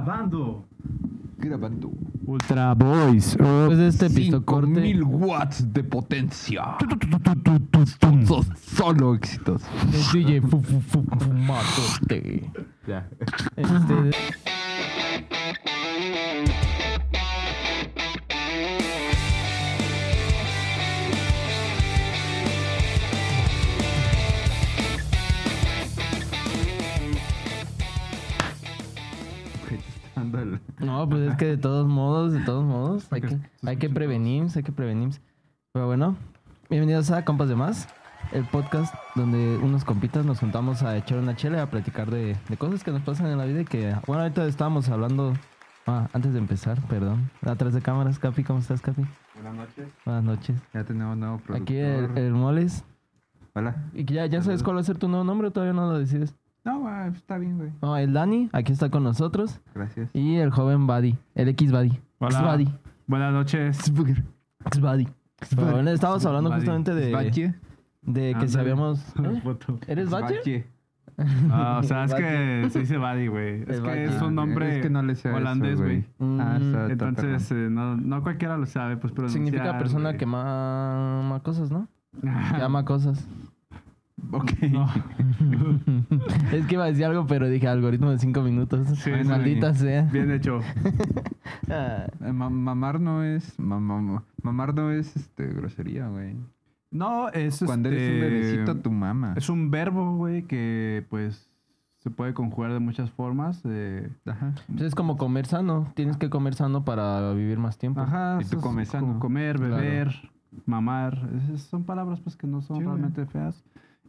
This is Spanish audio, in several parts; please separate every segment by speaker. Speaker 1: Grabando.
Speaker 2: Grabando.
Speaker 3: Ultra Boys.
Speaker 1: oh.
Speaker 3: Pues este pisto
Speaker 2: 5000
Speaker 3: corte.
Speaker 2: watts de potencia. Son solo éxitos.
Speaker 3: de DJ fu- fu- fu- Fumatote.
Speaker 4: Ya.
Speaker 3: Este,
Speaker 2: Güey, escándalo.
Speaker 3: no, pues es que de todos modos, de todos modos, hay que, hay que prevenir, hay que prevenir. Pero bueno, bienvenidos a Compas de Más, el podcast donde unos compitas nos juntamos a echar una chela, a platicar de, de cosas que nos pasan en la vida y que, bueno, ahorita estábamos hablando, ah, antes de empezar, perdón, atrás de cámaras, Capi, ¿cómo estás, Capi?
Speaker 2: Buenas noches.
Speaker 3: Buenas noches.
Speaker 2: Ya tenemos nuevo productor.
Speaker 3: Aquí el, el Moles.
Speaker 2: Hola.
Speaker 3: Y que ya, ya sabes cuál va a ser tu nuevo nombre o todavía no lo decides.
Speaker 2: No, güey, está bien, güey.
Speaker 3: No, el Dani, aquí está con nosotros.
Speaker 2: Gracias.
Speaker 3: Y el joven Buddy, el X Buddy. X Buddy.
Speaker 1: Buenas noches.
Speaker 3: X Buddy. Pero bueno, estábamos hablando
Speaker 1: Buddy.
Speaker 3: justamente de,
Speaker 2: Bache.
Speaker 3: de que si
Speaker 1: Ándale.
Speaker 3: habíamos. ¿eh?
Speaker 1: Foto.
Speaker 3: ¿Eres Badger?
Speaker 2: Bache.
Speaker 1: Ah, o sea, es que se dice Buddy, güey. Es
Speaker 3: Es Buddy.
Speaker 1: que es
Speaker 2: Ah,
Speaker 1: un nombre
Speaker 2: es que no le sé a eso,
Speaker 1: holandés, güey.
Speaker 2: Ah,
Speaker 3: Mm,
Speaker 2: está- está
Speaker 1: Entonces,
Speaker 2: perrón.
Speaker 1: eh, no, no cualquiera lo sabe, pues pero
Speaker 3: Significa persona que mama cosas, ¿no? Que ama cosas.
Speaker 2: Ok.
Speaker 1: No.
Speaker 3: es que iba a decir algo, pero dije algoritmo de 5 minutos.
Speaker 1: Sí,
Speaker 3: Ay,
Speaker 1: sí.
Speaker 3: maldita sea.
Speaker 1: Bien hecho.
Speaker 3: Ah,
Speaker 2: Eh, ma- mamar no es. ma- ma- ma- mamar no es este, grosería, güey.
Speaker 1: No, es
Speaker 2: Cuando eres un
Speaker 1: este,
Speaker 2: bebecito, tu mamá.
Speaker 1: Es un verbo, güey, que pues se puede conjugar de muchas formas. eh.
Speaker 2: Ajá.
Speaker 3: pues es como comer sano. Tienes que comer sano para vivir más tiempo.
Speaker 1: Ajá.
Speaker 2: Y tú
Speaker 1: eso es
Speaker 2: comes
Speaker 1: como
Speaker 2: sano.
Speaker 1: Comer,
Speaker 3: Claro.
Speaker 1: beber, mamar. Esas son palabras pues que no son
Speaker 2: Sí, güey.
Speaker 1: realmente feas.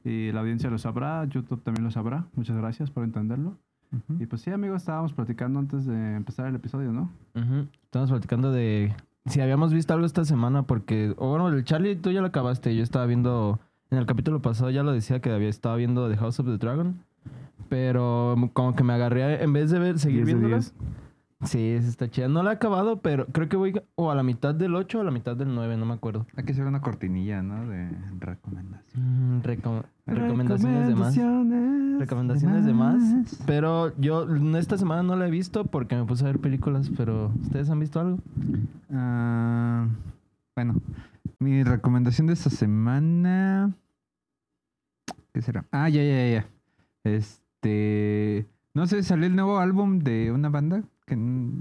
Speaker 1: Y la audiencia lo sabrá, YouTube también lo sabrá. Muchas gracias por entenderlo.
Speaker 2: Ujú.
Speaker 1: Y pues sí, amigos, estábamos platicando antes de empezar el episodio, ¿no?
Speaker 3: Ujú. Estamos platicando de si habíamos visto algo esta semana, porque, o bueno, el Charlie tú ya lo acabaste. Yo estaba viendo, en el capítulo pasado ya lo decía que había estado viendo The House of the Dragon, pero como que me agarré, en vez de ver, seguir
Speaker 1: 10 de
Speaker 3: viéndola.
Speaker 1: 10.
Speaker 3: Sí, esa está chida. No la he acabado, pero creo que voy o a la mitad del 8 o a la mitad del 9, no me acuerdo.
Speaker 2: Hay que hacer una cortinilla, ¿no? De recomendación.
Speaker 3: Mm, recom- recomendaciones de más. Recomendaciones de más. Pero yo no, esta semana no la he visto porque me puse a ver películas, pero ¿ustedes han visto algo?
Speaker 2: Ah, bueno, mi recomendación de esta semana. ¿Qué será? Ah, ya, ya, ya. Este. No sé, salió el nuevo álbum de una banda que n-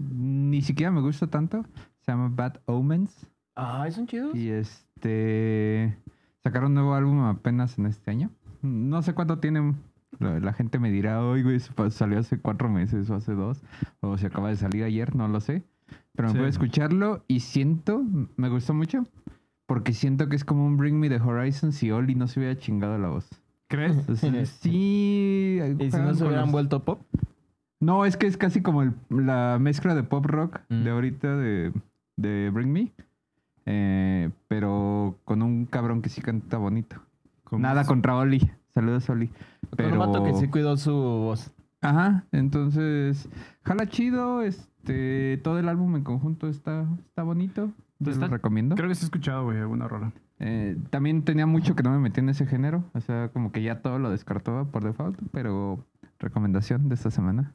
Speaker 2: ni siquiera me gusta tanto. Se llama Bad Omens.
Speaker 3: Ah, ¿son chidos?
Speaker 2: Y este. Sacaron un nuevo álbum apenas en este año. No sé cuánto tienen. La la gente me dirá, hoy güey, eso pa- salió hace cuatro meses o hace dos. O se acaba de salir ayer, no lo sé. Pero me
Speaker 1: Sí.
Speaker 2: puedo escucharlo y siento, me gustó mucho. Porque siento que es como un Bring Me the Horizon si Oli no se hubiera chingado la voz.
Speaker 1: ¿Crees?
Speaker 2: Entonces, sí.
Speaker 3: ¿Y si
Speaker 2: juegan
Speaker 3: no se
Speaker 2: con
Speaker 3: hubieran
Speaker 2: los-
Speaker 3: vuelto pop?
Speaker 2: No, es que es casi como el- la mezcla de pop rock
Speaker 3: Mm.
Speaker 2: de ahorita de, de Bring Me. eh, pero con un cabrón que sí canta bonito. Nada contra Oli. Saludos, Oli.
Speaker 3: Pero...
Speaker 2: Pero.
Speaker 3: un vato que sí cuidó su voz.
Speaker 2: Ajá, entonces. Jala chido. Este. Todo el álbum en conjunto está, está bonito. Te
Speaker 3: Pues
Speaker 1: Está-
Speaker 2: lo recomiendo.
Speaker 1: Creo que se ha escuchado, güey, alguna rola.
Speaker 2: Eh, también tenía mucho que no me metí en ese género. O sea, como que ya todo lo descartaba por default. Pero. Recomendación de esta semana.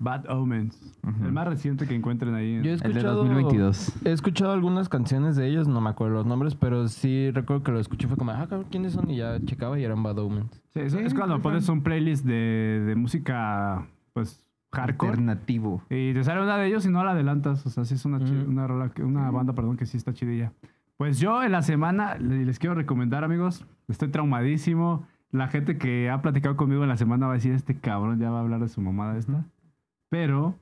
Speaker 1: Bad Omens.
Speaker 2: Ujú.
Speaker 1: El más reciente que encuentren ahí. en-
Speaker 3: Yo he
Speaker 2: El de
Speaker 3: escuchado,
Speaker 2: 2022.
Speaker 3: he escuchado algunas canciones de ellos, no me acuerdo los nombres, pero sí recuerdo que lo escuché y fue como, ah, cabrón, ¿quiénes son? Y ya checaba y eran Bad Omens.
Speaker 1: Sí, es, es cuando pones un playlist de, de música, pues, hardcore.
Speaker 2: Alternativo.
Speaker 1: Y te sale una de ellos y no la adelantas. O sea, sí es una, chi-
Speaker 3: Mm.
Speaker 1: una, rola que- una banda perdón, que sí está chidilla. Pues yo en la semana le- les quiero recomendar, amigos. Estoy traumadísimo. La gente que ha platicado conmigo en la semana va a decir: Este cabrón ya va a hablar de su mamada esta. Pero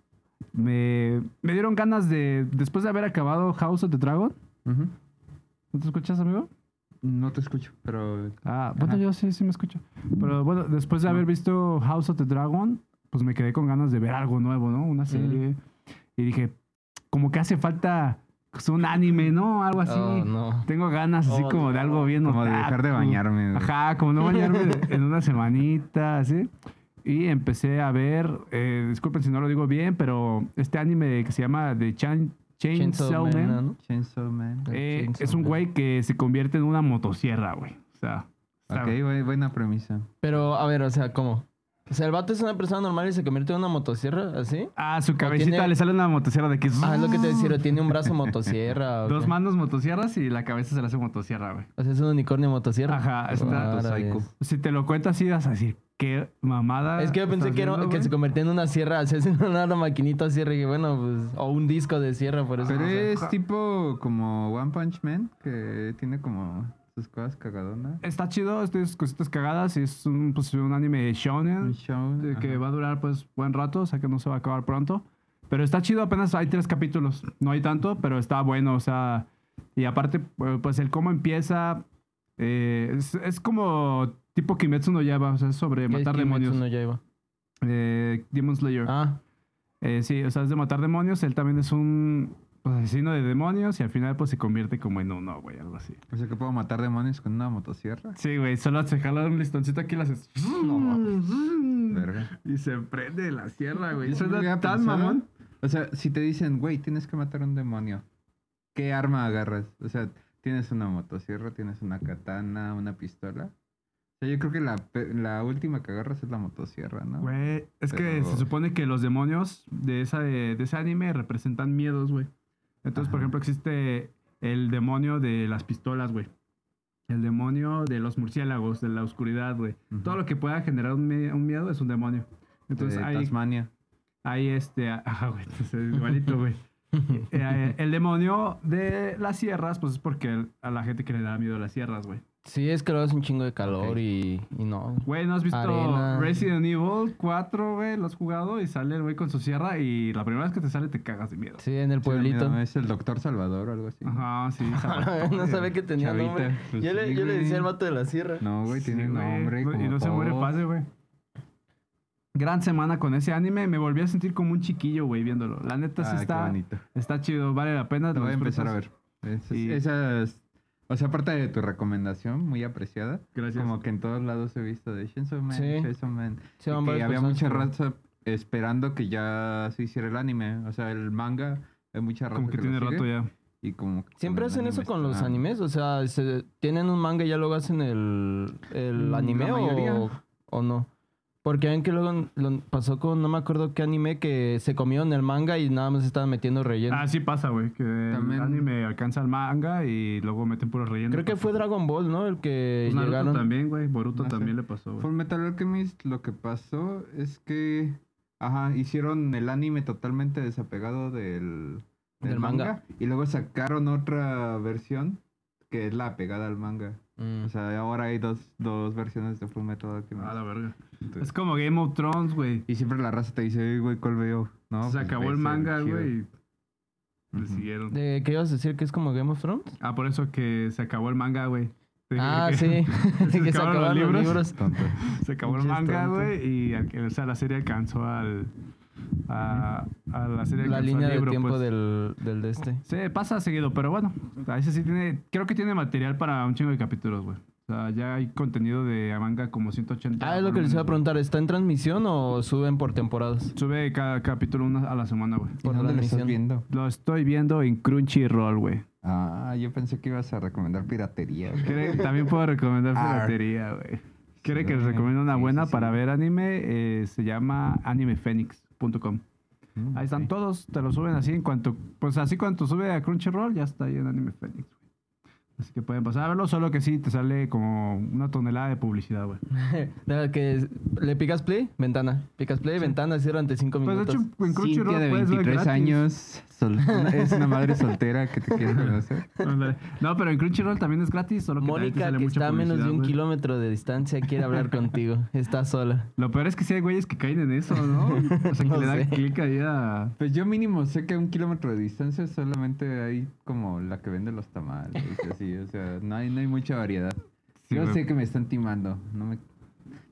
Speaker 1: me, me dieron ganas de. Después de haber acabado House of the Dragon.
Speaker 2: Ujú.
Speaker 1: ¿No te escuchas, amigo?
Speaker 2: No te escucho, pero.
Speaker 1: Ah, bueno,
Speaker 2: Ajá.
Speaker 1: yo sí, sí me escucho. Pero bueno, después de haber visto House of the Dragon, pues me quedé con ganas de ver algo nuevo, ¿no?
Speaker 3: Mm.
Speaker 1: Una serie. Y dije, como que hace falta pues, un anime, ¿no? Algo así.
Speaker 3: Oh, no.
Speaker 1: Tengo ganas así
Speaker 3: Oh,
Speaker 1: como de
Speaker 3: no.
Speaker 1: algo bien
Speaker 2: Como de dejar de
Speaker 1: otaku.
Speaker 2: bañarme. güey.
Speaker 1: ah, Ajá, como no bañarme de- en una semanita, así. Y empecé a ver, eh, disculpen si no lo digo bien, pero este anime que se llama The Chan Chainsaw
Speaker 3: Chainsaw Man,
Speaker 1: Man.
Speaker 3: ¿no?
Speaker 2: Chainsaw Man.
Speaker 3: The
Speaker 1: eh,
Speaker 3: Chainsaw
Speaker 1: es un
Speaker 3: Man.
Speaker 1: güey que se convierte en una motosierra, güey. O sea, está-
Speaker 2: Ok, güey, buena premisa.
Speaker 3: Pero, a ver, o sea, ¿cómo? O sea, el vato es una persona normal y se convierte en una motosierra, así.
Speaker 1: Ah, su cabecita
Speaker 3: tiene-
Speaker 1: le sale una motosierra de que...
Speaker 3: Ah, es lo que te decía, pero tiene un brazo motosierra. ¿o
Speaker 1: Dos
Speaker 3: qué?
Speaker 1: manos motosierras y la cabeza se le hace motosierra, güey.
Speaker 3: O sea, es un unicornio motosierra.
Speaker 1: Ajá, es una-
Speaker 3: Ahora
Speaker 2: Psycho.
Speaker 3: ves.
Speaker 1: Si te lo cuento así, vas a decir, qué mamada.
Speaker 3: Es que yo pensé
Speaker 1: Ah, estás
Speaker 3: que, era-
Speaker 1: viendo,
Speaker 3: que
Speaker 1: güey?"
Speaker 3: se convertía en una sierra, o sea, es una, una maquinita sierra y bueno, pues, o un disco de sierra,
Speaker 1: Pues
Speaker 3: por eso.
Speaker 2: Pero
Speaker 3: no sé.
Speaker 2: es tipo como One Punch Man, que tiene como sus cosas cagadonas.
Speaker 1: Está chido, estas cositas cagadas y es un, pues, un anime
Speaker 2: Un
Speaker 1: shonen
Speaker 2: show.
Speaker 1: de que
Speaker 2: ajá.
Speaker 1: va a durar pues buen rato, o sea que no se va a acabar pronto. Pero está chido, apenas hay tres capítulos, no hay tanto, pero está bueno, o sea, y aparte pu- pues el cómo empieza eh, es, es como tipo Kimetsu no Yaiba, o sea, es sobre
Speaker 3: ¿Qué es
Speaker 1: matar
Speaker 3: Kimetsu
Speaker 1: demonios.
Speaker 3: no Yaiba?
Speaker 1: Eh, Demon Slayer.
Speaker 3: Ah,
Speaker 1: Eh, sí, o sea, es de matar demonios, él también es un pues, asesino de demonios y al final pues se convierte como en uno, güey, algo así.
Speaker 2: O sea que puedo matar demonios con una motosierra.
Speaker 1: Sí, güey, solo se jala un listoncito aquí y las haces.
Speaker 2: Verga.
Speaker 1: Y se prende la sierra, güey.
Speaker 2: Yo
Speaker 1: Suena
Speaker 2: nunca
Speaker 1: tan
Speaker 2: había pensado.
Speaker 1: mamón.
Speaker 2: O sea, si te dicen, güey, tienes que matar a un demonio, ¿qué arma agarras? O sea, tienes una motosierra, tienes una katana, una pistola. O sea, yo creo que la, pe- la última que agarras es la motosierra, ¿no?
Speaker 1: Güey, es que
Speaker 2: Pero-
Speaker 1: se supone que los demonios de, esa, de ese anime representan miedos, güey. Entonces, por
Speaker 2: Ajá.
Speaker 1: ejemplo, existe el demonio de las pistolas, güey. El demonio de los murciélagos, de la oscuridad, güey.
Speaker 2: Ujú.
Speaker 1: Todo lo que pueda generar un, mie- un miedo es un demonio. Entonces,
Speaker 2: de
Speaker 1: hay,
Speaker 2: Tasmania.
Speaker 1: hay este... Ajá, güey. entonces, Igualito, güey. Eh, el demonio de las sierras, pues es porque a la gente que le da miedo a las sierras, güey.
Speaker 3: sí, es que luego hace un chingo de calor y, y no.
Speaker 1: Güey, ¿no has visto
Speaker 3: Arena.
Speaker 1: Resident Evil 4, güey? Lo has jugado y sale el güey con su sierra y la primera vez que te sale te cagas de miedo.
Speaker 3: Sí, en el
Speaker 2: Sí, da miedo,
Speaker 3: pueblito.
Speaker 2: ¿no? es el doctor Salvador o algo así.
Speaker 1: Ajá, sí. Salvatore.
Speaker 3: no sabía que tenía
Speaker 2: Chavita,
Speaker 3: nombre.
Speaker 2: pues
Speaker 3: yo le,
Speaker 2: sí,
Speaker 3: yo le
Speaker 2: güey.
Speaker 3: decía al vato de la sierra.
Speaker 2: No, güey,
Speaker 1: Sí,
Speaker 2: tiene
Speaker 1: güey.
Speaker 2: nombre.
Speaker 1: No- Y
Speaker 2: como
Speaker 1: no se muere
Speaker 2: Bob.
Speaker 1: padre, güey. Gran semana con ese anime. Me volví a sentir como un chiquillo, güey, viéndolo. La neta sí
Speaker 2: Ay, Ah, qué
Speaker 1: está,
Speaker 2: bonito.
Speaker 1: está chido, vale la pena.
Speaker 2: Lo voy a
Speaker 1: disfrutas.
Speaker 2: empezar a ver. Es-
Speaker 1: Y-
Speaker 2: Esas. O sea, aparte de tu recomendación, muy apreciada.
Speaker 1: Gracias.
Speaker 2: Como que en todos lados he visto de Chainsaw Man,
Speaker 3: Sí.
Speaker 2: Chainsaw Man.
Speaker 3: Sí, pues,
Speaker 2: Y
Speaker 3: van
Speaker 2: que
Speaker 3: varias
Speaker 2: había
Speaker 3: personas
Speaker 2: mucha
Speaker 3: que lo-
Speaker 2: raza esperando que ya se hiciera el anime. O sea, el manga, hay mucha raza
Speaker 1: Como que
Speaker 2: lo
Speaker 1: tiene rato
Speaker 2: sigue,
Speaker 1: ya.
Speaker 2: Y como que
Speaker 3: Siempre
Speaker 2: con el
Speaker 3: hacen eso
Speaker 2: anime
Speaker 3: con los
Speaker 2: está-
Speaker 3: animes, o sea, se- tienen un manga y ya luego hacen el, el
Speaker 2: Mm, la
Speaker 3: anime o,
Speaker 2: mayoría.
Speaker 3: o no. Porque ven que luego lo- pasó con, no me acuerdo qué anime, que se comieron el manga y nada más estaban metiendo relleno.
Speaker 1: Ah, sí pasa, güey. Que
Speaker 2: También-
Speaker 1: el anime alcanza el manga y luego meten puros rellenos.
Speaker 3: Creo
Speaker 2: pues
Speaker 3: que fue Dragon Ball, ¿no? El que
Speaker 1: Pues Naruto
Speaker 3: llegaron.
Speaker 1: también, güey. Boruto
Speaker 2: No sé.
Speaker 1: también le pasó, güey.
Speaker 2: Full Pues, Metal Alchemist, lo que pasó es que. Ajá, hicieron el anime totalmente desapegado del,
Speaker 3: Del manga.
Speaker 2: Y luego sacaron otra versión que es la pegada al manga.
Speaker 3: Mm.
Speaker 2: O sea, ahora hay dos, dos versiones de Full Metal Alchemist.
Speaker 1: A la verga.
Speaker 2: Entonces-
Speaker 1: Es como Game of Thrones, güey.
Speaker 2: Y siempre la raza te dice, "Ey, güey, ¿cuál veo? No,
Speaker 1: se
Speaker 2: pues,
Speaker 1: acabó
Speaker 2: ves
Speaker 1: el manga,
Speaker 2: chido.
Speaker 1: güey. y Le
Speaker 2: Ujú.
Speaker 1: siguieron.
Speaker 3: ¿De qué ibas a decir que es como Game of Thrones?
Speaker 1: Ah, por eso que se acabó el manga, güey. Te dije
Speaker 3: Ah,
Speaker 1: que-
Speaker 3: sí.
Speaker 1: se
Speaker 3: que se
Speaker 1: acabaron
Speaker 3: acabaron
Speaker 1: los
Speaker 3: los
Speaker 1: libros.
Speaker 3: libros.
Speaker 2: Tonto.
Speaker 1: Se acabó el
Speaker 2: Pinches
Speaker 1: manga,
Speaker 2: tonto.
Speaker 1: güey. Y al- o sea, la serie alcanzó al. A, a la serie alcanzó
Speaker 3: La
Speaker 1: al
Speaker 3: línea de
Speaker 1: libro,
Speaker 3: tiempo
Speaker 1: pues.
Speaker 3: del, del de este.
Speaker 1: Se pasa seguido, pero bueno. A veces sí tiene. Creo que tiene material para un chingo de capítulos, güey. O sea, ya hay contenido de manga como 180.
Speaker 3: Ah, es lo que les iba a
Speaker 1: volúmenes,
Speaker 3: preguntar. ¿Está en transmisión o suben por temporadas?
Speaker 1: güey. Sube cada capítulo una a la semana, güey.
Speaker 2: ¿Y
Speaker 3: Por
Speaker 2: dónde lo estás
Speaker 3: transmisión.
Speaker 2: viendo?
Speaker 1: Lo estoy viendo en Crunchyroll, güey.
Speaker 2: Ah, yo pensé que ibas a recomendar piratería. güey.
Speaker 1: Cree- también puedo recomendar
Speaker 2: Ar.
Speaker 1: piratería, güey. Quiere
Speaker 2: Sí,
Speaker 1: que les recomiendo una
Speaker 2: sí,
Speaker 1: buena
Speaker 2: sí, sí.
Speaker 1: para ver anime. eh, se llama animefenix.com.
Speaker 2: Mm,
Speaker 1: Ahí están
Speaker 2: ok.
Speaker 1: todos, te lo suben así en cuanto, pues así cuanto sube a Crunchyroll, ya está ahí en Anime Phoenix, güey. Así que pueden pasar a verlo, solo que sí te sale como una tonelada de publicidad, güey.
Speaker 3: Nada, que le picas play, ventana. Picas play, ventana, cierra ante 5
Speaker 1: Pues de
Speaker 3: minutos.
Speaker 1: hecho, en Crunchyroll
Speaker 2: Cintia de
Speaker 1: puedes ver
Speaker 2: 23
Speaker 1: gratis.
Speaker 2: años, sol- una- es una madre soltera que te quiere conocer.
Speaker 1: Ándale. No, pero en Crunchyroll también es gratis, solo que también te
Speaker 3: Mónica,
Speaker 1: sale
Speaker 3: que
Speaker 1: mucha
Speaker 3: está a menos de
Speaker 1: publicidad,
Speaker 3: un
Speaker 1: güey.
Speaker 3: kilómetro de distancia, quiere hablar contigo. Está sola.
Speaker 1: Lo peor es que sí hay güeyes que caen en eso, ¿no? O sea, que
Speaker 3: No
Speaker 1: le dan
Speaker 3: sé.
Speaker 1: clic ahí a...
Speaker 2: Pues yo mínimo sé que a un kilómetro de distancia solamente hay como la que vende los tamales. y así, o sea, no hay, no hay mucha variedad.
Speaker 1: Sí,
Speaker 2: yo
Speaker 1: güey.
Speaker 2: sé que me están timando. No me...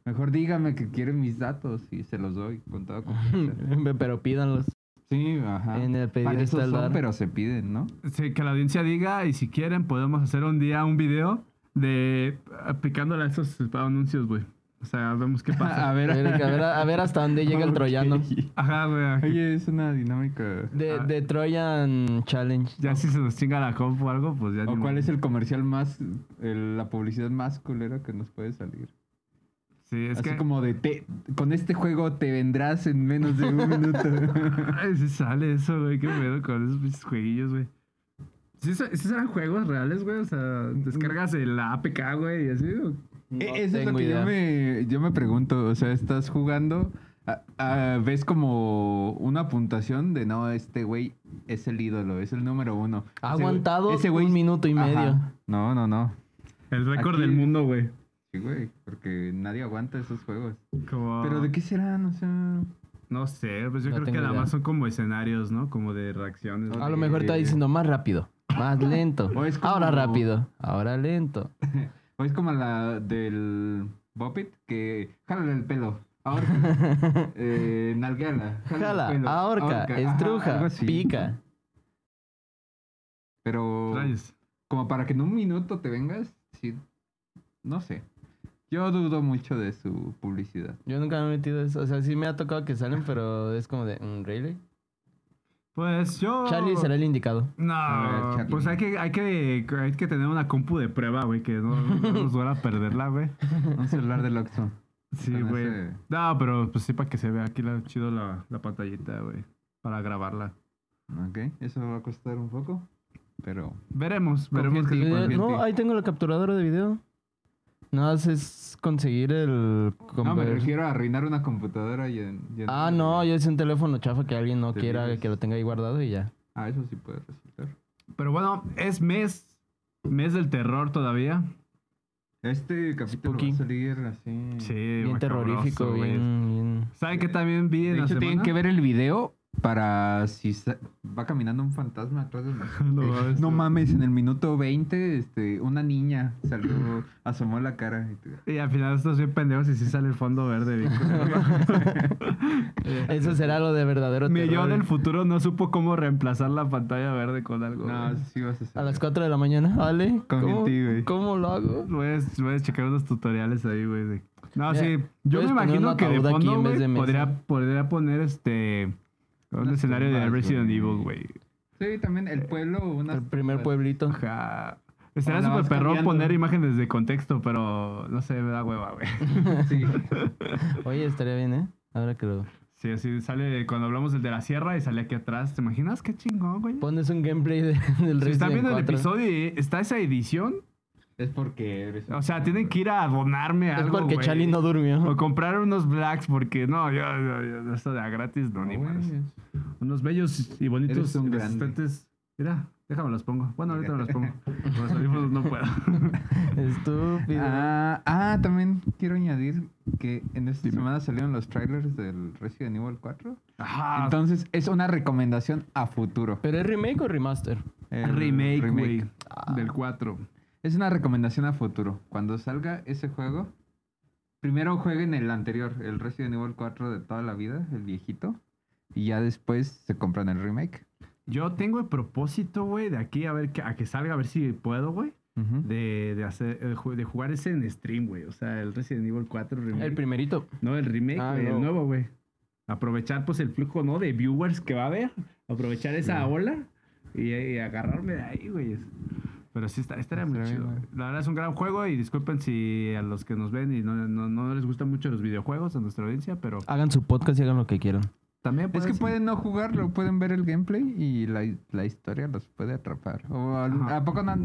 Speaker 2: Mejor dígame que quieren mis datos y se los doy con toda confianza.
Speaker 3: Pero pídanlos.
Speaker 2: Sí, ajá.
Speaker 3: En el pedir
Speaker 2: Para
Speaker 3: está
Speaker 2: eso
Speaker 3: el
Speaker 2: son,
Speaker 3: dar.
Speaker 2: pero se piden, ¿no?
Speaker 1: Sí, que la audiencia diga y si quieren podemos hacer un día un video de ah, picándole a esos anuncios, güey. O sea, vemos qué pasa.
Speaker 2: A
Speaker 3: A ver,
Speaker 2: ver.
Speaker 3: a ver, a ver hasta dónde llega el
Speaker 2: Ok.
Speaker 3: troyano.
Speaker 1: Ajá, güey. aquí-
Speaker 2: Oye, es una dinámica.
Speaker 3: De,
Speaker 1: Ah.
Speaker 3: de Trojan Challenge.
Speaker 1: Ya si se nos chinga la comp o algo, pues ya
Speaker 2: ¿O
Speaker 1: ni
Speaker 2: cuál
Speaker 1: modo.
Speaker 2: es el comercial más, el- la publicidad más culera que nos puede salir?
Speaker 1: Sí, Sí, es
Speaker 2: Así
Speaker 1: que.
Speaker 2: como de, te- con este juego te vendrás en menos de un minuto.
Speaker 1: Ay, sí sale eso, güey. Qué pedo con esos pinches jueguillos, güey. ¿Sí, se- sí serán juegos reales, güey? O sea, descargas el APK, güey, y así. o-
Speaker 3: No
Speaker 2: E- Eso es lo
Speaker 3: tengo
Speaker 2: que yo
Speaker 3: idea.
Speaker 2: me, yo me pregunto. O sea, estás jugando, a- a- ves como una puntuación de no, este güey es el ídolo, es el número uno.
Speaker 3: Ha
Speaker 2: Ese güey-
Speaker 3: aguantado un minuto y medio.
Speaker 2: No, no, no.
Speaker 1: El récord
Speaker 2: Aquí-
Speaker 1: del mundo, güey.
Speaker 2: Sí, güey, porque nadie aguanta esos juegos.
Speaker 1: Como...
Speaker 2: Pero ¿de qué serán? O sea,
Speaker 1: No sé, pues yo
Speaker 3: No
Speaker 1: creo que
Speaker 3: tengo
Speaker 1: nada
Speaker 3: idea.
Speaker 1: más son como escenarios, ¿no? Como de reacciones.
Speaker 2: Ah,
Speaker 3: A lo mejor está diciendo más rápido, más lento.
Speaker 2: O es como-
Speaker 3: Ahora rápido, ahora lento.
Speaker 2: o es como la del Bopit que jálale el pelo. Ahorca, eh, nalgueala, jálale el
Speaker 3: Jala,
Speaker 2: pelo,
Speaker 3: ahorca,
Speaker 2: ahorca, ajá, algo
Speaker 3: estruja,
Speaker 2: así.
Speaker 3: pica.
Speaker 2: Pero
Speaker 1: Rayos.
Speaker 2: como para que en un minuto te vengas, sí. No sé. Yo dudo mucho de su publicidad.
Speaker 3: Yo nunca me he metido eso. O sea, sí me ha tocado que salen, pero es como de, mm, ¿really?
Speaker 1: Pues yo.
Speaker 3: Charlie será el indicado.
Speaker 2: A
Speaker 1: No,
Speaker 2: ver, Charlie.
Speaker 1: pues hay que, hay, que, hay que tener una compu de prueba, güey, que no, no nos duela perderla, güey.
Speaker 2: Un celular del Oxxo.
Speaker 1: Sí,
Speaker 2: Con
Speaker 1: güey.
Speaker 2: ese-
Speaker 1: No, pero pues sí, para que se vea aquí la, chido la, la pantallita, güey, para grabarla.
Speaker 2: Ok, eso va a costar un poco, pero...
Speaker 1: Veremos,
Speaker 2: Confía
Speaker 1: veremos
Speaker 2: en
Speaker 1: qué
Speaker 2: ti,
Speaker 1: se puede.
Speaker 2: confía en
Speaker 3: no,
Speaker 2: ti.
Speaker 3: ahí tengo la capturadora de video. Nada más es conseguir el...
Speaker 2: No, me
Speaker 3: conver-
Speaker 2: refiero a arruinar una computadora y... en- y en-
Speaker 3: Ah, no, yo es un teléfono chafa que alguien no
Speaker 2: Te
Speaker 3: quiera
Speaker 2: fijas.
Speaker 3: que lo tenga ahí guardado y ya.
Speaker 2: Ah, eso sí puede resultar.
Speaker 1: Pero bueno, es mes, mes del terror todavía.
Speaker 2: Este capítulo
Speaker 3: Spooky.
Speaker 2: va a salir así...
Speaker 1: Sí,
Speaker 3: Bien
Speaker 1: macabroso,
Speaker 3: terrorífico,
Speaker 1: güey.
Speaker 3: bien, bien-
Speaker 1: ¿Saben qué también vi en
Speaker 2: De
Speaker 1: la
Speaker 2: hecho, tienen
Speaker 1: semana?
Speaker 2: que ver el video para si sa- va caminando un fantasma atrás de nosotros.
Speaker 1: No
Speaker 2: Eh,
Speaker 1: mames.
Speaker 2: no mames, en el minuto 20, este, una niña salió, asomó la cara. y te-
Speaker 1: Y al final estos bien pendejos y sí sale el fondo verde. bien.
Speaker 3: Eso será lo de verdadero
Speaker 1: Mi yo
Speaker 3: terror.
Speaker 1: del futuro no supo cómo reemplazar la pantalla verde con algo.
Speaker 2: No,
Speaker 1: güey.
Speaker 2: sí vas a hacer.
Speaker 3: A las 4 de la mañana, ¿vale?
Speaker 2: Confía en
Speaker 3: ¿Cómo,
Speaker 2: ti, güey.
Speaker 3: ¿Cómo lo hago?
Speaker 1: Voy a, voy a checar unos tutoriales ahí, güey. de- No,
Speaker 3: Mira,
Speaker 1: sí. Yo me
Speaker 3: puedes poner
Speaker 1: imagino
Speaker 3: un
Speaker 1: que de
Speaker 3: ataúd aquí
Speaker 1: fondo,
Speaker 3: en vez
Speaker 1: güey,
Speaker 3: de mesa.
Speaker 1: podría, podría poner este... Un
Speaker 2: Unas
Speaker 1: escenario de
Speaker 2: tumbas,
Speaker 1: Resident
Speaker 2: güey.
Speaker 1: Evil, güey.
Speaker 2: Sí, también el pueblo, unas
Speaker 3: El primer
Speaker 2: tumbas.
Speaker 3: pueblito.
Speaker 1: Ajá.
Speaker 3: Ah,
Speaker 1: Estaría
Speaker 2: Hola,
Speaker 1: súper
Speaker 2: vas
Speaker 1: perrón
Speaker 2: cambiando.
Speaker 1: poner imágenes de contexto, pero no sé, me da hueva, güey.
Speaker 2: Sí.
Speaker 3: Oye, estaría bien, ¿eh? Ahora que lo...
Speaker 1: Sí, así sale cuando hablamos del de la sierra y sale aquí atrás. ¿Te imaginas? Qué chingón, güey.
Speaker 3: Pones un gameplay de- del
Speaker 1: Si están
Speaker 3: Resident
Speaker 1: viendo el
Speaker 3: 4.
Speaker 1: episodio y está esa edición,
Speaker 2: Es porque eres.
Speaker 1: o sea, tienen que ir a donarme
Speaker 3: Es
Speaker 1: algo,
Speaker 3: porque
Speaker 1: güey.
Speaker 3: Charlie no
Speaker 1: O
Speaker 3: durmió.
Speaker 1: comprar unos blacks, porque no, yo, yo, yo, esto de a gratis no, ni
Speaker 2: No, güey,
Speaker 1: madres.
Speaker 2: es-
Speaker 1: Unos bellos y bonitos
Speaker 2: Ah, Eres un
Speaker 1: y
Speaker 2: grande.
Speaker 1: resistentes. Mira, déjame los pongo. Bueno, ahorita me los pongo. Con Los audífonos no puedo.
Speaker 3: Estúpido.
Speaker 2: Ah, ah, también quiero añadir que en esta
Speaker 1: Dime.
Speaker 2: semana salieron los trailers del Resident Evil 4.
Speaker 1: Ajá.
Speaker 2: Entonces, es una recomendación a futuro.
Speaker 3: ¿Pero es remake o remaster?
Speaker 2: El
Speaker 1: remake, güey.
Speaker 3: Ah.
Speaker 1: Del 4.
Speaker 2: Es una recomendación a futuro. Cuando salga ese juego, primero jueguen el anterior, el Resident Evil 4 de toda la vida, el viejito. Y ya después se compran el remake.
Speaker 1: Yo tengo el propósito, güey, de aquí a ver que, a que salga, a ver si puedo, güey.
Speaker 2: Ujú.
Speaker 1: De, de hacer eh, ju- de jugar ese en stream, güey. O sea, el Resident Evil 4 remake.
Speaker 3: El primerito.
Speaker 1: No, el remake,
Speaker 3: Ah,
Speaker 1: güey,
Speaker 3: no.
Speaker 1: el nuevo, güey. Aprovechar, pues, el flujo, ¿no? De viewers que va a haber. Aprovechar esa ola y, y agarrarme de ahí, güey. Pero sí, esta- estaría muy
Speaker 2: Estaría
Speaker 1: chido.
Speaker 2: bien,
Speaker 1: güey. La verdad es un gran juego y disculpen si a los que nos ven y no, no- no les gustan mucho los videojuegos a nuestra audiencia, pero
Speaker 3: Hagan su podcast y hagan lo que quieran.
Speaker 1: también
Speaker 2: Es
Speaker 1: puedes...
Speaker 2: que pueden no jugarlo, pueden ver el gameplay y la, la historia los puede atrapar. O al-
Speaker 1: Ajá.
Speaker 2: ¿A poco no?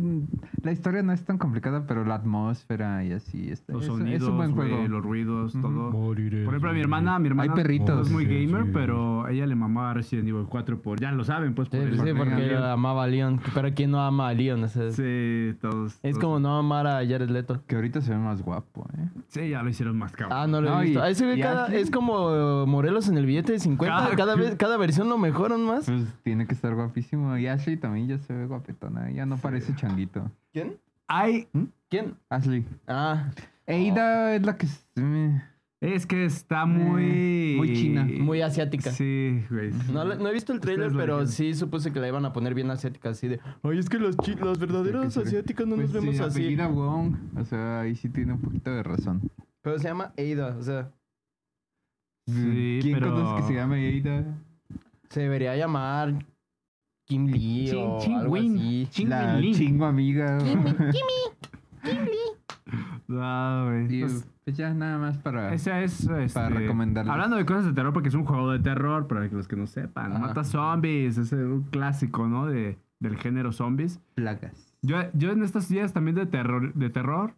Speaker 2: La historia no es tan complicada, pero la atmósfera y así. Está,
Speaker 1: Los
Speaker 2: es-
Speaker 1: sonidos,
Speaker 2: es un buen
Speaker 1: güey,
Speaker 2: juego.
Speaker 1: los ruidos,
Speaker 2: Ujú.
Speaker 1: todo. Por ejemplo, a mi hermana, mi hermana no
Speaker 2: perritos.
Speaker 1: es muy gamer, pero ella le mamaba Resident Evil 4 por... Ya lo saben, pues,
Speaker 3: Sí,
Speaker 1: por el-
Speaker 3: sí, porque
Speaker 2: Leon.
Speaker 3: amaba a Leon. Pero ¿quién no ama a Leon? O sea,
Speaker 1: Sí, todos...
Speaker 3: Es
Speaker 1: todos-
Speaker 3: como no amar a Jared Leto.
Speaker 2: Que ahorita se ve más guapo, ¿eh?
Speaker 1: Sí, ya lo hicieron más cabrón.
Speaker 3: Ah, no lo he
Speaker 2: No, y-
Speaker 3: visto. Ahí se ve
Speaker 2: y
Speaker 3: cada...
Speaker 2: Ashley.
Speaker 3: Es como eh, Morelos en el billete de 50.
Speaker 1: Cada-
Speaker 3: Cada, vez, cada versión lo mejoran más.
Speaker 2: Pues tiene que estar guapísimo. Y Ashley también ya se ve guapetona. Ya no parece changuito.
Speaker 3: ¿Quién?
Speaker 1: Hay...
Speaker 3: ¿Quién?
Speaker 2: Ashley.
Speaker 3: Ah,
Speaker 2: Eida es la que... eh, se me-
Speaker 1: Es que está muy...
Speaker 2: Eh, muy china,
Speaker 3: muy asiática.
Speaker 1: Sí, güey. sí.
Speaker 3: No, la- no he visto el
Speaker 1: Ustedes
Speaker 3: trailer,
Speaker 1: lo
Speaker 3: pero
Speaker 1: dijeron.
Speaker 3: sí supuse que la iban a poner bien asiática, así de. Ay, es que las, chi- las verdaderas
Speaker 2: se ve.
Speaker 3: asiáticas no
Speaker 2: Pues
Speaker 3: nos vemos
Speaker 2: sí,
Speaker 3: así.
Speaker 2: apellida Wong. O sea, ahí sí tiene un poquito de razón.
Speaker 3: Pero se llama Ada, o sea,
Speaker 1: Sí,
Speaker 2: ¿Quién
Speaker 1: pero-
Speaker 2: conoce que se llama Eida?
Speaker 3: se debería llamar Kim Lee
Speaker 1: Chin-
Speaker 3: o
Speaker 1: Chin
Speaker 3: algo
Speaker 1: Win.
Speaker 3: así.
Speaker 1: Chin
Speaker 2: la
Speaker 1: Win Lin.
Speaker 2: chingo amiga.
Speaker 1: No, No, güey.
Speaker 2: Y
Speaker 1: Pues,
Speaker 2: pues ya nada más para...
Speaker 1: Esa es. este,
Speaker 2: recomendarles.
Speaker 1: Hablando de cosas de terror, porque es un juego de terror, para que los que no sepan.
Speaker 2: Ajá.
Speaker 1: Mata zombies, es un clásico, ¿no? De, del género zombies.
Speaker 2: Plagas.
Speaker 1: Yo, yo en estos días también de terror, de terror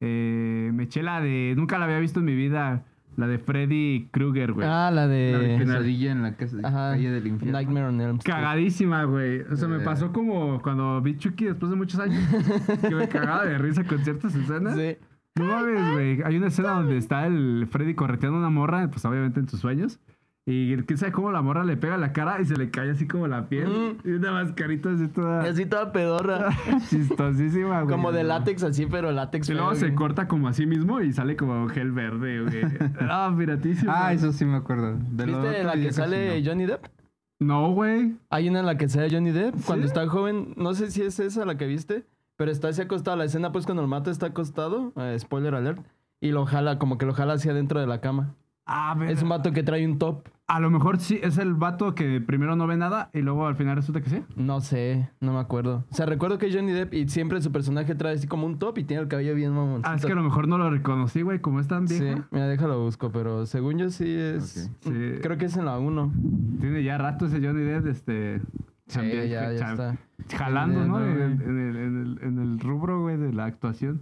Speaker 1: eh, me eché la de. Nunca la había visto en mi vida, la de Freddy Krueger, güey.
Speaker 3: Ah, la
Speaker 2: La
Speaker 3: de.
Speaker 2: pesadilla en la casa,
Speaker 3: Ajá.
Speaker 2: calle del infierno.
Speaker 3: Nightmare on Elm Street.
Speaker 1: Cagadísima, güey. O sea, me
Speaker 2: Eh.
Speaker 1: pasó como cuando vi Chucky después de muchos años. que me cagaba de risa con ciertas escenas.
Speaker 3: Sí.
Speaker 1: No mames, güey. Hay una escena donde está el Freddy correteando a una morra, pues obviamente en sus sueños. Y el- quién sabe cómo la morra le pega en la cara y se le cae así como la piel.
Speaker 3: Mm.
Speaker 1: Y una mascarita así toda
Speaker 3: Así toda pedorra.
Speaker 2: Ah,
Speaker 1: chistosísima, güey.
Speaker 3: Como de látex así, pero látex.
Speaker 1: Y luego
Speaker 3: feo,
Speaker 1: se
Speaker 3: güey.
Speaker 1: corta como así mismo y sale como gel verde, güey. Ah, piratísimo.
Speaker 2: Ah, eso sí me acuerdo. De lo
Speaker 3: ¿Viste
Speaker 2: otro
Speaker 3: la
Speaker 2: ya
Speaker 3: que
Speaker 2: casi
Speaker 3: sale
Speaker 2: no.
Speaker 3: Johnny Depp?
Speaker 1: No, güey.
Speaker 3: Hay una en la que sale Johnny Depp cuando
Speaker 1: ¿Sí?
Speaker 3: está joven. No sé si es esa la que viste, pero está así acostado. La escena, pues, cuando el mata está acostado. eh, spoiler alert. Y lo jala, como que lo jala hacia adentro de la cama.
Speaker 1: Ah,
Speaker 3: Es un vato que trae un top.
Speaker 1: A lo mejor sí es el vato que primero no ve nada y luego al final resulta que sí.
Speaker 3: No sé, no me acuerdo. O sea, recuerdo que es Johnny Depp y siempre su personaje trae así como un top y tiene el cabello bien mamoncito.
Speaker 1: Ah, es que a lo mejor no lo reconocí, güey, como es tan
Speaker 3: Sí, Mm,
Speaker 1: viejo.
Speaker 3: mira, déjalo busco, pero según yo sí es.
Speaker 1: Ok. Sí.
Speaker 3: Creo que es en la 1.
Speaker 1: Tiene ya rato ese Johnny Depp, este... chambe-
Speaker 3: ya, ya
Speaker 1: cham-
Speaker 3: está.
Speaker 1: Jalando,
Speaker 3: Sí,
Speaker 1: ¿no?
Speaker 3: no,
Speaker 1: En,
Speaker 3: güey.
Speaker 1: en el, en el- en el rubro, güey, de la actuación.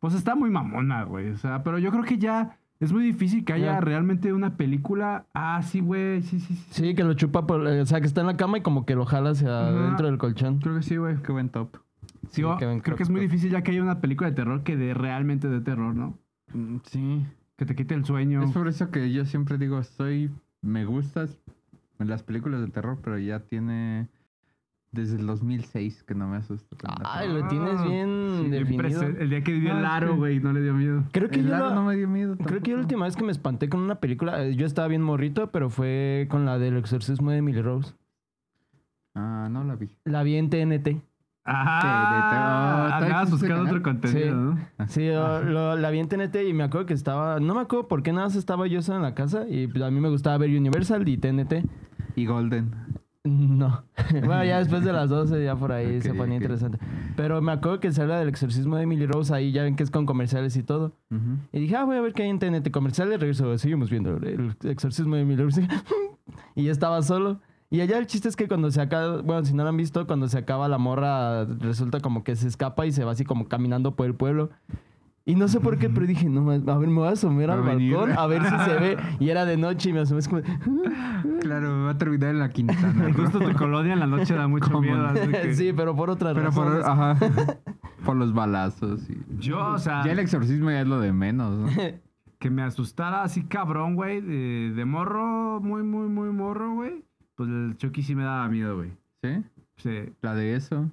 Speaker 1: Pues está muy mamona, güey. O sea, pero yo creo que ya es muy difícil que haya
Speaker 3: Ya.
Speaker 1: realmente una película. Ah, sí, güey. Sí, sí, sí.
Speaker 3: Sí, que lo chupa por. eh, O sea, que está en la cama y como que lo jala hacia
Speaker 1: Ajá.
Speaker 3: dentro del colchón.
Speaker 1: Creo que sí, güey.
Speaker 2: Qué buen top.
Speaker 1: Sí,
Speaker 3: Sí,
Speaker 1: o-
Speaker 3: que ven
Speaker 1: creo que es muy
Speaker 3: creo-
Speaker 1: difícil ya que haya una película de terror que de realmente de terror, ¿no?
Speaker 3: Mm,
Speaker 2: Sí.
Speaker 1: Que te quite el sueño.
Speaker 2: Es por eso que yo siempre digo, soy, me gustas las películas de terror, pero ya tiene desde el 2006 que no me asusta. con la
Speaker 3: Ay,
Speaker 2: película.
Speaker 3: lo tienes
Speaker 1: Ah,
Speaker 3: bien
Speaker 1: Sí,
Speaker 3: definido.
Speaker 1: prese- el día que vivió
Speaker 2: Ah,
Speaker 1: el
Speaker 2: es
Speaker 1: aro,
Speaker 2: que-
Speaker 1: güey, no le dio miedo.
Speaker 3: Creo que
Speaker 2: El
Speaker 3: yo
Speaker 2: aro
Speaker 3: la-
Speaker 2: no me dio miedo.
Speaker 3: Creo que yo
Speaker 2: tampoco.
Speaker 3: la última vez que me espanté con una película, eh, yo estaba bien morrito, pero fue con la del exorcismo de Emily Rose.
Speaker 2: Ah, no la vi.
Speaker 3: La vi en TNT.
Speaker 1: Ah,
Speaker 2: te- te-
Speaker 1: andabas
Speaker 2: te-
Speaker 1: buscando
Speaker 2: te-
Speaker 1: otro contenido,
Speaker 3: Sí.
Speaker 1: ¿no?
Speaker 2: Ah,
Speaker 3: Sí, yo lo- la vi en TNT y me acuerdo que estaba, no me acuerdo por qué nada más estaba yo solo en la casa y pues, a mí me gustaba ver Universal y TNT.
Speaker 2: Y Golden.
Speaker 3: No. bueno, ya después de las 12 ya por ahí se
Speaker 2: Ok,
Speaker 3: ponía
Speaker 2: ok.
Speaker 3: interesante. Pero me acuerdo que se habla del exorcismo de Emily Rose ahí, ya ven que es con comerciales y todo.
Speaker 2: Ujú.
Speaker 3: Y dije, ah, voy a ver qué hay en TNT comerciales. Regreso, seguimos viendo el exorcismo de Miller. y ya estaba solo. Y allá el chiste es que cuando se acaba, bueno, si no lo han visto, cuando se acaba la morra, resulta como que se escapa y se va así como caminando por el pueblo. Y no sé por qué, pero dije, no, ma- a ver, me voy a asomar
Speaker 2: Va a
Speaker 3: al
Speaker 2: venir.
Speaker 3: balcón a ver si se ve. Y era de noche y me asomé. Es como,
Speaker 2: Claro, va a terminar en la Quintana. Roo.
Speaker 1: Justo tu colonia en la noche da mucho
Speaker 2: ¿Cómo
Speaker 1: miedo.
Speaker 2: no?
Speaker 1: así que-
Speaker 3: sí, pero por otra
Speaker 2: Pero
Speaker 3: razón.
Speaker 2: por, ajá, por los balazos. Y...
Speaker 1: Yo, o sea,
Speaker 2: Ya el exorcismo ya es lo de menos. ¿no?
Speaker 1: que me asustara así cabrón, güey, de, de morro, muy, muy, muy morro, güey. Pues el Chucky sí me daba miedo, güey.
Speaker 2: ¿Sí?
Speaker 1: Sí,
Speaker 2: La de eso.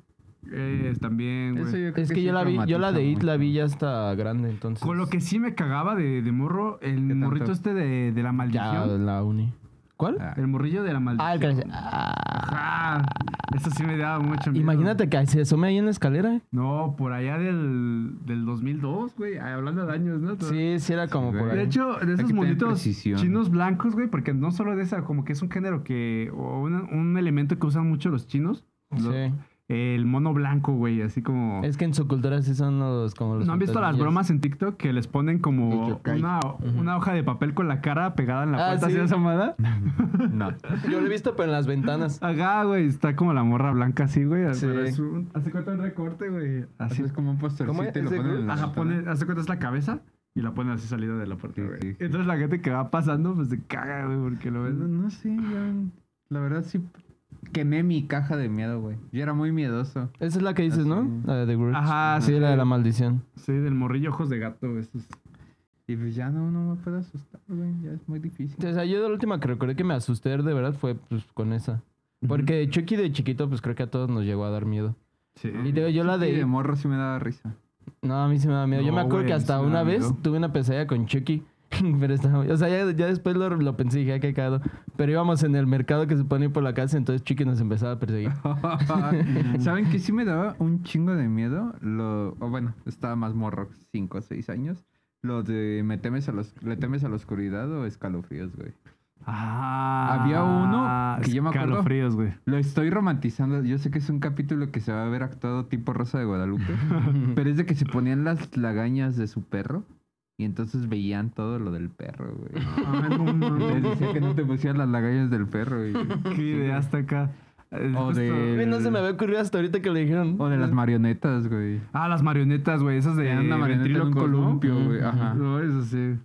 Speaker 1: eh, también,
Speaker 2: Eso
Speaker 1: güey.
Speaker 2: yo creo
Speaker 3: Es que yo
Speaker 2: sí
Speaker 3: la vi, yo la de
Speaker 2: traumatiza
Speaker 3: It la vi
Speaker 2: mucho.
Speaker 3: ya hasta grande, entonces.
Speaker 1: Con lo que sí me cagaba de, de morro, el
Speaker 2: tanto?
Speaker 1: morrito este de, de la
Speaker 3: Ya,
Speaker 1: maldición.
Speaker 3: la uni. ¿Cuál?
Speaker 2: Ah.
Speaker 1: El morrillo de la
Speaker 3: Ah, el
Speaker 1: maldición.
Speaker 3: que- Ah.
Speaker 1: Ajá. Eso sí me daba mucho miedo.
Speaker 3: Imagínate que se asome ahí en la escalera.
Speaker 1: No, por allá del, del 2002, güey. Ay, Hablando de años, ¿no?
Speaker 3: Sí, sí era como por
Speaker 2: güey.
Speaker 3: ahí.
Speaker 1: De hecho, de
Speaker 2: que
Speaker 1: esos
Speaker 2: tener
Speaker 1: monitos
Speaker 2: precisión.
Speaker 1: chinos blancos, güey, porque no solo de esa, como que es un género que, o un, un elemento que usan mucho los chinos. lo-
Speaker 3: Sí.
Speaker 1: el mono blanco, güey, así como...
Speaker 3: Es que en su cultura sí son los como los
Speaker 1: ¿No han visto las
Speaker 3: fantasmillas.
Speaker 1: bromas en TikTok que les ponen
Speaker 2: El
Speaker 1: como
Speaker 2: yokai.
Speaker 1: una, una hoja de papel con la cara pegada en la
Speaker 3: Ah,
Speaker 1: puerta
Speaker 3: sí.
Speaker 1: así asomada?
Speaker 2: No.
Speaker 3: Yo lo he visto pero en las ventanas.
Speaker 1: Acá, güey, está como la morra blanca así, güey.
Speaker 3: Sí.
Speaker 1: pero es un- Hace cuenta un recorte, güey. Así
Speaker 2: Así es como un
Speaker 3: ¿Cómo es
Speaker 2: postercito y lo
Speaker 3: ese
Speaker 2: ponen en la
Speaker 1: Ajá,
Speaker 2: ventana.
Speaker 1: pone, hace cuenta es la cabeza y la ponen así salida de la puerta,
Speaker 2: Sí,
Speaker 1: güey.
Speaker 2: sí, sí.
Speaker 1: Entonces la gente que va pasando, pues se caga, güey, porque lo
Speaker 2: No,
Speaker 1: ven.
Speaker 2: no sé, ya, la verdad sí quemé mi caja de miedo, güey. Yo era muy miedoso.
Speaker 3: Esa es la que dices, ¿no?
Speaker 2: Así.
Speaker 3: La de The Grudge.
Speaker 1: Ajá,
Speaker 2: Ah,
Speaker 3: sí,
Speaker 1: sí.
Speaker 3: la de la maldición.
Speaker 1: Sí, del morrillo ojos de gato, güey. eso es-
Speaker 2: Y pues ya no, no me puedo asustar, güey. Ya es muy difícil.
Speaker 3: O sea, yo la última que recordé que me asusté de verdad fue pues, con esa. Porque Chucky de chiquito, pues creo que a todos nos llegó a dar miedo.
Speaker 1: Sí.
Speaker 3: Y digo, yo la
Speaker 2: Y de
Speaker 3: de.
Speaker 2: morro sí me daba risa.
Speaker 3: No, a mí sí me da miedo. yo
Speaker 1: No,
Speaker 3: me acuerdo
Speaker 1: güey,
Speaker 3: que
Speaker 1: a mí
Speaker 3: hasta
Speaker 1: sí me
Speaker 3: una
Speaker 1: da
Speaker 3: vez
Speaker 1: miedo.
Speaker 3: tuve una pesadilla con Chucky. Pero estaba, o sea, ya, ya después lo, lo pensé y dije, "Ah, qué cagado. Pero íbamos en el mercado que se pone por la casa, entonces Chucky nos empezaba a perseguir.
Speaker 2: ¿Saben que sí me daba un chingo de miedo? Lo, o bueno, estaba más morro, 5 o 6 años. Lo de me temes a los, le temes a la oscuridad o escalofríos, güey.
Speaker 1: Ah,
Speaker 2: Había uno que yo me acuerdo.
Speaker 1: Escalofríos, güey.
Speaker 2: Lo estoy romantizando. Yo sé que es un capítulo que se va a ver actuado tipo Rosa de Guadalupe. pero es de que se ponían las lagañas de su perro. Y entonces veían todo lo del perro, güey. Les decía que Ah, no te pusieran las lagañas del perro, güey.
Speaker 1: Qué idea hasta acá. Eh,
Speaker 2: O
Speaker 1: justo-
Speaker 2: de-
Speaker 3: Güey, No se me había ocurrido hasta ahorita que le dijeron.
Speaker 2: O de las marionetas, güey.
Speaker 1: Ah, las marionetas, güey. Esas de
Speaker 2: Tenían una marioneta en un
Speaker 1: ventrílocos, ¿no? Ah.
Speaker 2: columpio, güey. Ajá.
Speaker 1: No, eso sí.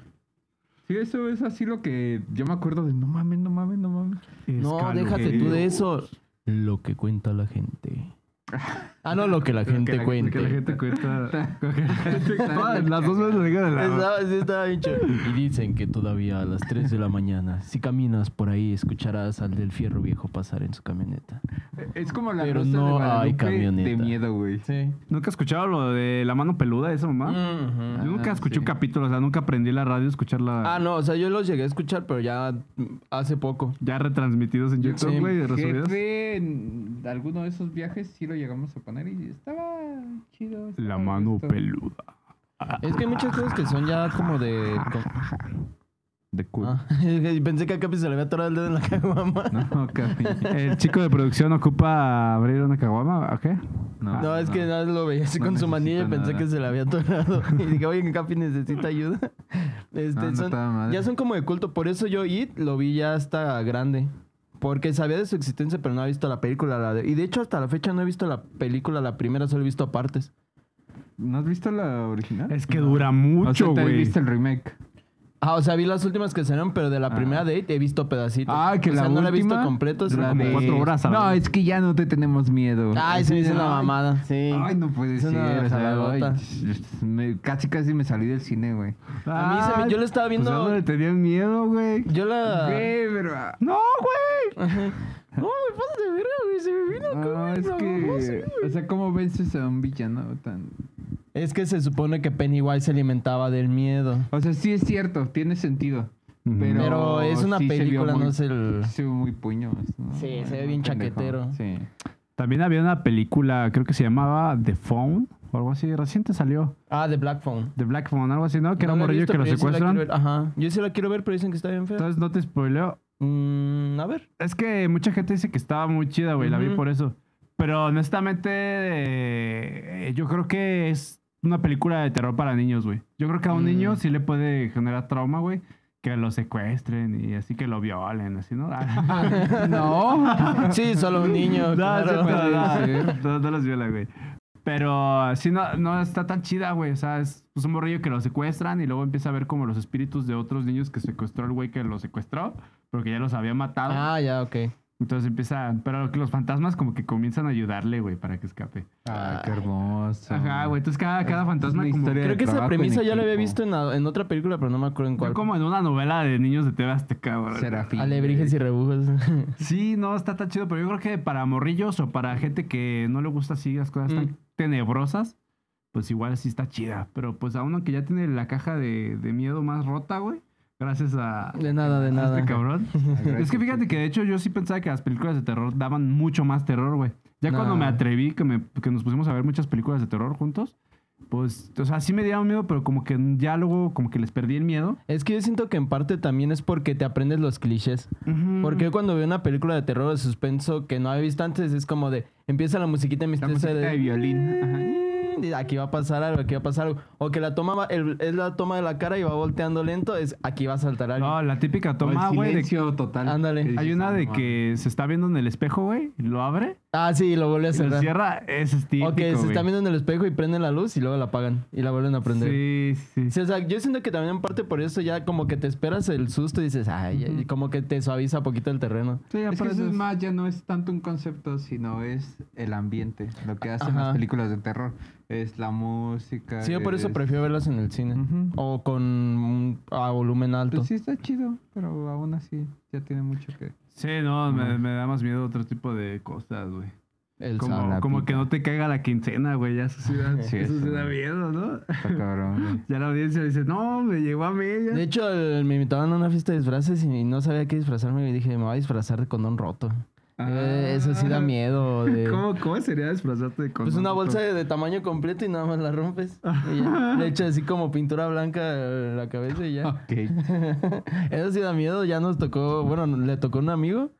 Speaker 2: Sí, eso es así lo que yo me acuerdo de no mames, no mames, no mames.
Speaker 3: No, déjate tú de eso. Lo que cuenta la gente. Ah, no, lo que la gente
Speaker 1: Que la,
Speaker 3: cuente.
Speaker 1: Que la gente cuenta. que la gente-
Speaker 2: Todas
Speaker 1: las dos veces lo digo de la.
Speaker 3: Estaba- sí, estaba bien chido. Y dicen que todavía a las 3 de la mañana, si caminas por ahí, escucharás al del fierro viejo pasar en su camioneta.
Speaker 2: Es como la
Speaker 3: Pero
Speaker 2: Rosa de
Speaker 3: no hay
Speaker 2: Guadalupe
Speaker 3: camioneta.
Speaker 2: de miedo, güey.
Speaker 3: Sí.
Speaker 1: ¿Nunca he escuchado lo de la mano peluda esa
Speaker 3: Mm.
Speaker 1: mamá? Yo nunca
Speaker 2: Ah,
Speaker 1: escuché
Speaker 2: sí.
Speaker 1: un capítulo, o sea, nunca aprendí la radio a escucharla
Speaker 3: Ah, no, o sea, yo los llegué a escuchar, pero ya mm, hace poco.
Speaker 1: ya retransmitidos en YouTube,
Speaker 3: Sí,
Speaker 1: güey, de resumidas.
Speaker 2: Jefe, en alguno de esos viajes sí lo llegamos a poner y estaba chido. estaba
Speaker 1: La
Speaker 2: a
Speaker 1: mano
Speaker 2: gusto.
Speaker 1: peluda.
Speaker 3: Es que hay muchas cosas que son ya como de. com-
Speaker 2: De culo.
Speaker 3: Ah, pensé que a Capi se le había atorado el dedo en la caguama.
Speaker 2: No, Capi.
Speaker 1: El chico de producción ocupa abrir una caguama, ¿o qué? Ah,
Speaker 3: No, es que nada más lo veía así
Speaker 2: No
Speaker 3: con su manilla y
Speaker 2: necesito
Speaker 3: pensé
Speaker 2: nada.
Speaker 3: que se le había atorado. Y dije, oye, Capi necesita ayuda. Este,
Speaker 2: No, no
Speaker 3: son-
Speaker 2: estaba madre.
Speaker 3: ya son como de culto. Por eso yo It lo vi ya hasta grande. Porque sabía de su existencia, pero no había visto la película. la de- y de hecho, hasta la fecha no he visto la película, la primera, solo he visto a partes.
Speaker 2: ¿No has visto la original?
Speaker 1: Es que dura mucho,
Speaker 2: O sea, ¿te
Speaker 1: güey.
Speaker 2: viste el remake?
Speaker 3: Ah, o sea, vi las últimas que salieron, pero de la
Speaker 2: Ah.
Speaker 3: primera de It he visto pedacitos.
Speaker 2: Ah, que
Speaker 3: o
Speaker 2: la
Speaker 3: sea, no
Speaker 2: última.
Speaker 3: la he visto completo. sino
Speaker 2: la
Speaker 3: como
Speaker 1: de-
Speaker 3: cuatro.
Speaker 1: cuatro horas,
Speaker 2: No,
Speaker 1: ¿sabes?
Speaker 2: es que ya no te tenemos miedo.
Speaker 3: Ay, se me hizo una
Speaker 2: Ay,
Speaker 3: mamada. Sí.
Speaker 2: Ay, no puede
Speaker 3: Es
Speaker 2: ser.
Speaker 3: una
Speaker 2: o sea,
Speaker 3: jalabota.
Speaker 2: ay, me- casi, casi me salí del cine, güey. Ah,
Speaker 3: A mí se me- yo la estaba viendo-
Speaker 1: Pues, ¿a dónde le tenían miedo, güey.
Speaker 3: Yo la.
Speaker 2: Güey, pero... ah,
Speaker 1: No, güey.
Speaker 3: No, me pasa de verga, güey. Se me vino
Speaker 2: No, Ah, es que... O sea, ¿cómo vences a un villano tan...?
Speaker 3: Es que se supone que Pennywise se alimentaba del miedo.
Speaker 2: O sea, sí es cierto, tiene sentido.
Speaker 1: Ujú.
Speaker 2: Pero,
Speaker 3: Pero, es una
Speaker 2: sí se vio
Speaker 3: película,
Speaker 2: muy-
Speaker 3: no es el.
Speaker 2: Se ve muy puño. ¿no?
Speaker 3: Sí, se ve
Speaker 2: Muy pendejo.
Speaker 3: bien chaquetero.
Speaker 2: Sí.
Speaker 1: También había una película, creo que se llamaba The Phone o algo así. Reciente salió.
Speaker 3: Ah, de Black Phone.
Speaker 1: The Black Phone, algo así,
Speaker 2: Ah,
Speaker 1: ¿no? Que era
Speaker 3: No
Speaker 1: un
Speaker 3: la he
Speaker 1: morrillo
Speaker 3: visto,
Speaker 1: que lo
Speaker 3: pero yo sí la
Speaker 1: secuestran.
Speaker 3: quiero ver. Ajá. Yo sí la quiero ver, pero dicen que está bien fea.
Speaker 1: Entonces no te spoileo.
Speaker 3: Mm, a ver.
Speaker 1: Es que mucha gente dice que estaba muy chida, güey. La vi
Speaker 3: Ujú.
Speaker 1: por eso. Pero honestamente, eh, yo creo que es una película de terror para niños, güey. Yo creo que a un
Speaker 3: Mm.
Speaker 1: niño sí le puede generar trauma, güey. Que lo secuestren y así que lo violen, así, ¿no?
Speaker 2: Ah, No.
Speaker 3: Sí, solo un niño. claro.
Speaker 1: No, no,
Speaker 2: puede
Speaker 1: no,
Speaker 2: ser.
Speaker 1: no, no los viola, güey. Pero sí, no, no está tan chida, güey. O sea, es pues, un morrillo que lo secuestran y luego empieza a ver como los espíritus de otros niños que secuestró el güey que lo secuestró, porque ya los había matado.
Speaker 3: Ah, ya, ok.
Speaker 1: Entonces empieza. Pero que los fantasmas como que comienzan a ayudarle, güey, para que escape.
Speaker 2: Ay, qué hermoso.
Speaker 1: Ajá, güey. Entonces cada, cada
Speaker 2: Es
Speaker 1: fantasma
Speaker 2: una
Speaker 1: como.
Speaker 2: historia
Speaker 1: Creo
Speaker 3: Creo que esa
Speaker 2: trabajo en
Speaker 3: premisa ya la había
Speaker 2: equipo.
Speaker 3: visto en, la- en otra película, pero no me acuerdo en
Speaker 1: que fue
Speaker 3: cuál.
Speaker 1: como en una novela de niños de TV Azteca, güey.
Speaker 2: Serafín.
Speaker 3: Alebrijes y rebujos.
Speaker 1: Sí, no, está tan chido, pero yo creo que para morrillos o para gente que no le gusta así las cosas
Speaker 3: Mm.
Speaker 1: tan tenebrosas, pues igual sí está chida. Pero pues a uno que ya tiene la caja de, de miedo más rota, güey, gracias a,
Speaker 3: De nada, de
Speaker 1: a
Speaker 3: nada.
Speaker 1: este cabrón. es que fíjate que de hecho yo sí pensaba que las películas de terror daban mucho más terror, güey. Ya cuando
Speaker 3: No.
Speaker 1: me atreví, que, me, que nos pusimos a ver muchas películas de terror juntos, pues, o sea, sí me dieron miedo, pero como que en diálogo, como que les perdí el miedo.
Speaker 3: Es que yo siento que en parte también es porque te aprendes los clichés. Porque yo cuando veo una película de terror o de suspenso que no había visto antes, es como de empieza la musiquita y me
Speaker 2: La
Speaker 3: estresa
Speaker 2: musiquita de violín. Ajá.
Speaker 3: de, Aquí va a pasar algo, aquí va a pasar algo. O que la toma va- el- es la toma de la cara y va volteando lento, es aquí va a saltar algo.
Speaker 1: No, la típica
Speaker 2: O el
Speaker 1: toma, güey, de que-
Speaker 2: silencio total.
Speaker 3: Ándale.
Speaker 2: Que dices,
Speaker 1: Hay una
Speaker 2: "Ah,
Speaker 1: de
Speaker 2: no
Speaker 1: que se está viendo en el espejo, güey, y lo abre,
Speaker 3: Ah, sí, lo vuelve a
Speaker 1: y lo
Speaker 3: cerrar.
Speaker 1: cierra, ese es típico,
Speaker 3: o que se
Speaker 1: güey.
Speaker 3: están viendo en el espejo y prenden la luz y luego la apagan y la vuelven a prender.
Speaker 1: Sí, sí.
Speaker 3: Sí, o sea, yo siento que también en parte por eso ya como que te esperas el susto y dices, ay, y como que te suaviza poquito el terreno.
Speaker 1: Sí,
Speaker 2: Es que
Speaker 1: aparte
Speaker 2: eso es
Speaker 1: es-
Speaker 2: más, ya no es tanto un concepto, sino es el ambiente, lo que hacen
Speaker 3: Ajá.
Speaker 2: las películas de terror. Es la música.
Speaker 3: Sí, yo por eso
Speaker 2: es-
Speaker 3: prefiero verlas en el cine.
Speaker 2: Ujú.
Speaker 3: O con un- a volumen alto.
Speaker 2: Pues sí, está chido, pero aún así ya tiene mucho que.
Speaker 1: Sí, no, me, me da más miedo otro tipo de cosas, güey.
Speaker 3: El
Speaker 1: Como,
Speaker 3: sábado.
Speaker 1: como
Speaker 2: pita.
Speaker 1: que no te caiga la quincena, güey, ya eso sí da,
Speaker 2: Sí,
Speaker 1: eso
Speaker 2: eso
Speaker 1: sí da
Speaker 2: no.
Speaker 1: miedo, ¿no?
Speaker 2: Está cabrón. güey.
Speaker 1: Ya la audiencia dice, no, me llegó a media.
Speaker 3: De hecho, el- me invitaban a una fiesta de disfraces y no sabía qué disfrazarme y dije, me voy a disfrazar de condón roto.
Speaker 2: Ah.
Speaker 3: Eh, eso sí da miedo. de-
Speaker 4: ¿Cómo, ¿Cómo sería disfrazarte de
Speaker 3: eh, Pues una
Speaker 4: condón?
Speaker 3: bolsa de, de tamaño completo y nada más la rompes. Y ya. Le echas así como pintura blanca a la cabeza y ya.
Speaker 2: Ok.
Speaker 3: Eso sí da miedo. Ya nos tocó, bueno, le tocó a un amigo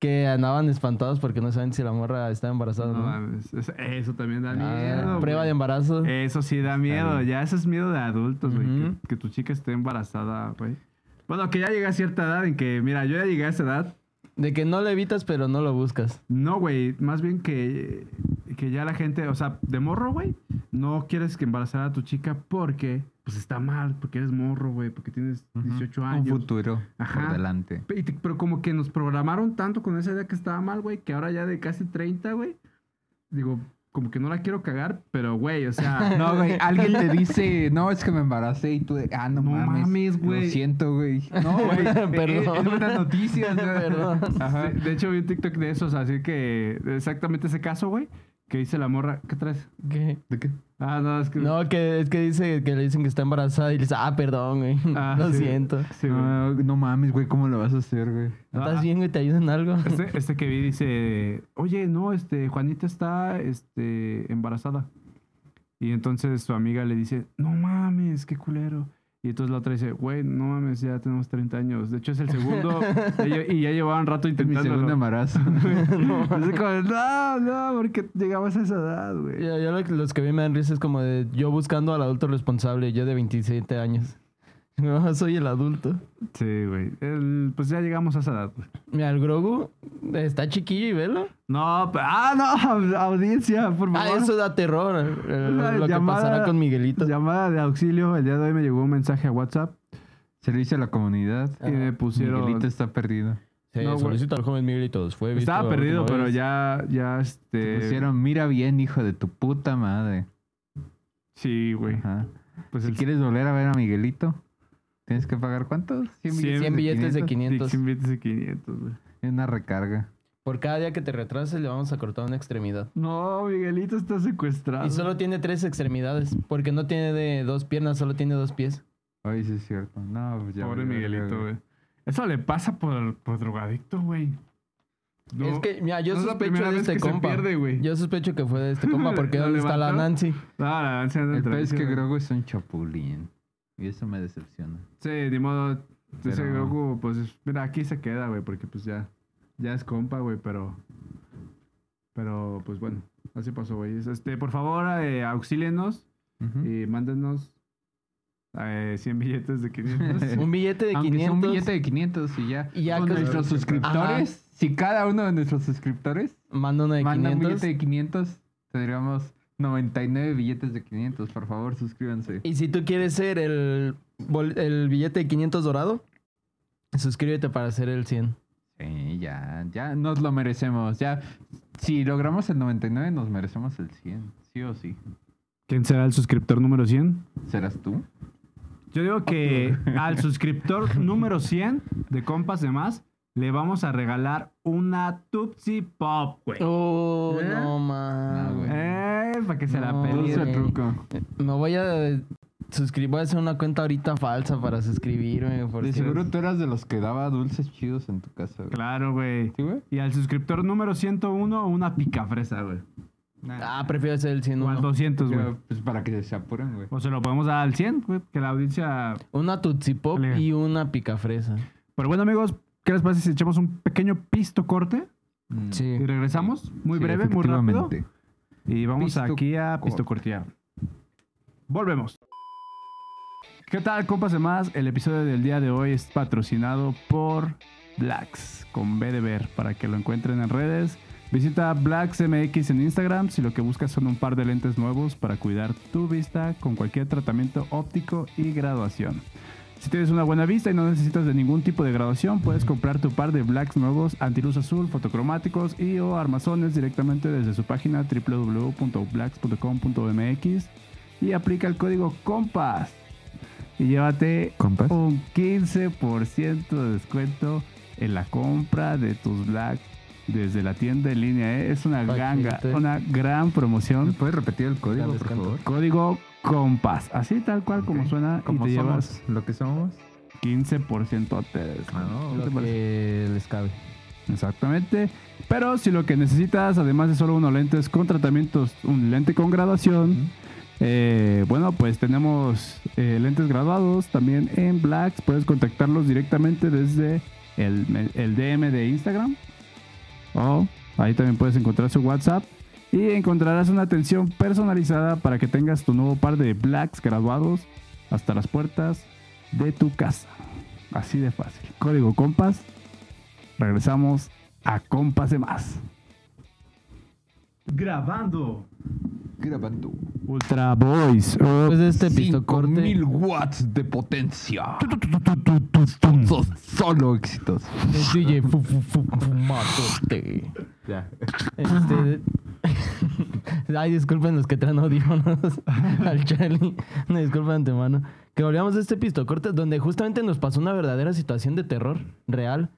Speaker 3: que andaban espantados porque no saben si la morra está embarazada o
Speaker 1: No
Speaker 3: no.
Speaker 1: mames, eso, eso también da
Speaker 3: Ah,
Speaker 1: miedo. güey.
Speaker 3: prueba
Speaker 1: Eh.
Speaker 3: de embarazo.
Speaker 1: Eso sí da miedo, ya eso es miedo de adultos, güey. que-
Speaker 3: Ujú.
Speaker 1: que, tu chica esté embarazada, güey. Bueno, que ya llegué a cierta edad en que, mira, yo ya llegué a esa edad.
Speaker 3: De que no lo evitas, pero no lo buscas.
Speaker 1: No, güey, más bien que, que ya la gente, o sea, de morro, güey, no quieres que embarazar a tu chica porque, pues está mal, porque eres morro, güey, porque tienes 18
Speaker 2: Un
Speaker 1: años.
Speaker 2: futuro
Speaker 1: Ajá.
Speaker 2: por delante.
Speaker 1: Pe- y te- Pero como que nos programaron tanto con esa idea que estaba mal, güey, que ahora ya de casi 30, güey, digo, como que no la quiero cagar, pero, güey, o sea...
Speaker 2: No, güey, alguien te dice, no, es que me embaracé y tú, de, ah, no,
Speaker 1: No
Speaker 2: mames.
Speaker 1: mames, güey.
Speaker 2: Lo siento, güey. No, güey.
Speaker 3: Perdón.
Speaker 2: Perdón. Es, buena noticia. ¿no?
Speaker 3: Perdón.
Speaker 1: Ajá. eh, De, de hecho, vi un TikTok de esos, así que exactamente ese caso, güey, que dice la morra. ¿Qué traes?
Speaker 3: ¿Qué?
Speaker 2: ¿De qué?
Speaker 1: Ah, no, es que.
Speaker 3: No, que es que dice que le dicen que está embarazada y le dice, ah, perdón, güey.
Speaker 1: Ah,
Speaker 3: lo
Speaker 1: sí.
Speaker 3: siento.
Speaker 1: Sí, güey.
Speaker 2: no, Ah, no mames, güey, ¿cómo lo vas a hacer, güey? Este
Speaker 1: Ah.
Speaker 3: ¿Estás bien, güey? ¿Te ayudan en algo?
Speaker 1: Este, este que vi dice: Oye, no, este, Juanita está este, embarazada. Y entonces su amiga le dice: No mames, qué culero. Y entonces la otra dice: Güey, no mames, ya tenemos 30 años. De hecho, es el segundo. y ya- y ya llevaban rato
Speaker 2: Es mi segundo
Speaker 1: intentando.
Speaker 2: embarazo.
Speaker 1: no, no, no, porque llegabas a esa edad, güey.
Speaker 3: Yo, yo lo que- los que vi me dan risa es como de yo buscando al adulto responsable, yo de 27 años. No, soy el adulto.
Speaker 1: Sí, güey. El- Pues ya llegamos a esa edad, güey.
Speaker 3: Mira, el Grogu está chiquillo y velo.
Speaker 1: No, pe- ah, no, audiencia, por favor.
Speaker 3: Ah, eso da terror. eh,
Speaker 1: Una
Speaker 3: Lo, lo que
Speaker 1: llamada-
Speaker 3: pasará con Miguelito.
Speaker 1: Llamada de auxilio. El día de hoy me llegó un mensaje a WhatsApp
Speaker 2: Servicio a la comunidad.
Speaker 1: y me pusieron.
Speaker 2: Miguelito está perdido.
Speaker 3: Se
Speaker 1: No, güey.
Speaker 3: solicita al joven Miguelito. Fue visto
Speaker 1: Estaba
Speaker 3: la
Speaker 1: perdido,
Speaker 3: última
Speaker 1: pero
Speaker 3: vez.
Speaker 1: ya, ya, este.
Speaker 2: Pusieron, mira bien, hijo de tu puta madre.
Speaker 1: Sí, güey.
Speaker 2: Ajá.
Speaker 1: Pues
Speaker 2: Si
Speaker 1: el
Speaker 2: quieres volver a ver a Miguelito, tienes que pagar ¿cuántos?
Speaker 3: 100 billetes de 500.
Speaker 1: 100 billetes de 500, güey.
Speaker 2: Y una recarga.
Speaker 3: Por cada día que te retrases le vamos a cortar una extremidad.
Speaker 1: No, Miguelito está secuestrado.
Speaker 3: Y solo tiene tres extremidades, porque no tiene de dos piernas, solo tiene dos pies.
Speaker 2: Ay, sí es cierto. No, pues ya.
Speaker 1: Pobre
Speaker 2: valió,
Speaker 1: Miguelito,
Speaker 2: verga,
Speaker 1: güey. Eso le pasa por, por drogadicto, güey. No-
Speaker 3: es que, mira, yo
Speaker 1: no es la
Speaker 3: sospecho
Speaker 1: primera
Speaker 3: de
Speaker 1: vez
Speaker 3: este
Speaker 1: que se
Speaker 3: compa.
Speaker 1: pierde, güey.
Speaker 3: yo sospecho que fue de este compa, porque
Speaker 1: Lo
Speaker 3: ¿dónde está la
Speaker 1: levantó.
Speaker 3: Nancy?
Speaker 1: No, la danza anda
Speaker 2: El peor es
Speaker 1: tranquila,
Speaker 2: que
Speaker 1: güey.
Speaker 2: Grogu es un chapulín. Y eso me decepciona.
Speaker 1: Sí, ni modo. Ese
Speaker 2: Pero-
Speaker 1: Grogu, pues, mira, aquí se queda, güey, porque pues ya, ya es compa, güey, pero, pero, pues bueno, así pasó, güey. Es- Este, por favor, eh, auxílienos
Speaker 2: Ujú.
Speaker 1: y mándenos eh, 100 billetes de 500.
Speaker 3: Un billete de
Speaker 2: Aunque
Speaker 3: 500.
Speaker 2: sea un billete de 500 y ya.
Speaker 3: Y ya
Speaker 2: con
Speaker 3: que-
Speaker 2: nuestros
Speaker 1: Ajá.
Speaker 2: suscriptores, si cada uno de nuestros suscriptores
Speaker 3: Manda uno de
Speaker 2: manda un
Speaker 3: 500.
Speaker 2: billete de 500, tendríamos 99 billetes de 500. Por favor, suscríbanse.
Speaker 3: Y si tú quieres ser el, bol- el billete de 500 dorado, suscríbete para ser el 100.
Speaker 2: Sí, ya, ya nos lo merecemos. Ya, si logramos el 99, nos merecemos el 100. Sí o sí.
Speaker 1: ¿Quién será el suscriptor número 100?
Speaker 2: ¿Serás tú?
Speaker 1: Yo digo que al suscriptor número 100 de compas de más, le vamos a regalar una Tupsi Pop, güey.
Speaker 3: Oh,
Speaker 1: ¿Eh?
Speaker 3: no
Speaker 2: No,
Speaker 3: mamás.
Speaker 2: güey.
Speaker 1: Eh, para que se la
Speaker 3: No,
Speaker 1: peleen.
Speaker 3: güey.
Speaker 2: Dulce truco.
Speaker 3: Me voy a suscribir, voy a hacer una cuenta ahorita falsa para suscribirme. por
Speaker 2: De
Speaker 3: si-
Speaker 2: seguro tú eras de los que daba dulces chidos en tu casa. güey.
Speaker 1: Claro, güey.
Speaker 2: ¿Sí, güey?
Speaker 1: Y al suscriptor número 101, una picafresa, güey.
Speaker 3: Ah, prefiero ser el 100.
Speaker 1: O al 200, güey.
Speaker 2: Pero, pues para que se apuren, güey.
Speaker 1: O se lo podemos dar al 100, güey, que la audiencia...
Speaker 3: Una Tutsi Pop
Speaker 1: Liga.
Speaker 3: y una picafresa.
Speaker 1: Pero bueno, amigos, ¿qué les parece si echamos un pequeño pisto corte?
Speaker 2: Mm.
Speaker 3: Sí.
Speaker 1: Y regresamos, muy
Speaker 2: Sí,
Speaker 1: breve, muy rápido.
Speaker 2: efectivamente.
Speaker 1: Y vamos
Speaker 2: Pisto
Speaker 1: aquí a pisto cortear. Volvemos. ¿Qué tal, compas de más? El episodio del día de hoy es patrocinado por Blacks, con B de ver, para que lo encuentren en redes. Visita BlacksMX en Instagram si lo que buscas son un par de lentes nuevos para cuidar tu vista con cualquier tratamiento óptico y graduación. Si tienes una buena vista y no necesitas de ningún tipo de graduación, puedes comprar tu par de blacks nuevos, antiluz azul, fotocromáticos y o armazones directamente desde su página www.blacks.com.mx y aplica el código COMPAS y llévate
Speaker 2: Compas.
Speaker 1: un 15% de descuento en la compra de tus blacks desde la tienda en línea. ¿eh? Es una
Speaker 3: Pa' que
Speaker 1: ganga,
Speaker 3: te-
Speaker 1: una gran
Speaker 2: ¿Me
Speaker 1: promoción.
Speaker 2: puedes repetir el código, por
Speaker 3: descuento.
Speaker 2: favor?
Speaker 1: Código COMPAS, así tal cual como
Speaker 2: Ok.
Speaker 1: suena y
Speaker 2: Como
Speaker 1: te
Speaker 2: somos,
Speaker 1: llevas
Speaker 2: lo que somos.
Speaker 1: 15% de descuento.
Speaker 2: Ah, no.
Speaker 1: ¿Qué te
Speaker 3: Lo
Speaker 1: parece?
Speaker 3: que les cabe.
Speaker 1: Exactamente. Pero si lo que necesitas, además de solo unos lentes con tratamientos, un lente con graduación, eh, bueno, pues tenemos eh, lentes graduados también en Blacks. Puedes contactarlos directamente desde el, el DM de Instagram. O ahí también puedes encontrar su WhatsApp. Y encontrarás una atención personalizada para que tengas tu nuevo par de Blacks graduados hasta las puertas de tu casa. Así de fácil. Código Compas. Regresamos a Compas de Más. Grabando
Speaker 2: Grabando.
Speaker 1: Ultra Boys. Oh,
Speaker 3: Después de este pistocorte.
Speaker 2: 5000 watts de potencia. Sos solo éxitos.
Speaker 3: El DJ fu- fu- fu- Fumatote.
Speaker 2: Ya.
Speaker 3: Este. Ay, disculpen los que traen audífonos al Charlie. No, disculpen de antemano. Que volvíamos de este pistocorte donde justamente nos pasó una verdadera situación de terror real.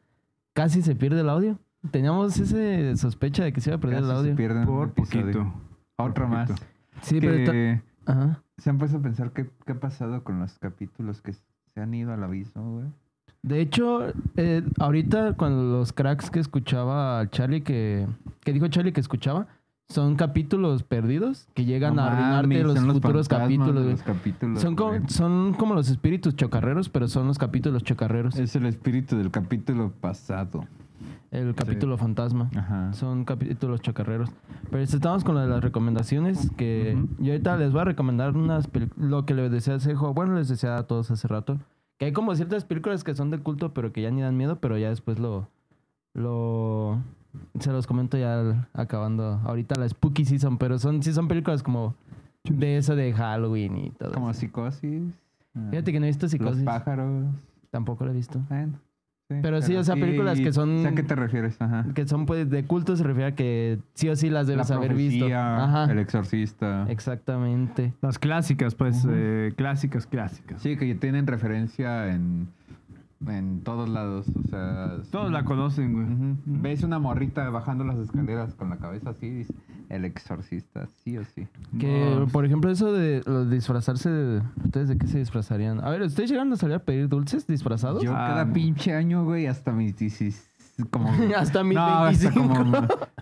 Speaker 3: Casi se pierde el audio. Teníamos esa sospecha de que se iba a perder el audio.
Speaker 2: pierden un
Speaker 1: Por
Speaker 2: episodio.
Speaker 1: poquito.
Speaker 2: Otro más.
Speaker 3: Sí, pero. esta-
Speaker 2: Que
Speaker 3: Ajá.
Speaker 2: se han puesto a pensar qué, qué ha pasado con los capítulos que se han ido al aviso, güey.
Speaker 3: De hecho, eh, ahorita con los cracks que escuchaba Charlie, que, que dijo Charlie que escuchaba, son capítulos perdidos que llegan
Speaker 2: No
Speaker 3: a arruinarte
Speaker 2: mames,
Speaker 3: los
Speaker 2: son fantasmas
Speaker 3: futuros
Speaker 2: de
Speaker 3: capítulos. güey.
Speaker 2: los capítulos,
Speaker 3: Son
Speaker 2: güey.
Speaker 3: como, son como los espíritus chocarreros, pero son los capítulos chocarreros.
Speaker 2: Es el espíritu del capítulo pasado.
Speaker 3: el capítulo fantasma.
Speaker 2: Ajá.
Speaker 3: Son capítulos chocarreros. Pero estamos con lo de las recomendaciones. Que yo ahorita les voy a recomendar unas pelic- Lo que les decía a Sejo. Bueno, les decía a todos hace rato. Que hay como ciertas películas que son de culto, pero que ya ni dan miedo, pero ya después lo. lo se los comento ya al- acabando. Ahorita la Spooky Season, pero son, sí son películas como de eso de Halloween y todo.
Speaker 2: Como
Speaker 3: eso.
Speaker 2: psicosis. ah,
Speaker 3: Fíjate que no he visto
Speaker 2: Los
Speaker 3: psicosis.
Speaker 2: pájaros.
Speaker 3: Tampoco la he visto.
Speaker 2: Bueno,
Speaker 3: Pero sí, o sea, películas que son-
Speaker 2: ¿A qué te refieres? Ajá.
Speaker 3: Que son pues de culto se refiere a que sí o sí las debes haber visto.
Speaker 2: profecía,
Speaker 3: Ajá.
Speaker 2: El exorcista.
Speaker 3: Exactamente.
Speaker 1: Las clásicas, pues, eh, clásicas, clásicas.
Speaker 2: Sí, que tienen referencia en, en todos lados. O sea,
Speaker 1: Todos la conocen, güey.
Speaker 2: Ujú. Ves una morrita bajando las escaleras con la cabeza así, dice, el exorcista, sí o sí.
Speaker 3: Que, por ejemplo, eso de lo de disfrazarse, de- ¿ustedes de qué se disfrazarían? A ver, ¿ustedes llegan a salir a pedir dulces disfrazados?
Speaker 2: Yo
Speaker 1: Ah,
Speaker 2: cada
Speaker 1: no.
Speaker 2: pinche año, güey, hasta mis 16, como...
Speaker 3: Hasta mis
Speaker 2: hasta
Speaker 3: 25.
Speaker 2: como,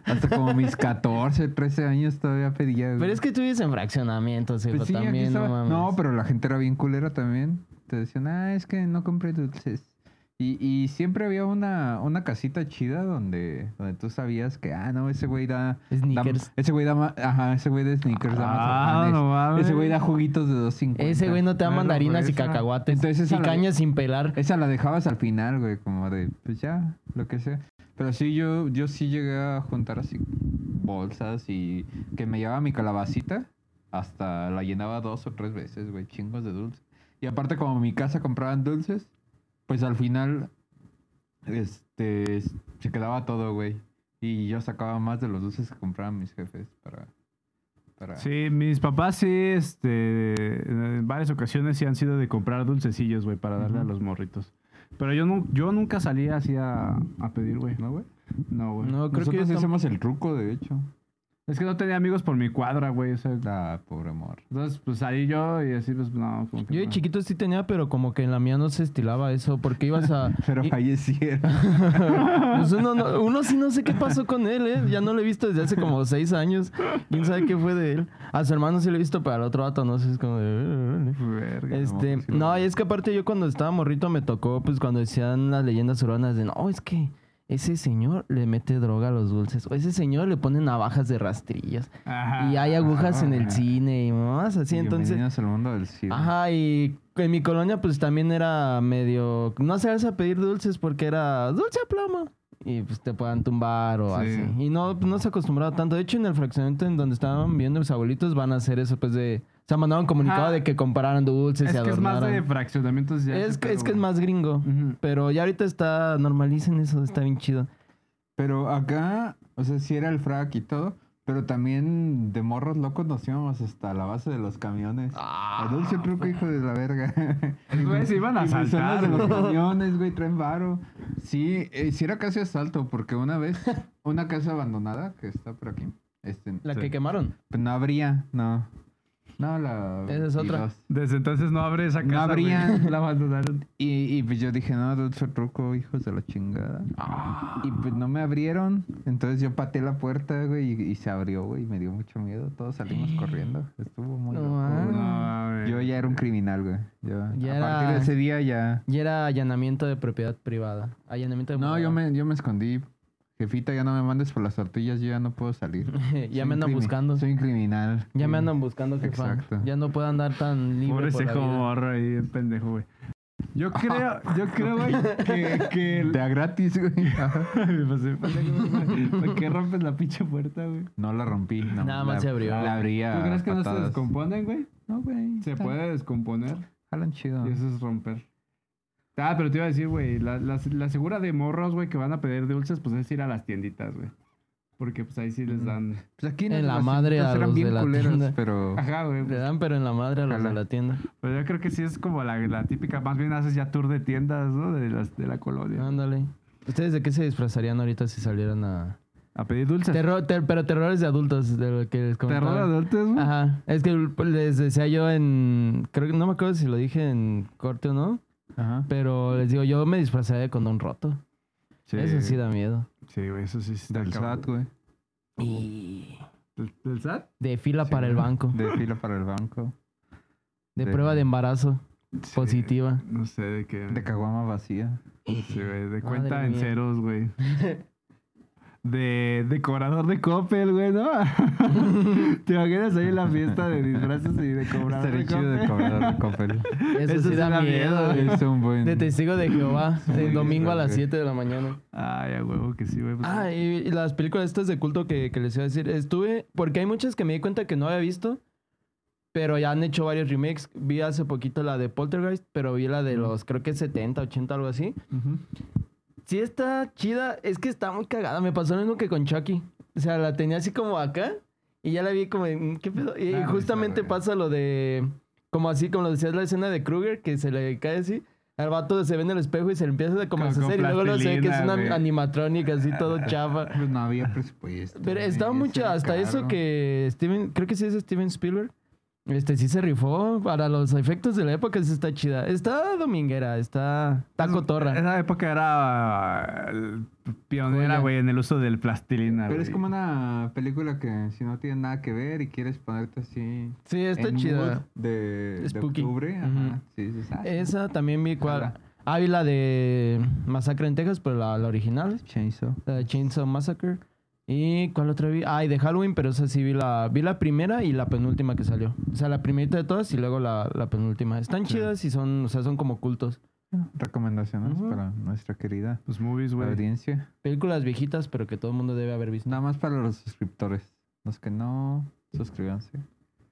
Speaker 2: hasta como mis 14, 13 años todavía pedía. güey.
Speaker 3: Pero es que tú vives en fraccionamientos, hijo,
Speaker 2: Pues sí, aquí
Speaker 3: también, no
Speaker 2: estaba-
Speaker 3: mames.
Speaker 2: no, pero la gente era bien culera también. Te decían, ah, es que no compré dulces. Y, y siempre había una, una casita chida donde, donde tú sabías que, ah, no, ese güey da... da-
Speaker 3: Sneakers.
Speaker 2: ese güey da... ma- Ajá, ese güey de sneakers da
Speaker 1: Ah,
Speaker 2: mazapanes.
Speaker 1: no mames.
Speaker 2: Ese güey da juguitos de 250.
Speaker 3: Ese güey no te da
Speaker 1: Claro,
Speaker 3: mandarinas
Speaker 1: güey,
Speaker 3: y
Speaker 1: esa-
Speaker 3: cacahuates
Speaker 2: Entonces esa
Speaker 3: y
Speaker 2: la-
Speaker 3: cañas sin pelar.
Speaker 2: Esa la dejabas al final, güey, como de, pues ya, lo que sea. Pero sí, yo, yo sí llegué a juntar así bolsas y que me llevaba mi calabacita hasta la llenaba dos o tres veces, güey, chingos de dulces. Y aparte, como en mi casa compraban dulces, pues al final, este, s- se quedaba todo, güey. Y yo sacaba más de los dulces que compraban mis jefes para... para...
Speaker 1: Sí, mis papás sí, este, en varias ocasiones sí han sido de comprar dulcecillos, güey, para darle a los morritos. Pero yo, nu- yo nunca salía así a, a pedir, güey.
Speaker 2: ¿No, güey?
Speaker 1: No, güey.
Speaker 3: No, creo
Speaker 2: Nosotros
Speaker 3: que yo tam-
Speaker 2: hacemos el truco, de hecho.
Speaker 1: Es que no tenía amigos por mi cuadra, güey. o sea,
Speaker 2: Ah, pobre amor.
Speaker 1: entonces, pues salí yo y así, pues, no. como que
Speaker 3: Yo de
Speaker 1: no.
Speaker 3: chiquito sí tenía, pero como que en la mía no se estilaba eso, porque ibas a...
Speaker 2: Pero
Speaker 3: i-
Speaker 2: fallecieron.
Speaker 3: Pues uno, no- uno sí no sé qué pasó con él, ¿eh? Ya no lo he visto desde hace como seis años. ¿Quién sabe qué fue de él? A su hermano sí lo he visto, pero al otro vato no sé, es como de...
Speaker 1: Verga.
Speaker 3: Este,
Speaker 2: no, sí lo
Speaker 3: no, y es que aparte yo cuando estaba morrito me tocó, pues cuando decían las leyendas urbanas de, no, es que ese señor le mete droga a los dulces, o ese señor le pone navajas de rastrillas,
Speaker 1: Ajá.
Speaker 3: y hay agujas en el
Speaker 2: ajá.
Speaker 3: cine y más, así, entonces...
Speaker 2: Bienvenidos al mundo del cine.
Speaker 3: Ajá, y en mi colonia pues también era medio... No hacerse a pedir dulces porque era dulce a plomo. Y pues te puedan tumbar o
Speaker 1: Sí.
Speaker 3: así. Y no, no se acostumbraba tanto. De hecho, en el fraccionamiento en donde estaban viendo mis abuelitos van a hacer eso pues de... O sea, mandaban comunicado
Speaker 1: Ajá.
Speaker 3: de que compraran dulces
Speaker 1: Ah. Es
Speaker 3: y
Speaker 1: que es más de
Speaker 3: adornaran.
Speaker 1: fraccionamientos ya.
Speaker 3: Es,
Speaker 1: ese
Speaker 3: que, es
Speaker 1: pedo,
Speaker 3: que es
Speaker 1: güey.
Speaker 3: más gringo.
Speaker 1: Ujú.
Speaker 3: Pero ya ahorita está... Normalicen eso, está bien chido.
Speaker 2: Pero acá, o sea, sí era el frac y todo, pero también de morros locos nos íbamos hasta la base de los camiones. A
Speaker 3: Ah,
Speaker 2: dulce truco,
Speaker 3: pues.
Speaker 2: hijo de la verga.
Speaker 1: Güey, se iban a
Speaker 2: Y personas
Speaker 1: asaltar,
Speaker 2: de los
Speaker 1: güey.
Speaker 2: camiones, güey, traen varo. Sí, eh, sí era casi asalto, porque una vez, una casa abandonada que está por aquí, este,
Speaker 3: La
Speaker 2: se-
Speaker 3: que quemaron.
Speaker 2: pues no habría, no. No, la.
Speaker 3: Esa es otra.
Speaker 2: 22.
Speaker 1: Desde entonces no abre esa
Speaker 2: No
Speaker 1: casa. güey.
Speaker 2: abrían.
Speaker 1: La abandonaron.
Speaker 2: Y, y pues yo dije, no, dulce truco, hijos de la chingada. Y pues no me abrieron. Entonces yo pateé la puerta, güey, y, y se abrió, güey. Y me dio mucho miedo. Todos salimos corriendo. Estuvo muy
Speaker 3: No
Speaker 2: loco,
Speaker 1: No,
Speaker 3: mames.
Speaker 2: güey.
Speaker 1: mames.
Speaker 2: Yo ya era un criminal, güey. Yo-
Speaker 3: Ya
Speaker 2: a
Speaker 3: era-
Speaker 2: partir de ese día ya.
Speaker 3: Y era allanamiento de propiedad privada. Allanamiento de
Speaker 2: No,
Speaker 3: morada.
Speaker 2: yo me, yo me escondí. Jefita, ya no me mandes por las tortillas, yo ya no puedo salir. Soy
Speaker 3: ya me
Speaker 2: un
Speaker 3: andan
Speaker 2: crimi-
Speaker 3: buscando.
Speaker 2: Soy un criminal.
Speaker 3: Ya me
Speaker 2: Sí.
Speaker 3: andan buscando, jefa.
Speaker 2: Exacto.
Speaker 3: Ya no puedo andar tan
Speaker 1: Pobre
Speaker 3: libre por la
Speaker 1: cejo
Speaker 3: vida.
Speaker 1: morro ahí, el pendejo, güey. Yo creo, yo creo, güey, que, que el-
Speaker 2: Te da gratis, güey. Ajá.
Speaker 1: Me pasé, pendejo, güey. ¿Por qué rompes la pinche puerta, güey?
Speaker 2: No la rompí, no.
Speaker 3: Nada más
Speaker 2: la-
Speaker 3: se abrió.
Speaker 2: La abría.
Speaker 1: ¿Tú crees que no se
Speaker 2: Ah, patadas.
Speaker 1: descomponen, güey?
Speaker 2: No, güey.
Speaker 1: Se
Speaker 2: está-
Speaker 1: puede descomponer
Speaker 2: Jalan chido.
Speaker 1: y eso es romper. Ah, pero te iba a decir, güey, la, la, la segura de morros, güey, que van a pedir dulces, pues es ir a las tienditas, güey. Porque pues ahí sí les dan.
Speaker 2: Pues aquí
Speaker 3: En
Speaker 2: las
Speaker 3: la
Speaker 2: vasitas
Speaker 3: madre a
Speaker 2: eran
Speaker 3: los
Speaker 2: bien
Speaker 3: de la
Speaker 2: culeros,
Speaker 3: tienda.
Speaker 2: Pero.
Speaker 1: Ajá, güey.
Speaker 3: Le dan pero en la madre a los de
Speaker 2: Ojalá.
Speaker 3: la tienda.
Speaker 1: Pero yo creo que sí es como la, la típica, más bien haces ya tour de tiendas, ¿no? De, las, de la colonia.
Speaker 3: Ándale. ¿Ustedes de qué se disfrazarían ahorita si salieran a...?
Speaker 1: A pedir dulces.
Speaker 3: Terror, ter- pero terrores de adultos, de lo que les comentaba.
Speaker 1: Terror de adultos, güey.
Speaker 3: Ajá. Es que pues, les decía yo en... Creo que no me acuerdo si lo dije en corte o no,
Speaker 2: Ajá.
Speaker 3: pero les digo, yo me disfrazaría de condón roto. Ah, Eso sí da miedo.
Speaker 1: Sí, güey, eso sí está
Speaker 2: Del
Speaker 1: cabrón.
Speaker 2: SAT, güey.
Speaker 3: Y...
Speaker 1: ¿Del, del SAT?
Speaker 3: De fila
Speaker 2: Sí,
Speaker 3: para el
Speaker 2: güey.
Speaker 3: banco.
Speaker 2: De fila para el banco.
Speaker 3: De,
Speaker 2: de-
Speaker 3: prueba de embarazo
Speaker 1: Sí,
Speaker 3: positiva.
Speaker 1: No sé de qué.
Speaker 2: De caguama vacía.
Speaker 1: Sí, güey, de cuenta
Speaker 3: Madre
Speaker 1: en
Speaker 3: mía.
Speaker 1: ceros, güey. De decorador de Coppel, güey, ¿no? ¿Te imaginas ahí la fiesta de disfraces y de cobrador
Speaker 2: Estaría
Speaker 1: de
Speaker 2: chido de
Speaker 1: Coppel?
Speaker 2: cobrar de Coppel.
Speaker 3: Eso,
Speaker 1: Eso
Speaker 3: sí
Speaker 1: sí
Speaker 3: da,
Speaker 1: da miedo,
Speaker 3: miedo.
Speaker 1: güey.
Speaker 3: güey.
Speaker 2: Es un buen.
Speaker 3: De testigo de Jehová, del domingo a las
Speaker 2: güey.
Speaker 3: 7 de la mañana.
Speaker 1: Ay, a huevo que sí, güey. pues,
Speaker 3: Ah, y, y las películas estas de culto que, que les iba a decir. Estuve, porque hay muchas que me di cuenta que no había visto, pero ya han hecho varios remakes. Vi hace poquito la de Poltergeist, pero vi la de los, creo que 70, 80, algo así.
Speaker 1: ujú.
Speaker 3: Sí está chida, es que está muy cagada. Me pasó lo mismo que con Chucky. O sea, la tenía así como acá y ya la vi como, en, ¿qué pedo? Y
Speaker 1: Ah,
Speaker 2: Claro,
Speaker 3: justamente
Speaker 2: claro.
Speaker 3: pasa lo de, como así, como lo decías, la escena de Krueger, que se le cae así. Al vato se ve en el espejo y se le empieza a como a
Speaker 1: Como con
Speaker 3: hacer y luego lo se ve que es
Speaker 1: plastilina,
Speaker 3: una
Speaker 1: güey.
Speaker 3: animatrónica así todo chafa.
Speaker 2: Pues no había presupuesto.
Speaker 3: Pero
Speaker 2: güey,
Speaker 3: estaba
Speaker 2: ese
Speaker 3: mucho,
Speaker 2: era
Speaker 3: hasta eso
Speaker 2: caro.
Speaker 3: que Steven, creo que sí es Steven Spielberg, este sí se rifó para los efectos de la época, sí está chida. Está dominguera, está, está cotorra.
Speaker 1: Esa época era eh, pionera,
Speaker 3: Joya.
Speaker 1: güey, en el uso del plastilina,
Speaker 2: Pero es
Speaker 1: güey.
Speaker 2: como una película que si no tiene nada que ver y quieres ponerte así.
Speaker 3: Sí, está
Speaker 2: en
Speaker 3: chida.
Speaker 2: mood De, de
Speaker 3: Spooky.
Speaker 2: octubre. Ajá.
Speaker 3: Ujú.
Speaker 2: Sí, dices, ah,
Speaker 3: Esa también vi cuál.
Speaker 2: Jala.
Speaker 3: Ah, vi la de Masacre en Texas, pero la, la original,
Speaker 2: Chainsaw.
Speaker 3: la de Chainsaw Massacre. ¿Y cuál otra vi? Ah, y de Halloween, pero esa sí vi la, vi la primera y la penúltima que salió. O sea, la primerita de todas y luego la, la penúltima. Están chidas y son, o sea, son como cultos.
Speaker 2: Recomendaciones
Speaker 1: Ujú.
Speaker 2: para nuestra querida
Speaker 1: Los movies, güey.
Speaker 2: audiencia.
Speaker 3: Películas viejitas, pero que todo el mundo debe haber visto.
Speaker 2: Nada más para los suscriptores. Los que no, suscríbanse.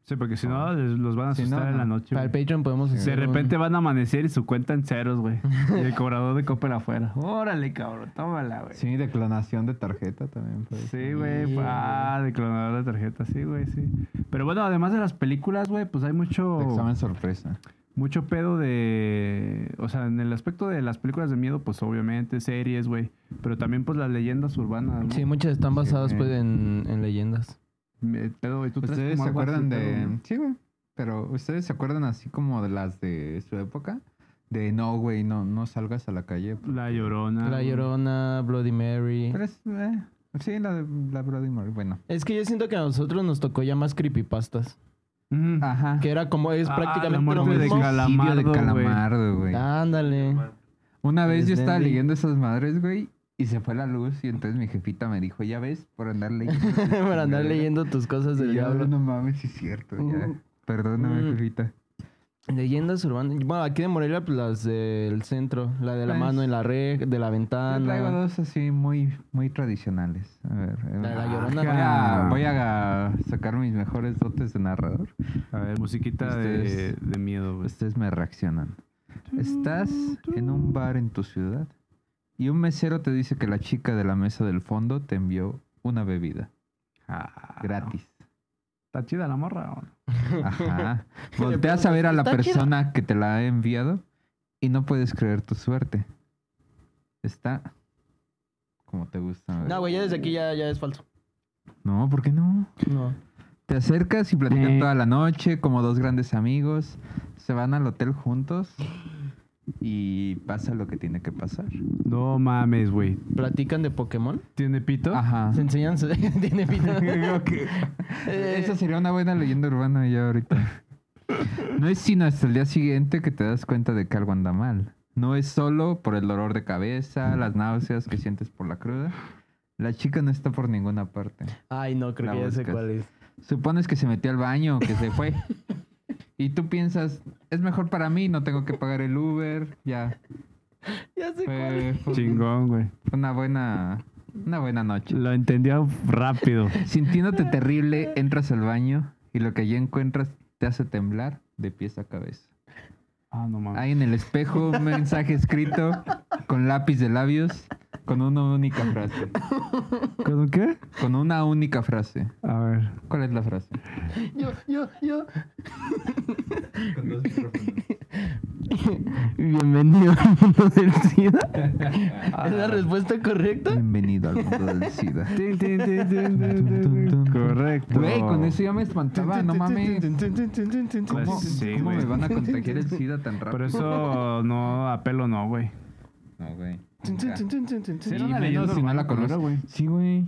Speaker 1: Sí, porque si no, les- los van a
Speaker 2: Si no,
Speaker 1: asustar en
Speaker 2: no.
Speaker 1: la noche,
Speaker 3: Para
Speaker 1: güey.
Speaker 3: el Patreon podemos
Speaker 1: De
Speaker 3: un-
Speaker 1: repente van a amanecer y su cuenta en ceros, güey. Y el cobrador de Coppel afuera. Órale, cabrón, tómala, güey.
Speaker 2: Sí, de clonación de tarjeta también. puede
Speaker 1: Sí,
Speaker 2: ser.
Speaker 1: güey.
Speaker 3: Sí,
Speaker 1: Ah, de clonador de tarjetas, sí, güey, sí. Pero bueno, además de las películas, güey, pues hay mucho,
Speaker 2: De examen sorpresa.
Speaker 1: mucho pedo de... O sea, en el aspecto de las películas de miedo, pues obviamente, series, güey. Pero también, pues, las leyendas urbanas, ¿no?
Speaker 3: Sí, muchas están basadas
Speaker 2: Sí.
Speaker 3: pues en, en leyendas.
Speaker 1: Me- Eh, Pedo, güey, tú traes
Speaker 2: ¿Ustedes
Speaker 1: Pues como
Speaker 2: se
Speaker 1: algo así,
Speaker 2: acuerdan
Speaker 1: pedo,
Speaker 2: de...?
Speaker 1: ¿no?
Speaker 2: Sí, güey. Pero, ¿ustedes se acuerdan así como de las de su época? De, no, güey, no, no salgas a la calle.
Speaker 1: La Llorona.
Speaker 3: La
Speaker 1: güey.
Speaker 3: Llorona, Bloody Mary.
Speaker 2: Ah, Pero es... eh, sí, la de la Brody Murray. Bueno.
Speaker 3: Es que yo siento que a nosotros nos tocó ya más creepypastas.
Speaker 1: Ujú.
Speaker 2: Ajá.
Speaker 3: Que era como, es
Speaker 1: Ah, la
Speaker 3: prácticamente
Speaker 1: muerte
Speaker 3: lo
Speaker 1: de
Speaker 3: mismo.
Speaker 1: Gal-
Speaker 2: Calamardo,
Speaker 1: Calamardo,
Speaker 2: de
Speaker 1: güey.
Speaker 2: calamardo, güey.
Speaker 3: Ah, Ándale.
Speaker 2: Una vez yo
Speaker 3: Desde
Speaker 2: estaba
Speaker 3: ahí.
Speaker 2: leyendo esas madres, güey, y se fue la luz y entonces mi jefita me dijo, ya ves, por andar leyendo.
Speaker 3: Para andar leyendo tus
Speaker 2: Y
Speaker 3: cosas del
Speaker 2: yo,
Speaker 3: diablo.
Speaker 2: No mames, sí es cierto,
Speaker 3: Ujú.
Speaker 2: ya. Perdóname,
Speaker 3: Mm.
Speaker 2: jefita.
Speaker 3: Leyendas urbanas. Bueno, aquí de Morelia, pues las del centro. La de la
Speaker 2: Pues,
Speaker 3: mano en la red, de la
Speaker 2: Yo traigo
Speaker 3: ventana.
Speaker 2: dos así muy, muy tradicionales. A ver. eh,
Speaker 3: La de la
Speaker 2: ah,
Speaker 3: llorona.
Speaker 2: Voy a, voy a sacar mis mejores dotes de narrador.
Speaker 1: A ver, musiquita de,
Speaker 2: Ustedes- Pues,
Speaker 1: de miedo, güey.
Speaker 2: Ustedes me reaccionan. Estás en un bar en tu ciudad y un mesero te dice que la chica de la mesa del fondo te envió una bebida
Speaker 1: Ah,
Speaker 2: gratis.
Speaker 1: Está chida la morra, güey.
Speaker 2: Ajá. Volteas a ver a la
Speaker 3: Está chida.
Speaker 2: persona que te la ha enviado y no puedes creer tu suerte. Está como te gusta.
Speaker 3: No, güey, ya desde aquí ya, ya es falso.
Speaker 2: No, ¿por qué no?
Speaker 3: No.
Speaker 2: Te acercas y platican
Speaker 1: Eh.
Speaker 2: toda la noche como dos grandes amigos. Se van al hotel juntos y pasa lo que tiene que pasar.
Speaker 1: No mames, güey.
Speaker 3: ¿Platican de Pokémon?
Speaker 1: ¿Tiene pito?
Speaker 2: Ajá.
Speaker 3: ¿Se enseñan? su- ¿Tiene vida?
Speaker 1: Creo que-
Speaker 3: Eh,
Speaker 2: E-, Esa sería una buena leyenda urbana ya ahorita. No es sino hasta el día siguiente que te das cuenta de que algo anda mal. No es solo por el dolor de cabeza, las náuseas que sientes por la cruda. La chica no está por ninguna parte.
Speaker 3: Ay, no, creo
Speaker 2: La
Speaker 3: que ya sé
Speaker 2: buscas.
Speaker 3: cuál es.
Speaker 2: Supones que se metió al baño, que se fue. Y tú piensas, es mejor para mí, no tengo que pagar el Uber. Ya.
Speaker 3: Ya sé cuál es.
Speaker 2: Fue, fue
Speaker 1: Chingón, güey.
Speaker 2: una buena, una buena noche.
Speaker 1: Lo entendió rápido.
Speaker 2: Sintiéndote terrible, entras al baño y lo que allí encuentras te hace temblar de pies a cabeza.
Speaker 1: Ah, no mames.
Speaker 2: Hay en el espejo un mensaje escrito con lápiz de labios, con una única frase.
Speaker 1: ¿Con qué?
Speaker 2: Con una única frase.
Speaker 1: A ver.
Speaker 2: ¿Cuál es la frase?
Speaker 3: Yo, yo, yo. Bienvenido al mundo del SIDA. ¿Es la respuesta correcta?
Speaker 2: Bienvenido al mundo del SIDA.
Speaker 1: Tin, tin, tin, tin, tin, tin. Correcto.
Speaker 2: Güey, con eso ya me espantaba, no mames. ¿Cómo,
Speaker 1: Pues sí,
Speaker 2: cómo
Speaker 1: güey.
Speaker 2: me van a contagiar el SIDA tan rápido?
Speaker 1: Pero eso no, apelo no, güey.
Speaker 2: No, güey.
Speaker 1: era
Speaker 2: Y
Speaker 1: una
Speaker 2: menos
Speaker 1: leyenda
Speaker 2: si no
Speaker 1: urbana
Speaker 2: la
Speaker 1: culera,
Speaker 2: conoces.
Speaker 1: güey.
Speaker 2: Sí, güey.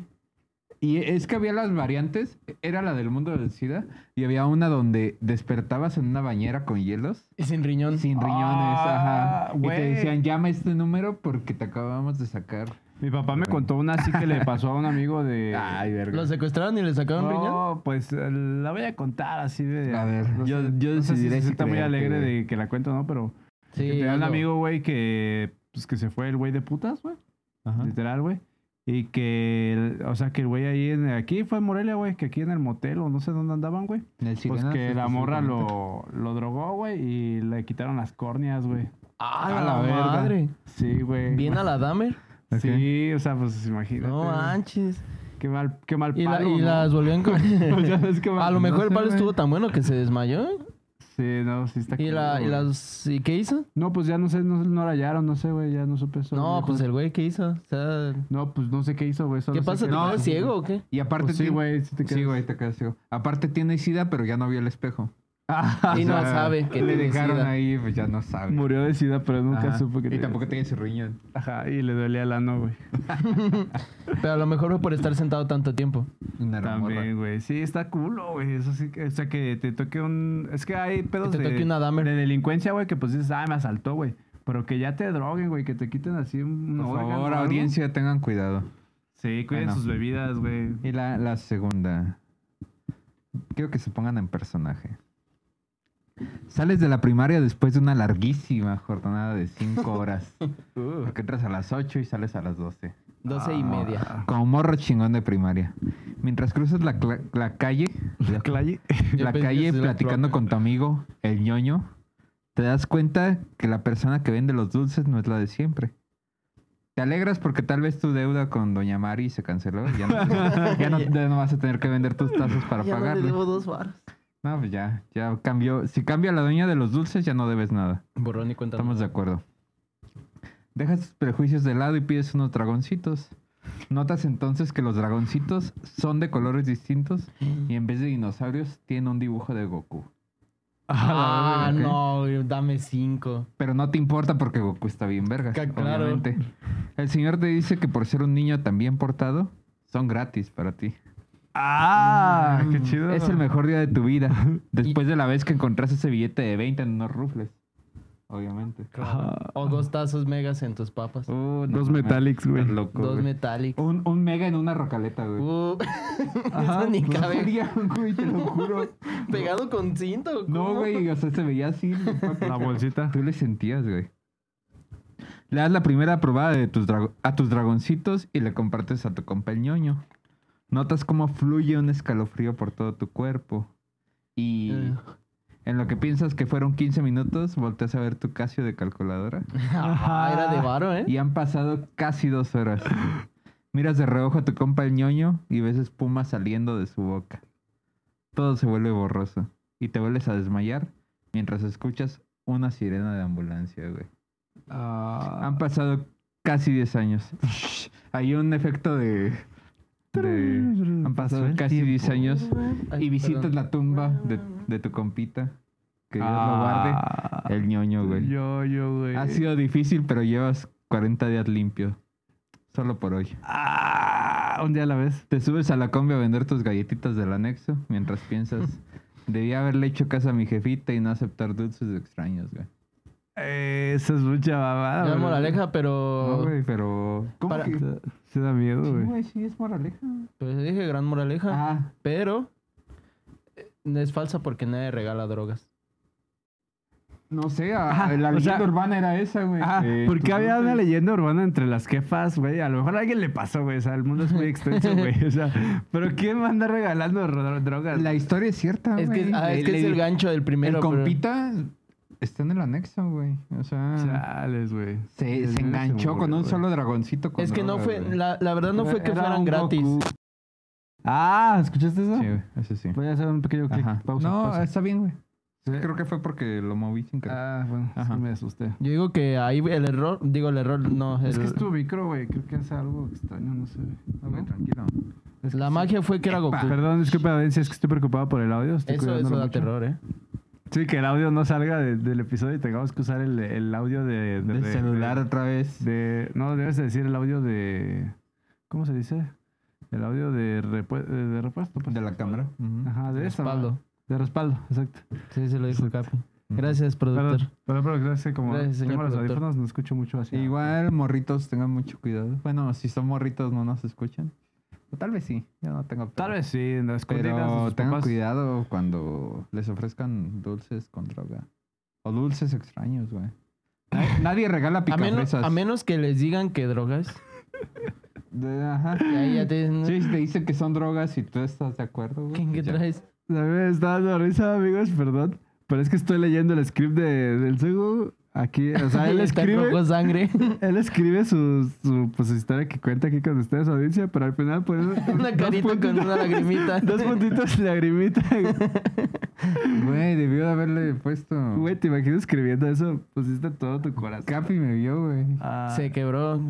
Speaker 2: Y es que había las variantes. Era la del mundo del SIDA. Y había una donde despertabas en una bañera con hielos.
Speaker 3: Y sin riñón.
Speaker 2: Sin riñones,
Speaker 1: Ah,
Speaker 2: ajá. Y te
Speaker 1: güey.
Speaker 2: decían, llama a este número porque te acabamos de sacar.
Speaker 1: Mi papá me contó una así que le pasó a un amigo de...
Speaker 2: verga.
Speaker 3: ¿Lo secuestraron y le sacaron riñón?
Speaker 1: No, pues eh, la voy a contar así de...
Speaker 2: A ver,
Speaker 1: no
Speaker 2: yo-
Speaker 1: sé-
Speaker 2: yo
Speaker 1: no sé si
Speaker 2: decidiré
Speaker 1: se
Speaker 2: si
Speaker 1: sienta muy
Speaker 2: creerte,
Speaker 1: alegre
Speaker 2: güey.
Speaker 1: de que la cuento, ¿no? Pero
Speaker 3: Sí.
Speaker 1: tenía un
Speaker 3: algo.
Speaker 1: amigo, güey, que, pues, que se fue el güey de putas, güey.
Speaker 2: Ajá.
Speaker 1: Literal, güey. Y que, el- o sea, que el güey ahí en... Aquí fue en Morelia, güey, que aquí en el motel o no sé dónde andaban, güey.
Speaker 2: En el
Speaker 1: Pues
Speaker 2: Sirenas,
Speaker 1: que la morra
Speaker 2: específicamente.
Speaker 1: lo, lo drogó, güey, y le quitaron las córneas, güey.
Speaker 3: Ah, la,
Speaker 2: A la verga.
Speaker 3: madre.
Speaker 1: Sí, güey.
Speaker 3: Bien a la Dahmer.
Speaker 1: Sí, o sea, pues imagínate.
Speaker 3: No
Speaker 1: güey.
Speaker 3: manches.
Speaker 1: Qué mal, qué mal
Speaker 3: Y, la-
Speaker 1: palo,
Speaker 3: y
Speaker 1: ¿no? Pues
Speaker 3: las volvían con...
Speaker 1: Ya ves que
Speaker 3: A lo
Speaker 1: mal-
Speaker 3: mejor
Speaker 1: no
Speaker 3: el
Speaker 1: sé,
Speaker 3: palo
Speaker 1: güey.
Speaker 3: estuvo tan bueno que se desmayó.
Speaker 1: Sí, no, sí está
Speaker 3: ¿Y, la,
Speaker 1: culero,
Speaker 3: y,
Speaker 1: güey.
Speaker 3: las, ¿y qué hizo?
Speaker 1: No, pues ya no sé, no, no la hallaron, no sé, güey, ya no supe eso.
Speaker 3: No,
Speaker 1: güey.
Speaker 3: pues el güey, ¿qué hizo? O sea,
Speaker 1: No, pues no sé qué hizo, güey. solo
Speaker 3: ¿qué
Speaker 1: sé
Speaker 3: pasa?
Speaker 1: que-
Speaker 3: ¿Te
Speaker 2: no,
Speaker 3: quedas
Speaker 2: es-
Speaker 3: ciego o qué?
Speaker 2: Y aparte
Speaker 1: Pues sí,
Speaker 2: tiene-
Speaker 1: güey, sí te
Speaker 2: Sí,
Speaker 1: quedas-
Speaker 2: güey, te quedas ciego. Aparte tiene SIDA, pero ya no vio el espejo.
Speaker 1: Ah,
Speaker 3: Y
Speaker 2: O
Speaker 3: no
Speaker 2: sea,
Speaker 3: sabe que
Speaker 2: le
Speaker 3: tiene
Speaker 2: dejaron
Speaker 3: SIDA.
Speaker 2: ahí, pues ya no sabe.
Speaker 1: murió de sida, pero nunca
Speaker 2: Ajá.
Speaker 1: supo que
Speaker 2: Y
Speaker 1: tenía-
Speaker 2: tampoco tiene su riñón.
Speaker 1: Ajá, y le dolía el ano, güey.
Speaker 3: Pero a lo mejor fue por estar sentado tanto tiempo.
Speaker 2: Una remorra.
Speaker 1: También, güey. Sí, está culo, güey. Eso sí, que- o sea, que te toque un... Es que hay pedos
Speaker 3: te
Speaker 1: de,
Speaker 3: toque una Dahmer.
Speaker 1: de delincuencia, güey, que pues dices, ah, me asaltó, güey. Pero que ya te droguen, güey, que te quiten así un...
Speaker 2: Por
Speaker 1: órgano
Speaker 2: favor,
Speaker 1: o algo.
Speaker 2: audiencia, tengan cuidado.
Speaker 1: Sí, cuiden
Speaker 2: Bueno.
Speaker 1: sus bebidas, güey.
Speaker 2: Y la, la segunda. Quiero que se pongan en personaje. Sales de la primaria después de una larguísima jornada de 5 horas. Porque entras a las 8 y sales a las 12.
Speaker 3: Doce
Speaker 1: Ah.
Speaker 2: Ah,
Speaker 3: y media.
Speaker 2: Como morro chingón de primaria. Mientras cruzas la, cla- la calle, la,
Speaker 3: Yo
Speaker 2: la
Speaker 3: pensé que
Speaker 2: calle
Speaker 3: es la
Speaker 2: platicando
Speaker 3: troca.
Speaker 2: con tu amigo, el ñoño, te das cuenta que la persona que vende los dulces no es la de siempre. Te alegras porque tal vez tu deuda con Doña Mari se canceló. y Ya no, ya no- ya no vas a tener que vender tus tazos para
Speaker 3: Ya no le
Speaker 2: pagarle.
Speaker 3: debo dos varos.
Speaker 2: No, pues ya, ya cambió. Si cambia la dueña de los dulces, ya no debes nada.
Speaker 3: Borrón y cuenta.
Speaker 2: Estamos de
Speaker 3: nueva.
Speaker 2: acuerdo. Dejas tus prejuicios de lado y pides unos dragoncitos. Notas entonces que los dragoncitos son de colores distintos y en vez de dinosaurios tienen un dibujo de Goku.
Speaker 3: Ah,
Speaker 2: Ok.
Speaker 3: no, güey, dame cinco.
Speaker 2: Pero no te importa porque Goku está bien verga.
Speaker 3: Ca- claro.
Speaker 2: Obviamente. El señor te dice que por ser un niño tan bien portado, son gratis para ti.
Speaker 1: ¡Ah! ¡Qué chido!
Speaker 2: Mm, Es el mejor día de tu vida. Después de la vez que encontraste ese billete de 20 en unos rufles. Obviamente.
Speaker 1: Ajá.
Speaker 3: O dos tazos megas en tus papas.
Speaker 2: Uh, no
Speaker 1: Ah, Dos
Speaker 2: mames,
Speaker 1: Metallics, güey.
Speaker 2: estás loco,
Speaker 3: dos
Speaker 2: güey.
Speaker 3: metálicos.
Speaker 2: Un, un mega en una rocaleta, güey.
Speaker 3: Uh,
Speaker 2: Ajá,
Speaker 3: eso ni
Speaker 2: no
Speaker 3: cabe.
Speaker 2: sería, güey, te lo juro.
Speaker 3: Pegado con cinto.
Speaker 2: No,
Speaker 3: ¿cómo?
Speaker 2: güey, o sea, se veía así.
Speaker 1: La bolsita.
Speaker 2: Tú le sentías, güey. Le das la primera probada de tus drago- a tus dragoncitos y le compartes a tu compa el ñoño. Notas cómo fluye un escalofrío por todo tu cuerpo. Y
Speaker 3: Eh.
Speaker 2: en lo que piensas que fueron 15 minutos, volteas a ver tu Casio de calculadora.
Speaker 3: Ah, era de varo, ¿eh?
Speaker 2: Y han pasado casi dos horas. Miras de reojo a tu compa el ñoño y ves espuma saliendo de su boca. Todo se vuelve borroso. Y te vuelves a desmayar mientras escuchas una sirena de ambulancia, güey.
Speaker 1: Ah,
Speaker 2: Han pasado
Speaker 1: Mm.
Speaker 2: casi 10 años. Hay un efecto de... de- han pasó
Speaker 3: el
Speaker 2: casi
Speaker 3: tiempo.
Speaker 2: 10 años
Speaker 3: Ay,
Speaker 2: y visitas
Speaker 3: perdón.
Speaker 2: la tumba de, de tu compita. Que Dios
Speaker 1: Ah.
Speaker 2: lo guarde. El ñoño, güey. Ah,
Speaker 4: Yo, yo, güey.
Speaker 3: eh.
Speaker 2: Ha sido difícil, pero llevas 40 días limpio. Solo por hoy.
Speaker 1: Ah, un día a la vez.
Speaker 2: Te subes a la combi a vender tus galletitas del anexo mientras piensas. Debía haberle hecho caso a mi jefita y no aceptar dulces de extraños, güey.
Speaker 1: Eh, Esa es mucha babada.
Speaker 3: Ya
Speaker 1: güey.
Speaker 3: moraleja, pero.
Speaker 2: No, güey, pero.
Speaker 1: ¿Cómo
Speaker 3: Para-
Speaker 1: que? Se da miedo,
Speaker 2: Oh. Sí,
Speaker 1: güey.
Speaker 2: güey, sí, es moraleja.
Speaker 3: Pues dije gran moraleja.
Speaker 2: Ah,
Speaker 3: Pero. eh, Es falsa porque nadie regala drogas.
Speaker 2: no sé, a-
Speaker 1: Ajá,
Speaker 2: la
Speaker 1: o sea-
Speaker 2: leyenda urbana era esa, güey. Eh, pues,
Speaker 1: Ah,
Speaker 2: que
Speaker 1: porque
Speaker 2: tus
Speaker 1: había
Speaker 2: dulces-
Speaker 1: una leyenda urbana entre las jefas, güey. A lo mejor a alguien le pasó, güey. O sea, el mundo es muy extenso, güey. O sea, pero ¿quién va a andar regalando dro- drogas?
Speaker 2: La historia es cierta,
Speaker 3: Es que,
Speaker 2: güey.
Speaker 3: ah, es,
Speaker 2: Le-
Speaker 3: que es
Speaker 2: le-
Speaker 3: el gancho del primero.
Speaker 2: El
Speaker 3: pero-
Speaker 2: compita está en el anexo, güey. O sea,
Speaker 1: Chales, güey.
Speaker 2: ah. se, se
Speaker 1: Sí,
Speaker 2: enganchó
Speaker 1: seguro,
Speaker 2: con un
Speaker 1: güey.
Speaker 2: solo dragoncito. con
Speaker 3: Es que no
Speaker 2: droga,
Speaker 3: fue.
Speaker 2: güey.
Speaker 3: La, la verdad no fue que
Speaker 1: Era
Speaker 3: fueran
Speaker 1: un
Speaker 3: gratis.
Speaker 1: Goku. Ah, ¿escuchaste eso?
Speaker 2: Sí, güey, eso sí.
Speaker 1: Voy a hacer un pequeño clic.
Speaker 2: Ajá.
Speaker 1: Pausa.
Speaker 2: no,
Speaker 1: pausa.
Speaker 2: está bien, güey.
Speaker 1: Sí.
Speaker 2: Creo que fue porque lo moví sin querer.
Speaker 1: Ah, bueno,
Speaker 2: Ajá.
Speaker 1: sí me asusté.
Speaker 3: Yo digo que ahí el error. Digo el error, no.
Speaker 1: Es que
Speaker 3: el-
Speaker 1: es tu micro, güey. Creo que hace algo extraño, no sé.
Speaker 2: Ah, güey, tranquilo.
Speaker 1: Es que
Speaker 3: la
Speaker 1: sí.
Speaker 3: magia fue que era Goku.
Speaker 1: Perdón, disculpa, audiencia, es que estoy preocupado por el audio. Estoy
Speaker 3: Eso, eso
Speaker 1: cuidándolo
Speaker 3: da
Speaker 1: mucho.
Speaker 3: terror, ¿eh?
Speaker 1: Sí, que el audio no salga de- del episodio y tengamos que usar el, el audio de, de-
Speaker 2: Del
Speaker 1: de-
Speaker 2: celular otra vez.
Speaker 1: De, no, debes de decir el audio de. ¿Cómo se dice? El audio de, repue- eh, de repuesto. pues.
Speaker 2: De la cámara. Ujú.
Speaker 1: Ajá, de,
Speaker 3: De
Speaker 1: esa,
Speaker 3: respaldo.
Speaker 1: De respaldo, exacto.
Speaker 3: Sí, se lo dijo el Capi. Gracias, productor.
Speaker 1: Perdón, perdón, pero gracias que como
Speaker 3: Gracias, señor
Speaker 1: tengo los
Speaker 3: productor.
Speaker 1: audífonos, no escucho mucho así.
Speaker 2: Igual morritos tengan mucho cuidado. Bueno, si son morritos no nos escuchan. O tal vez sí, yo no tengo
Speaker 1: Tal
Speaker 2: pedo.
Speaker 1: vez sí, en las escondidas de
Speaker 2: Pero
Speaker 1: sus
Speaker 2: tengan
Speaker 1: papás.
Speaker 2: cuidado cuando les ofrezcan dulces con droga. O dulces extraños, güey. Na- Nadie regala
Speaker 3: A menos,
Speaker 2: picafresas.
Speaker 3: a menos que les digan que drogas.
Speaker 2: De- ajá.
Speaker 3: y ahí ya te dicen,
Speaker 2: Sí, si te dicen que son drogas y tú estás de acuerdo, güey.
Speaker 3: "¿Qué- ¿qué
Speaker 2: pues ya.
Speaker 3: traes?
Speaker 1: A mí me está dando risa, amigos, perdón. Pero es que estoy leyendo el script de, del Sugu. Aquí, o sea, él
Speaker 3: Está en rojo
Speaker 1: escribe,
Speaker 3: sangre.
Speaker 1: él escribe su, su, pues, su historia que cuenta aquí con ustedes, audiencia, pero al final por eso...
Speaker 3: Una carita con una lagrimita.
Speaker 1: Dos puntitos y lagrimita.
Speaker 2: Güey, debió de haberle puesto.
Speaker 1: Güey, te imagino escribiendo eso, pusiste todo tu corazón.
Speaker 2: Capi me vio, güey.
Speaker 1: Ah,
Speaker 3: Se quebró.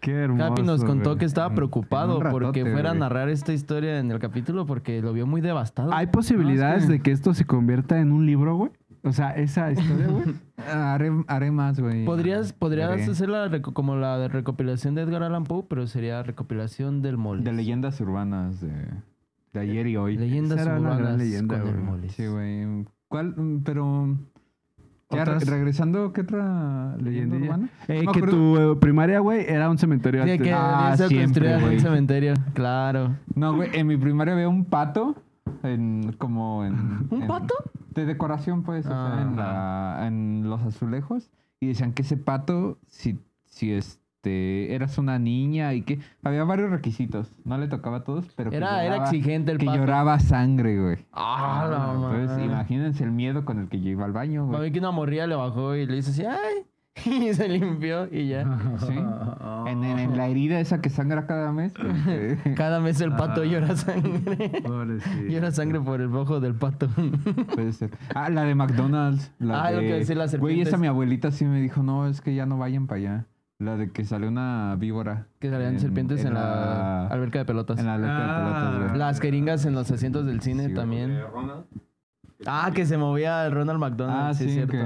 Speaker 1: Qué hermoso.
Speaker 3: Capi nos contó
Speaker 1: güey.
Speaker 3: que estaba preocupado
Speaker 2: un ratote,
Speaker 3: porque fuera a
Speaker 2: güey.
Speaker 3: narrar esta historia en el capítulo porque lo vio muy devastado.
Speaker 1: ¿Hay posibilidades de que esto se convierta en un libro, güey? O sea, esa historia, güey.
Speaker 2: Haré, haré más, güey.
Speaker 3: podrías podrías
Speaker 2: Haré.
Speaker 3: hacer la reco- como la de recopilación de Edgar Allan Poe, pero sería recopilación del mole.
Speaker 2: De leyendas urbanas de, de ayer y hoy.
Speaker 3: Leyendas
Speaker 1: Esa era una gran
Speaker 3: urbanas
Speaker 1: leyenda,
Speaker 3: con el
Speaker 1: güey.
Speaker 3: Moles.
Speaker 2: Sí, güey. ¿Cuál? Mm, Pero. Ya, re-
Speaker 1: Otras.
Speaker 2: regresando, ¿qué otra leyenda
Speaker 1: Leyendilla.
Speaker 2: urbana?
Speaker 1: Eh,
Speaker 2: No me
Speaker 1: que
Speaker 2: acuerdo.
Speaker 1: tu eh, primaria, güey, era un cementerio.
Speaker 3: Sí, que
Speaker 1: antes.
Speaker 2: Ah,
Speaker 3: esa
Speaker 2: siempre,
Speaker 3: construida en
Speaker 2: güey.
Speaker 3: un cementerio. Claro.
Speaker 2: No, güey, en mi primaria había un pato. En, como en.
Speaker 3: ¿Un
Speaker 2: en-
Speaker 3: pato? Ah,
Speaker 2: De decoración, pues. o sea, en, la- en los azulejos. Y decían que ese pato, si, si este, eras una niña y que. Había varios requisitos. No le tocaba a todos, pero. que
Speaker 3: Era, era
Speaker 2: lloraba-
Speaker 3: exigente el
Speaker 2: Que
Speaker 3: pato.
Speaker 2: lloraba sangre, güey.
Speaker 3: Ah, la mamá.
Speaker 2: Entonces, imagínense el miedo con el que yo iba al baño,
Speaker 3: Para
Speaker 2: güey.
Speaker 3: mí que una morría le bajó y le hizo así, ¡ay! Y se limpió y ya.
Speaker 2: Sí. En, en- en la herida esa que sangra cada mes. pues, eh,
Speaker 3: Cada mes el pato llora sangre.
Speaker 1: Pobrecito.
Speaker 3: llora sangre por el ojo del pato.
Speaker 2: Puede ser. Ah, la de McDonald's. La
Speaker 3: Ah,
Speaker 2: de...
Speaker 3: lo que decía, las
Speaker 2: Güey, esa
Speaker 3: serpientes.
Speaker 2: mi abuelita sí me dijo, no, es que ya no vayan para allá. La de que salió una víbora.
Speaker 3: que salían
Speaker 2: en-
Speaker 3: serpientes en, la alberca Ah, de pelotas.
Speaker 2: En la alberca de pelotas, güey.
Speaker 3: Las jeringas en los asientos del
Speaker 2: Sí,
Speaker 3: cine
Speaker 2: güey.
Speaker 3: también. Ah, que se movía el Ronald McDonald.
Speaker 2: Ah, sí,
Speaker 3: sí, es cierto.
Speaker 2: que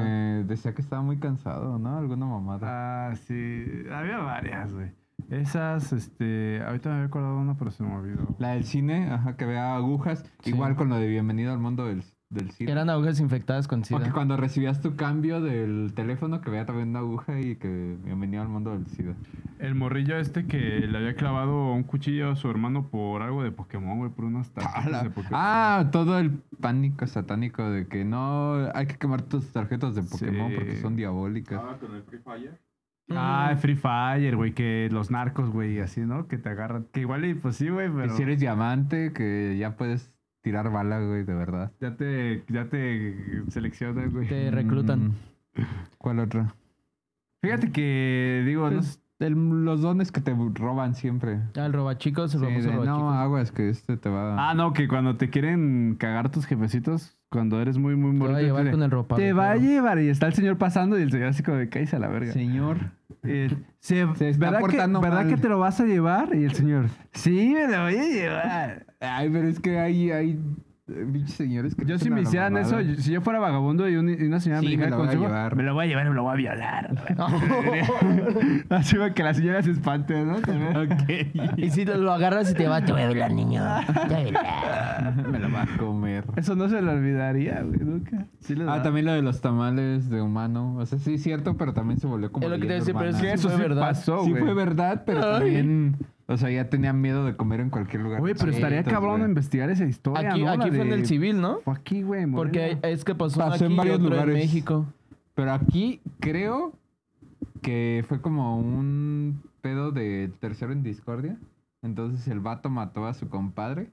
Speaker 2: decía que estaba muy cansado, ¿no? Alguna mamada.
Speaker 1: Ah, sí. Había varias, güey. Esas, este. Ahorita me había acordado de una, pero se me olvidó.
Speaker 2: La del cine, ajá, que vea agujas.
Speaker 3: Sí.
Speaker 2: Igual con lo de Bienvenido al Mundo del, del Cine.
Speaker 3: Que eran agujas infectadas con
Speaker 2: O que
Speaker 3: sida.
Speaker 2: cuando recibías tu cambio del teléfono, que vea también una aguja y que bienvenido al mundo del SIDA.
Speaker 1: El morrillo este que le había clavado un cuchillo a su hermano por algo de Pokémon, güey, por unas tarjetas de Pokémon.
Speaker 2: Ah, todo el pánico satánico de que no hay que quemar tus tarjetas de Pokémon
Speaker 1: Sí.
Speaker 2: porque son diabólicas.
Speaker 5: Ahora con el Free Fire.
Speaker 3: Mm.
Speaker 1: Ah, Free Fire, güey, que los narcos, güey, así, ¿no? Que te agarran. Que igual, y pues sí, güey, pero.
Speaker 2: Que si eres diamante, que ya puedes tirar bala, güey, de verdad.
Speaker 1: Ya te, ya te seleccionan, güey.
Speaker 3: Te reclutan.
Speaker 2: Mm. ¿Cuál otra?
Speaker 1: Fíjate que,
Speaker 2: Pues
Speaker 1: digo, no sé-
Speaker 2: El- los dones que te roban siempre.
Speaker 3: Ah, el robachicos, el
Speaker 2: Sí,
Speaker 3: famoso
Speaker 2: de, no,
Speaker 3: robachicos.
Speaker 2: aguas, que este te va...
Speaker 1: Ah, no, que cuando te quieren cagar tus jefecitos, cuando eres muy, muy
Speaker 3: Te va
Speaker 1: morrito. y
Speaker 3: a
Speaker 1: tú
Speaker 3: llevar
Speaker 1: de,
Speaker 3: con el ropa.
Speaker 1: Te va a llevar y está el señor pasando y el señor así como de caíse a la verga.
Speaker 2: Señor,
Speaker 1: El- se,
Speaker 2: Se está
Speaker 1: ¿verdad, que,
Speaker 2: portando
Speaker 1: ¿verdad
Speaker 2: mal.
Speaker 1: que te lo vas a llevar? Y el señor, sí, me lo voy a llevar.
Speaker 2: Ay, pero es que hay, hay eh, pinches señores que...
Speaker 1: Yo si
Speaker 2: hacen
Speaker 1: me
Speaker 2: la
Speaker 1: hicieran
Speaker 2: mamada.
Speaker 1: eso, yo- si yo fuera vagabundo y un- y una señora
Speaker 2: Sí,
Speaker 1: me dijera
Speaker 2: me lo voy a
Speaker 1: consejo,
Speaker 2: llevar.
Speaker 1: me lo voy a llevar y me lo voy a violar.
Speaker 2: ah.
Speaker 1: Así va que la señora se espante, ¿no? Ok.
Speaker 3: Y si te lo agarras y te va, te voy a violar, niño. Te voy a violar.
Speaker 2: me la va a comer.
Speaker 1: Eso no se lo olvidaría, güey, nunca. Sí le
Speaker 2: Ah,
Speaker 1: da-
Speaker 2: también lo de los tamales de humano. O sea, sí es cierto, pero también se volvió como
Speaker 3: Es lo que te
Speaker 2: leyenda
Speaker 3: decía, pero
Speaker 2: urbana.
Speaker 3: es que
Speaker 1: Eso
Speaker 3: fue
Speaker 1: sí
Speaker 3: verdad.
Speaker 1: pasó,
Speaker 2: Sí
Speaker 1: güey.
Speaker 2: fue verdad, pero
Speaker 3: Ay.
Speaker 2: también... O sea, ya tenía miedo de comer en cualquier lugar.
Speaker 1: Oye, pero estaría
Speaker 2: Entonces,
Speaker 1: cabrón
Speaker 2: güey.
Speaker 1: investigar esa historia,
Speaker 3: Aquí,
Speaker 1: ¿no? La
Speaker 3: aquí fue en
Speaker 1: de-
Speaker 3: el civil, ¿no?
Speaker 1: Fue aquí, güey, en
Speaker 3: Porque
Speaker 1: Morelia.
Speaker 3: es que pasó,
Speaker 2: Pasó
Speaker 3: aquí
Speaker 2: en varios
Speaker 3: y otro
Speaker 2: lugares.
Speaker 3: en México.
Speaker 2: Pero aquí creo que fue como un pedo de tercero en discordia. Entonces el vato mató a su compadre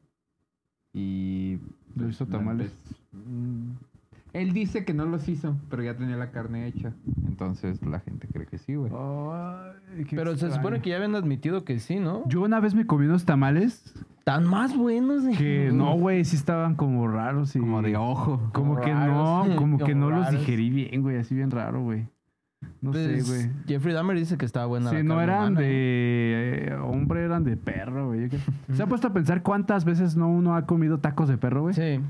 Speaker 2: y...
Speaker 1: Le hizo tamales.
Speaker 2: empe- Mm. Él dice que no los hizo, pero ya tenía la carne hecha. Entonces la gente cree que sí, güey.
Speaker 1: Ay, qué
Speaker 3: Pero se supone
Speaker 1: extraño.
Speaker 3: que ya habían admitido que sí, ¿no?
Speaker 1: Yo una vez me comí unos tamales
Speaker 3: Tan más buenos.
Speaker 1: que
Speaker 3: dije.
Speaker 1: no, güey, sí estaban como raros y...
Speaker 2: Como de ojo.
Speaker 1: Como que
Speaker 3: raros.
Speaker 1: no, como que no
Speaker 3: Como
Speaker 1: los
Speaker 3: raros.
Speaker 1: digerí bien, güey, así bien raro, güey. No sé,
Speaker 3: Pues,
Speaker 1: güey.
Speaker 3: Jeffrey Dahmer dice que estaba buena.
Speaker 1: Si
Speaker 3: la
Speaker 1: no
Speaker 3: carne
Speaker 1: eran
Speaker 3: humana, ¿eh?
Speaker 1: de eh, hombre, eran de perro, güey. Yo qué- ¿Se ha puesto a pensar cuántas veces no uno ha comido tacos de perro, güey?
Speaker 3: Sí.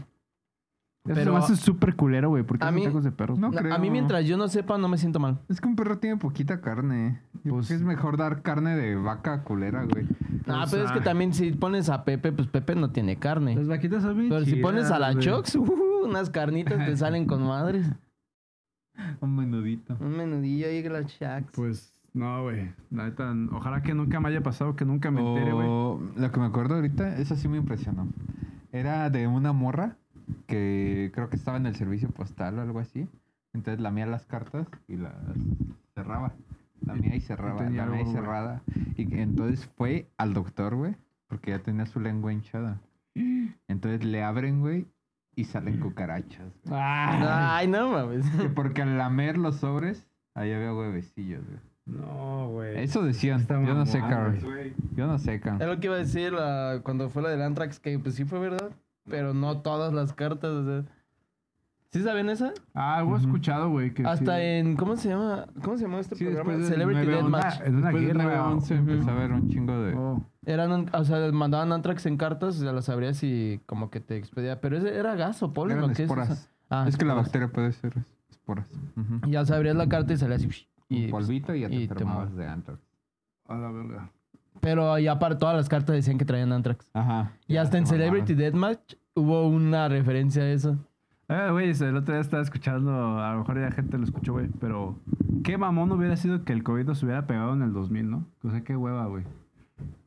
Speaker 1: Eso
Speaker 3: pero-
Speaker 1: se me hace súper culero, güey, porque
Speaker 3: A
Speaker 1: son
Speaker 3: mí-
Speaker 1: tacos de perro.
Speaker 2: No
Speaker 3: Na-
Speaker 2: creo.
Speaker 3: A mí mientras yo no sepa, no me siento mal.
Speaker 2: Es que un perro tiene poquita carne. Yo
Speaker 1: Pues-
Speaker 2: creo que es mejor dar carne de vaca culera, güey.
Speaker 3: ah, pero es que
Speaker 1: ah.
Speaker 3: también si pones a Pepe, pues Pepe no tiene carne.
Speaker 4: Las vaquitas son bien
Speaker 3: Pero si pones a
Speaker 4: chidas,
Speaker 3: la
Speaker 4: güey.
Speaker 3: Chox, ujú, unas carnitas te salen con madres.
Speaker 2: Un menudito.
Speaker 3: Un menudillo ahí que la Chox.
Speaker 1: Pues, no, güey. La neta, ojalá que nunca me haya pasado, que nunca me entere, güey.
Speaker 2: O lo que me acuerdo ahorita, eso sí me impresionó. Era de una morra que creo que estaba en el servicio postal o algo así. Entonces lamía las cartas y las cerraba. Lamía y cerraba,
Speaker 1: tenía
Speaker 2: lamía y
Speaker 1: algo, güey.
Speaker 2: cerrada. Y que entonces fue al doctor, güey, porque ya tenía su lengua hinchada. Entonces le abren, güey, y salen cucarachas. güey.
Speaker 1: Ah.
Speaker 3: Ay, no mames.
Speaker 2: Que Porque al lamer los sobres, ahí había huevecillos, güey.
Speaker 1: No, güey.
Speaker 2: Eso decían.
Speaker 1: Está
Speaker 2: Yo no sé,
Speaker 1: mamón,
Speaker 2: Carl.
Speaker 1: güey.
Speaker 2: Yo no sé, Carl.
Speaker 3: Es lo que iba a decir la- cuando fue la del Antrax, que pues sí fue verdad, pero no todas las cartas. o sea. ¿Sí saben esa?
Speaker 1: Ah, algo he escuchado, güey. que
Speaker 3: Hasta
Speaker 1: sí.
Speaker 3: en. ¿Cómo se llama? ¿Cómo se llama este
Speaker 2: Sí,
Speaker 3: programa?
Speaker 2: después del
Speaker 3: Celebrity
Speaker 2: 9-11.
Speaker 3: Deathmatch.
Speaker 1: En una
Speaker 2: Después del
Speaker 1: guerra.
Speaker 2: 9-11
Speaker 3: Ujú.
Speaker 2: empezó a haber un chingo de...
Speaker 1: Oh.
Speaker 3: Eran, un- o sea, mandaban Antrax en cartas, ya las abrías y como que te expedía. Pero ese era gas o polvo,
Speaker 2: eran
Speaker 3: ¿qué es
Speaker 2: esporas.
Speaker 3: eso?
Speaker 2: Es,
Speaker 3: Ah,
Speaker 2: que la
Speaker 3: esporas.
Speaker 2: bacteria puede ser es- esporas. Ujú.
Speaker 3: Ya abrías la carta y salías así.
Speaker 2: Un
Speaker 3: Y,
Speaker 2: polvito y ya te
Speaker 3: y te
Speaker 2: enfermabas
Speaker 3: mueres.
Speaker 2: de antrax.
Speaker 1: A la verga.
Speaker 3: pero ya para todas las cartas decían que traían Antrax.
Speaker 2: Ajá.
Speaker 3: Y hasta en Celebrity Deathmatch hubo una referencia a eso.
Speaker 1: Ah, güey, el otro día estaba escuchando, a lo mejor ya gente lo escuchó, güey, pero qué mamón hubiera sido que el COVID nos hubiera pegado en el 2000, ¿no? O sea, qué hueva, güey.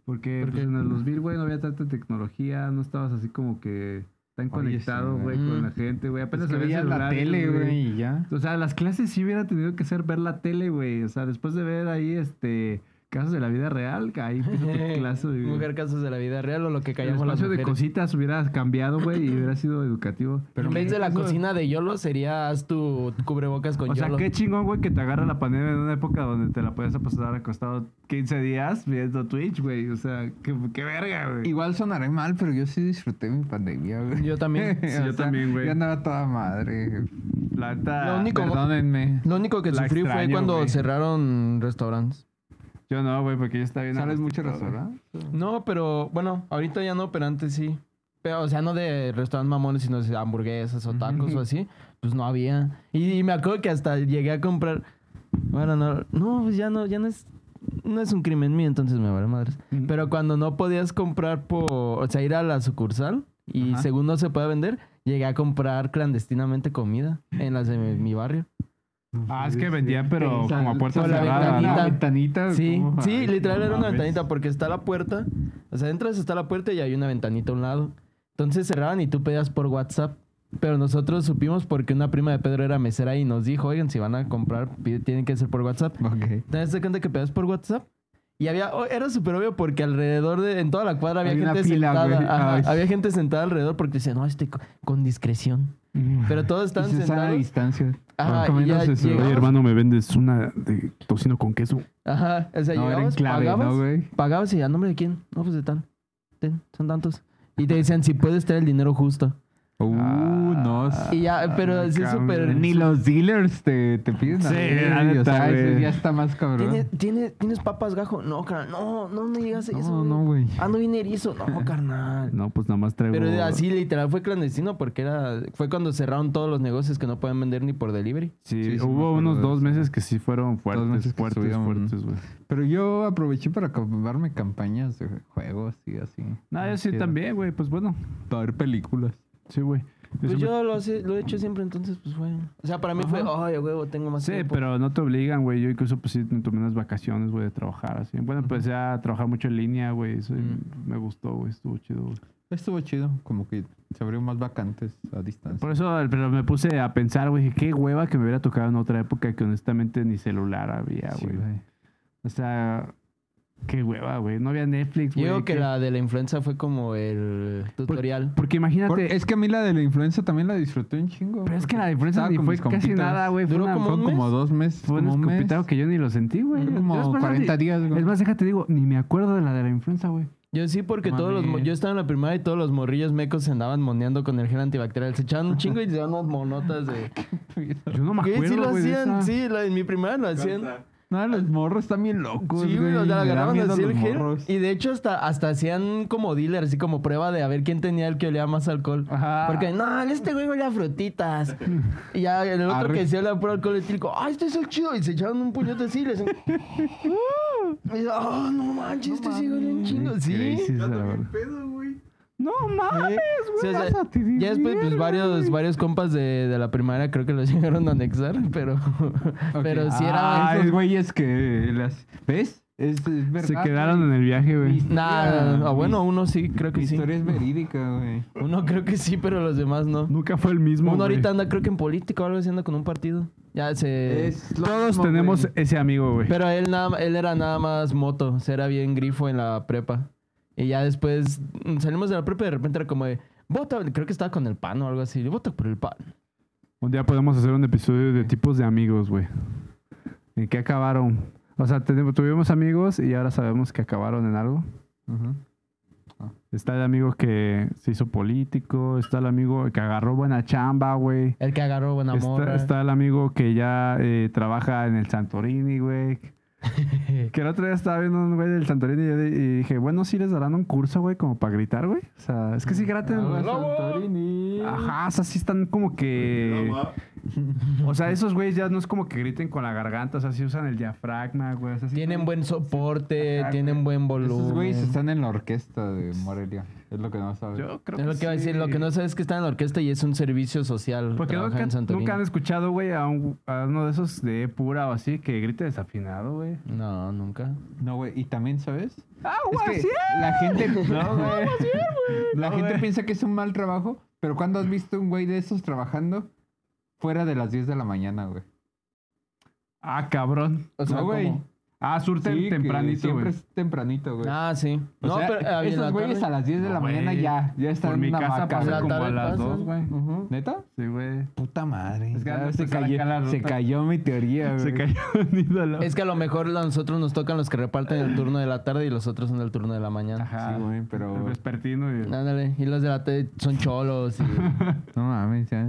Speaker 1: Porque
Speaker 3: ¿Por
Speaker 1: pues,
Speaker 3: qué?
Speaker 1: en el 2000, güey, no había tanta tecnología, no estabas así como que tan
Speaker 2: Oye,
Speaker 1: conectado,
Speaker 2: sí,
Speaker 1: güey,
Speaker 2: güey.
Speaker 1: con
Speaker 3: Mm.
Speaker 1: la gente, güey.
Speaker 2: Apenas
Speaker 1: Apenas
Speaker 2: es
Speaker 1: había
Speaker 2: Pues que veías la
Speaker 1: celulares,
Speaker 2: tele, güey, y ya.
Speaker 1: O sea, las clases sí hubiera tenido que ser ver la tele, güey. O sea, después de ver ahí, este, casos de la vida real, ahí empieza tu clase. güey.
Speaker 3: Mujer casos de la vida real o lo que
Speaker 1: El
Speaker 3: callamos las
Speaker 1: espacio de
Speaker 3: mujeres.
Speaker 1: cositas hubiera cambiado, güey, y hubiera sido educativo.
Speaker 3: en vez de la cocina de Yolo sería haz tu cubrebocas con
Speaker 1: O sea,
Speaker 3: Yolo.
Speaker 1: qué chingón, güey, que te agarra la pandemia en una época donde te la podías pasar acostado 15 días viendo Twitch, güey. O sea, qué, qué verga, güey.
Speaker 2: Igual sonaré mal, pero yo sí disfruté mi pandemia, güey.
Speaker 3: Yo también.
Speaker 1: Sí, yo también, güey.
Speaker 2: Yo andaba toda madre.
Speaker 1: La neta,
Speaker 3: Lo único- Como-
Speaker 2: Perdónenme.
Speaker 3: Lo único que
Speaker 1: La
Speaker 3: sufrí fue
Speaker 1: extraño,
Speaker 3: cuando
Speaker 1: güey.
Speaker 3: cerraron restaurantes.
Speaker 1: Yo no, güey, porque yo estaba bien.
Speaker 2: ¿Sales mucho
Speaker 1: arrastrado, güey.
Speaker 2: restaurante?
Speaker 3: No, pero bueno, ahorita ya no, pero antes sí. Pero, o sea, no de restaurantes mamones, sino de hamburguesas o tacos o así. Pues no había. Y, y me acuerdo que hasta llegué a comprar. Bueno, no, no, pues ya no, ya no es. No es un crimen mío, entonces me vale madres.
Speaker 1: Ujú.
Speaker 3: Pero cuando no podías comprar por. O sea, ir a la sucursal y
Speaker 2: Ajá.
Speaker 3: según no se puede vender, llegué a comprar clandestinamente comida en las de mi, mi barrio.
Speaker 1: Ah, es que vendían, pero
Speaker 2: Sí,
Speaker 1: como a
Speaker 2: sal-
Speaker 1: puerta
Speaker 3: por la
Speaker 1: cerrada.
Speaker 3: ventanita.
Speaker 2: Una
Speaker 1: ¿no?
Speaker 2: ventanita.
Speaker 3: Sí,
Speaker 2: ¿cómo?
Speaker 3: sí,
Speaker 2: Ay,
Speaker 3: literal
Speaker 2: no
Speaker 3: era una
Speaker 2: mames.
Speaker 3: ventanita porque está la puerta. O sea, entras, está la puerta y hay una ventanita a un lado. Entonces cerraban y tú pedías por WhatsApp. Pero nosotros supimos porque una prima de Pedro era mesera y nos dijo, oigan, si van a comprar, pide- tienen que ser por WhatsApp.
Speaker 2: Ok.
Speaker 3: ¿Te das cuenta que pedías por WhatsApp? Y había, oh, era súper obvio porque alrededor de, en toda la cuadra había
Speaker 2: Había una
Speaker 3: gente
Speaker 2: fila,
Speaker 3: sentada.
Speaker 2: güey.
Speaker 3: Ajá,
Speaker 2: Ay.
Speaker 3: había gente sentada alrededor porque decían, no, este co- con discreción. Pero todos
Speaker 2: Y
Speaker 3: estaban
Speaker 2: se sale a
Speaker 3: sentados.
Speaker 2: distancia.
Speaker 1: Ah,
Speaker 3: Ajá, y ya
Speaker 2: Comiéndose su-
Speaker 3: llegaba-
Speaker 1: Oye, hermano, me vendes una de tocino con queso.
Speaker 3: Ajá, o sea,
Speaker 2: No, era en
Speaker 3: llegabas,
Speaker 2: clave,
Speaker 3: pagabas,
Speaker 2: ¿no, güey?
Speaker 3: Pagabas y a nombre de quién? No, pues de tal. Ten, son tantos. Y te decían si puedes traer el dinero justo.
Speaker 2: Uh,
Speaker 1: Ah,
Speaker 2: No,
Speaker 3: Y ya, pero así es súper.
Speaker 2: Ni los dealers te, te piden
Speaker 1: Sí, la
Speaker 2: nada.
Speaker 1: neta,
Speaker 2: O sea, eso
Speaker 1: güey.
Speaker 2: ya está más cabrón.
Speaker 3: ¿Tiene, tiene, ¿Tienes papas, gajo? No, carnal. No, no me digas eso.
Speaker 2: No, no, güey.
Speaker 3: Ando bien erizo. No, carnal.
Speaker 1: No, pues nada más traigo.
Speaker 3: Pero así literal fue clandestino porque era fue cuando cerraron todos los negocios que no pueden vender ni por delivery.
Speaker 1: Sí,
Speaker 2: Sí, sí, me
Speaker 1: hubo
Speaker 2: acuerdo
Speaker 1: unos
Speaker 2: de
Speaker 1: dos
Speaker 2: eso.
Speaker 1: meses que sí fueron
Speaker 2: meses
Speaker 1: fuertes,
Speaker 2: que
Speaker 1: fuertes,
Speaker 2: estuvieron-
Speaker 1: fuertes, güey.
Speaker 2: Pero yo aproveché para acabarme campañas de juegos y así.
Speaker 1: No, yo sí
Speaker 2: Chido.
Speaker 1: también, güey. Pues bueno.
Speaker 2: Para ver películas.
Speaker 1: Sí, güey. Yo
Speaker 3: Pues
Speaker 1: siempre-
Speaker 3: yo lo, hace- lo he hecho siempre, entonces pues fue. O sea, para mí fue,
Speaker 1: Ajá.
Speaker 3: ay, a huevo, tengo más
Speaker 1: Sí,
Speaker 3: tiempo".
Speaker 1: pero no te obligan, güey. Yo incluso, pues sí, me tomé unas vacaciones, güey, de trabajar así. Bueno, empecé a trabajar mucho en línea, güey. Eso
Speaker 2: Mm.
Speaker 1: me gustó, güey. Estuvo chido, güey.
Speaker 2: Estuvo chido. Como que se abrió más vacantes a distancia.
Speaker 1: Por eso, pero me puse a pensar, güey, dije, qué hueva que me hubiera tocado en otra época que honestamente ni celular había,
Speaker 2: Sí,
Speaker 1: güey. o sea, qué hueva, güey. No había Netflix,
Speaker 3: Yo
Speaker 1: güey.
Speaker 3: digo que
Speaker 1: qué-
Speaker 3: la de la influenza fue como el tutorial.
Speaker 1: Porque imagínate,
Speaker 2: Por- es que a mí la de la influenza también la disfruté un chingo.
Speaker 1: pero es que la
Speaker 2: porque
Speaker 1: diferencia
Speaker 2: estaba
Speaker 1: ni
Speaker 2: con
Speaker 1: fue
Speaker 2: mis
Speaker 1: casi
Speaker 2: compitas.
Speaker 1: nada, güey. Fue,
Speaker 3: Duró
Speaker 1: una-
Speaker 3: como
Speaker 1: fue-
Speaker 2: Fueron
Speaker 3: un
Speaker 2: como
Speaker 3: mes.
Speaker 2: dos meses.
Speaker 1: fue un
Speaker 2: como mes.
Speaker 1: escopitado que yo ni lo sentí, güey.
Speaker 2: Fueron
Speaker 1: Yo- yo es
Speaker 2: como
Speaker 1: más,
Speaker 2: 40
Speaker 1: ni-
Speaker 2: días, güey.
Speaker 1: Es más, déjate, digo, ni me acuerdo de la de la influenza, güey.
Speaker 3: Yo sí, porque todos los. mo-
Speaker 2: Mami.
Speaker 3: Yo estaba en la primaria y todos los morrillos mecos se andaban moneando con el gel antibacterial. Se echaban un chingo y se daban unas monotas de.
Speaker 1: Yo no me
Speaker 3: ¿Qué?
Speaker 1: acuerdo,
Speaker 3: Sí lo
Speaker 1: güey, de
Speaker 3: hacían,
Speaker 1: esa.
Speaker 3: sí, la- en mi primaria lo hacían.
Speaker 2: No, los morros están bien locos,
Speaker 3: Sí,
Speaker 2: Pues,
Speaker 3: güey,
Speaker 2: güey.
Speaker 3: o sea,
Speaker 2: Me da
Speaker 3: agarraban
Speaker 2: miedo
Speaker 3: así
Speaker 2: los
Speaker 3: el gel.
Speaker 2: morros.
Speaker 3: Y de hecho, hasta, hasta hacían como dealer, así como prueba de a ver quién tenía el que olía más alcohol.
Speaker 1: Ajá.
Speaker 3: Porque, no, este güey olía a frutitas. y ya el otro
Speaker 2: Arre.
Speaker 3: que se olía puro alcohol etílico, ah, este es el chido. Y se echaban un puñote así y les. y, ah, no manches, este sí huele un chingo. Sí.
Speaker 1: Crisis, la verdad. No mames,
Speaker 3: Sí,
Speaker 1: güey.
Speaker 3: o sea,
Speaker 1: vas a ti-
Speaker 3: ya después, pues
Speaker 1: mierda,
Speaker 3: varios,
Speaker 1: güey.
Speaker 3: varios compas de, de la primaria creo que los llegaron a anexar, pero, pero sí era.
Speaker 2: Ah,
Speaker 3: eso.
Speaker 2: esos güeyes que las... ¿Ves? Es, es verdad.
Speaker 1: Se quedaron en el viaje, güey.
Speaker 3: Nah,
Speaker 2: Mira,
Speaker 3: ah, bueno,
Speaker 2: mi-
Speaker 3: uno sí, creo que
Speaker 2: Mi
Speaker 3: sí.
Speaker 2: historia es verídica, güey.
Speaker 3: Uno creo que sí, pero los demás no.
Speaker 1: Nunca fue el mismo.
Speaker 3: Uno
Speaker 1: güey.
Speaker 3: ahorita anda, creo que en política o algo así, anda con un partido. Ya se.
Speaker 2: Es lo
Speaker 1: Todos
Speaker 2: mismo,
Speaker 1: tenemos
Speaker 2: güey.
Speaker 1: ese amigo, güey.
Speaker 3: Pero él, nada, él era nada más moto, o sea, era bien grifo en la prepa. Y ya después mm, salimos de la prepa y de repente era como de. Vota, creo que estaba con el pan o algo así. Yo voto por el pan.
Speaker 1: Un día podemos hacer un episodio de tipos de amigos, güey. ¿En qué acabaron? O sea, tenemos- tuvimos amigos y ahora sabemos que acabaron en algo.
Speaker 2: Ajá.
Speaker 1: Está el amigo que se hizo político, está el amigo que agarró buena chamba, güey.
Speaker 3: El que agarró buena
Speaker 1: Está,
Speaker 3: morra.
Speaker 1: está el amigo que ya eh, trabaja en el Santorini, güey. Que el otro día estaba viendo un güey del Santorini y, yo di- y dije, bueno, sí les darán un curso, güey, como para gritar, güey. O sea, es que sí graten.
Speaker 2: Ahora
Speaker 3: ¡Lobo!
Speaker 2: Santorini.
Speaker 1: Ajá, o sea, sí están como que... O sea, esos güeyes ya no es como que griten con la garganta, o sea, sí usan el diafragma, güey. o sea, sí
Speaker 3: Tienen
Speaker 1: están-
Speaker 3: buen soporte,
Speaker 1: Ajá,
Speaker 3: tienen buen volumen.
Speaker 2: Esos güeyes están en la orquesta de Morelia. Es lo que no sabes.
Speaker 1: Yo creo
Speaker 3: Es lo que iba a decir,
Speaker 1: sí.
Speaker 3: lo que no sabes es que están en la orquesta y es un servicio social.
Speaker 1: Porque
Speaker 3: trabajar
Speaker 1: nunca,
Speaker 3: en Santorini.
Speaker 1: nunca han escuchado, güey, a, un- a uno de esos de pura o así que grite desafinado, güey.
Speaker 3: No, nunca.
Speaker 2: No, güey. Y también, ¿sabes?
Speaker 1: ¡Agua,
Speaker 2: Es que la gente... No, güey. La
Speaker 1: No,
Speaker 2: gente
Speaker 1: güey.
Speaker 2: piensa que es un mal trabajo, pero cuando has visto un güey de esos trabajando fuera de las 10 de la mañana, güey?
Speaker 1: Ah, cabrón.
Speaker 3: O sea,
Speaker 2: no,
Speaker 3: ¿cómo?
Speaker 2: güey.
Speaker 1: Ah, surten
Speaker 2: Sí, que
Speaker 1: tempranito,
Speaker 2: Siempre
Speaker 1: güey.
Speaker 2: es tempranito, güey.
Speaker 3: Ah, sí.
Speaker 2: O
Speaker 3: no,
Speaker 2: sea,
Speaker 3: pero ah, y en la
Speaker 2: esos güeyes
Speaker 3: tarde-
Speaker 2: a las 10 de
Speaker 1: No,
Speaker 2: la mañana
Speaker 1: güey.
Speaker 2: ya, ya están
Speaker 1: Por mi
Speaker 2: en una
Speaker 1: casa
Speaker 2: vaca,
Speaker 1: pasa
Speaker 2: güey.
Speaker 1: como
Speaker 3: tarde
Speaker 1: a las
Speaker 3: pasan.
Speaker 1: dos, güey.
Speaker 2: Ujú. ¿Neta?
Speaker 1: Sí, güey.
Speaker 2: Puta madre.
Speaker 1: Es que
Speaker 2: Ya
Speaker 1: no
Speaker 2: se,
Speaker 1: empezaron
Speaker 2: cayó,
Speaker 1: acá las
Speaker 2: se
Speaker 1: rutas.
Speaker 2: cayó mi teoría, güey.
Speaker 1: Se cayó un ídolo.
Speaker 3: Es que a lo mejor a nosotros nos tocan los que reparten el turno de la tarde y los otros son el turno de la mañana.
Speaker 1: Ajá.
Speaker 2: Sí, güey, pero-
Speaker 1: El vespertino y...
Speaker 3: Ándale, y los de la tarde son cholos. y-
Speaker 2: No mames, ya,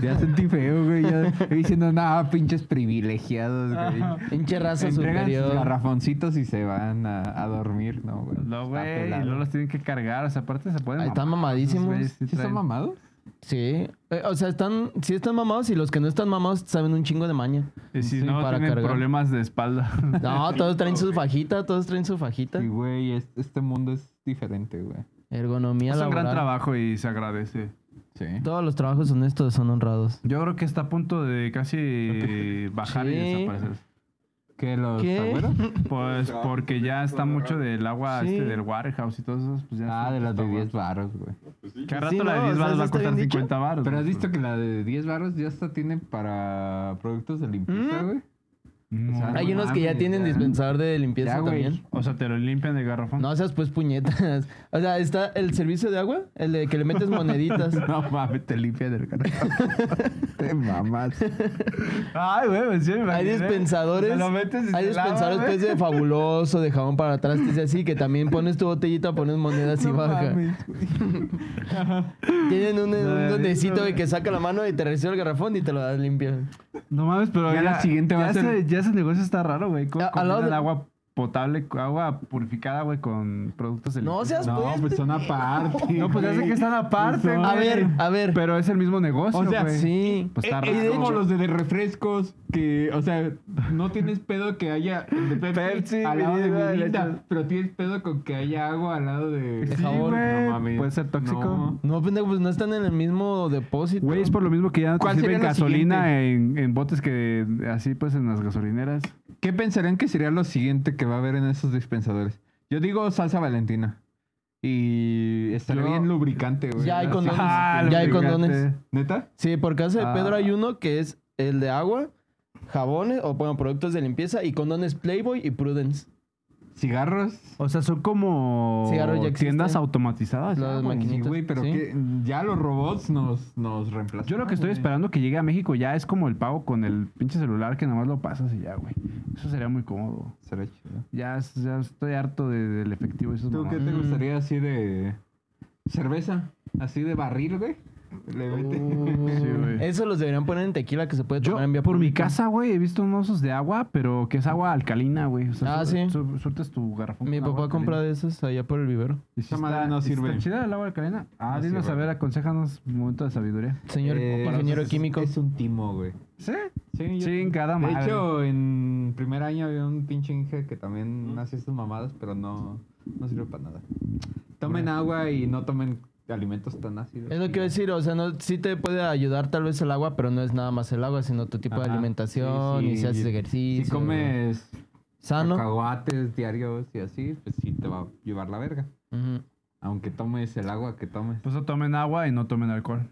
Speaker 2: ya sentí feo, güey. Ya diciendo nada, pinches privilegiados, güey.
Speaker 3: Pinche raza
Speaker 2: Entregan sus
Speaker 3: superior.
Speaker 2: garrafoncitos y se van a, a dormir, ¿no, güey?
Speaker 1: No,
Speaker 2: Está
Speaker 1: güey. Y
Speaker 2: pelado.
Speaker 1: luego los tienen que cargar. O sea, aparte se pueden...
Speaker 3: Ah, están
Speaker 1: mamar,
Speaker 3: mamadísimos.
Speaker 1: esos güeyes sí
Speaker 2: ¿Sí están
Speaker 1: traen-
Speaker 2: mamados?
Speaker 3: Sí. Eh, O sea, están, sí están mamados y los que no están mamados saben un chingo de maña.
Speaker 1: Y si
Speaker 3: Sí,
Speaker 1: Eh, no,
Speaker 3: para
Speaker 1: tienen
Speaker 3: cargar.
Speaker 1: problemas de espalda.
Speaker 3: No, todos traen su fajita, todos traen su fajita.
Speaker 2: Sí, güey, es- este mundo es diferente, güey.
Speaker 3: Ergonomía
Speaker 1: es un gran
Speaker 3: laboral.
Speaker 1: trabajo y se agradece.
Speaker 2: Sí.
Speaker 3: Todos los trabajos honestos son honrados.
Speaker 1: Yo creo que está a punto de casi bajar y
Speaker 3: Sí.
Speaker 1: desaparecer.
Speaker 2: ¿Qué, los
Speaker 3: ¿Qué?
Speaker 2: abuelos?
Speaker 1: Pues porque ya está mucho del agua
Speaker 3: Sí.
Speaker 1: este del warehouse y todos esos. Pues ya
Speaker 2: Ah,
Speaker 1: está-
Speaker 2: de las de
Speaker 1: está
Speaker 2: 10 varos, güey.
Speaker 1: Cada
Speaker 3: Sí,
Speaker 1: rato la de
Speaker 3: no,
Speaker 1: 10 varos
Speaker 3: o sea, eso
Speaker 1: va a
Speaker 3: está
Speaker 1: costar
Speaker 3: bien dicho.
Speaker 1: 50 varos.
Speaker 2: Pero has
Speaker 1: güey.
Speaker 2: visto que la de 10 varos ya hasta tiene para productos de limpieza, güey.
Speaker 1: No,
Speaker 3: Hay unos que ya
Speaker 2: mames,
Speaker 3: tienen
Speaker 2: ya.
Speaker 3: dispensador de limpieza
Speaker 2: Ya, güey.
Speaker 3: también.
Speaker 1: O sea, te lo limpian el garrafón.
Speaker 3: No seas pues puñetas. O sea, está el servicio de agua, el de que le metes moneditas.
Speaker 2: No mames, te limpia del carajo. te mamas.
Speaker 1: Ay, güey, pues sí, me
Speaker 3: Hay
Speaker 1: imaginé.
Speaker 3: dispensadores.
Speaker 1: Te lo metes y
Speaker 3: hay
Speaker 1: te lava,
Speaker 3: dispensadores
Speaker 1: güey.
Speaker 3: pues de fabuloso, de jabón para trastes y así, que también pones tu botellita, pones monedas y baja. Tienen un, un
Speaker 1: No,
Speaker 3: duendecito
Speaker 1: eso,
Speaker 3: de
Speaker 1: güey.
Speaker 3: que saca la mano y te recibe el garrafón y te lo da limpio.
Speaker 1: No mames, pero
Speaker 2: Ya la siguiente va
Speaker 1: ya
Speaker 2: a ser-
Speaker 1: ese- ya ese negocio está raro, güey. ¿Cómo
Speaker 3: A- al lado
Speaker 1: combinan
Speaker 3: de-
Speaker 1: agua potable, agua purificada, güey, con productos de
Speaker 3: No
Speaker 1: limpieza?
Speaker 3: seas
Speaker 2: No,
Speaker 3: pues.
Speaker 2: pues son aparte.
Speaker 1: No, pues ya sé
Speaker 2: güey.
Speaker 1: que están aparte,
Speaker 2: Son-
Speaker 1: güey.
Speaker 3: A ver, a ver.
Speaker 1: Pero es el mismo negocio,
Speaker 2: O sea,
Speaker 1: güey.
Speaker 3: sí.
Speaker 1: Pues está
Speaker 2: Eh, es
Speaker 1: raro.
Speaker 2: como los de, de refrescos, que, o sea, no tienes pedo que haya el de Pepsi,
Speaker 1: Pepsi,
Speaker 2: al lado de
Speaker 1: Mirinda,
Speaker 2: Mirinda,
Speaker 1: leche.
Speaker 2: pero tienes pedo con que haya agua al lado de...
Speaker 3: De jabón.
Speaker 1: güey.
Speaker 2: No mames.
Speaker 1: Puede ser tóxico.
Speaker 2: No.
Speaker 3: No, pendejo, pues no están en el mismo depósito.
Speaker 1: Güey, es por lo mismo que ya no te
Speaker 2: ¿Cuál
Speaker 1: sirven
Speaker 2: sería lo
Speaker 1: gasolina en, en botes que así pues en las gasolineras.
Speaker 2: ¿Qué pensarían que sería lo siguiente que va a haber en esos dispensadores? Yo digo salsa valentina. Y estaría
Speaker 1: Yo-
Speaker 2: bien lubricante, güey.
Speaker 3: Ya hay
Speaker 2: Así.
Speaker 3: condones.
Speaker 1: Ah,
Speaker 3: ya hay
Speaker 1: lubricante.
Speaker 3: condones.
Speaker 2: ¿Neta?
Speaker 3: Sí, por casa de
Speaker 1: Ah.
Speaker 3: Pedro hay uno que es el de agua, jabones o bueno, productos de limpieza y condones Playboy y Prudence.
Speaker 2: ¿Cigarros?
Speaker 1: O sea, son como
Speaker 3: Cigarros ya existen.
Speaker 1: tiendas automatizadas.
Speaker 3: Las
Speaker 1: ya, güey.
Speaker 3: maquinitas.
Speaker 2: Ah, pues Sí, güey, pero
Speaker 3: Sí.
Speaker 2: que ya los robots nos, nos reemplazan.
Speaker 1: Yo lo que estoy
Speaker 2: güey.
Speaker 1: esperando que llegue a México ya es como el pago con el pinche celular que nomás lo pasas y ya, güey. Eso sería muy cómodo.
Speaker 2: Será chido.
Speaker 1: Ya, es- ya estoy harto de- del efectivo. y Esos
Speaker 2: ¿Tú qué te
Speaker 3: Mm.
Speaker 2: gustaría así de cerveza? Así de barril, güey. Le
Speaker 3: Uh,
Speaker 2: mete.
Speaker 1: Sí, güey.
Speaker 3: Eso los deberían poner en tequila que se puede
Speaker 1: Yo,
Speaker 3: tomar en vía
Speaker 1: por mi
Speaker 3: pública.
Speaker 1: casa, güey, he visto unos osos de agua, pero que es agua alcalina, güey. O sea,
Speaker 3: Ah,
Speaker 1: su-
Speaker 3: sí.
Speaker 1: su- sueltas tu garrafón.
Speaker 3: Mi
Speaker 1: con agua
Speaker 3: papá compra
Speaker 1: alcalina.
Speaker 3: de esos allá por el vivero.
Speaker 1: ¿Y si
Speaker 2: Esa madre
Speaker 1: está-
Speaker 2: no
Speaker 1: y si
Speaker 2: sirve.
Speaker 1: ¿Está chida el agua alcalina? Ah,
Speaker 2: No
Speaker 1: dinos
Speaker 2: sirve.
Speaker 1: a ver, aconsejanos un momento de sabiduría.
Speaker 3: Señor
Speaker 2: Eh,
Speaker 3: ingeniero
Speaker 2: es-
Speaker 3: químico.
Speaker 2: Es un timo, güey.
Speaker 1: ¿Sí?
Speaker 2: Sí,
Speaker 1: Chingada
Speaker 2: De
Speaker 1: madre.
Speaker 2: hecho, en primer año había un pinche Inge que
Speaker 3: Mm.
Speaker 2: también hacía estas mamadas, pero no, no sirve para nada. Tomen agua y no tomen alimentos tan ácidos.
Speaker 3: Es lo que iba a decir, o sea, no, sí te puede ayudar tal vez el agua, pero no es nada más el agua, sino tu tipo de
Speaker 2: Ajá.
Speaker 3: alimentación
Speaker 2: Sí,
Speaker 3: y
Speaker 2: sí.
Speaker 3: si haces ejercicio. Ah,
Speaker 2: Si comes
Speaker 3: sano.
Speaker 2: cacahuates diarios y así, pues sí te va a llevar la verga.
Speaker 3: Ujú.
Speaker 2: Aunque tomes el agua que tomes.
Speaker 1: Pues no tomen agua y no tomen alcohol.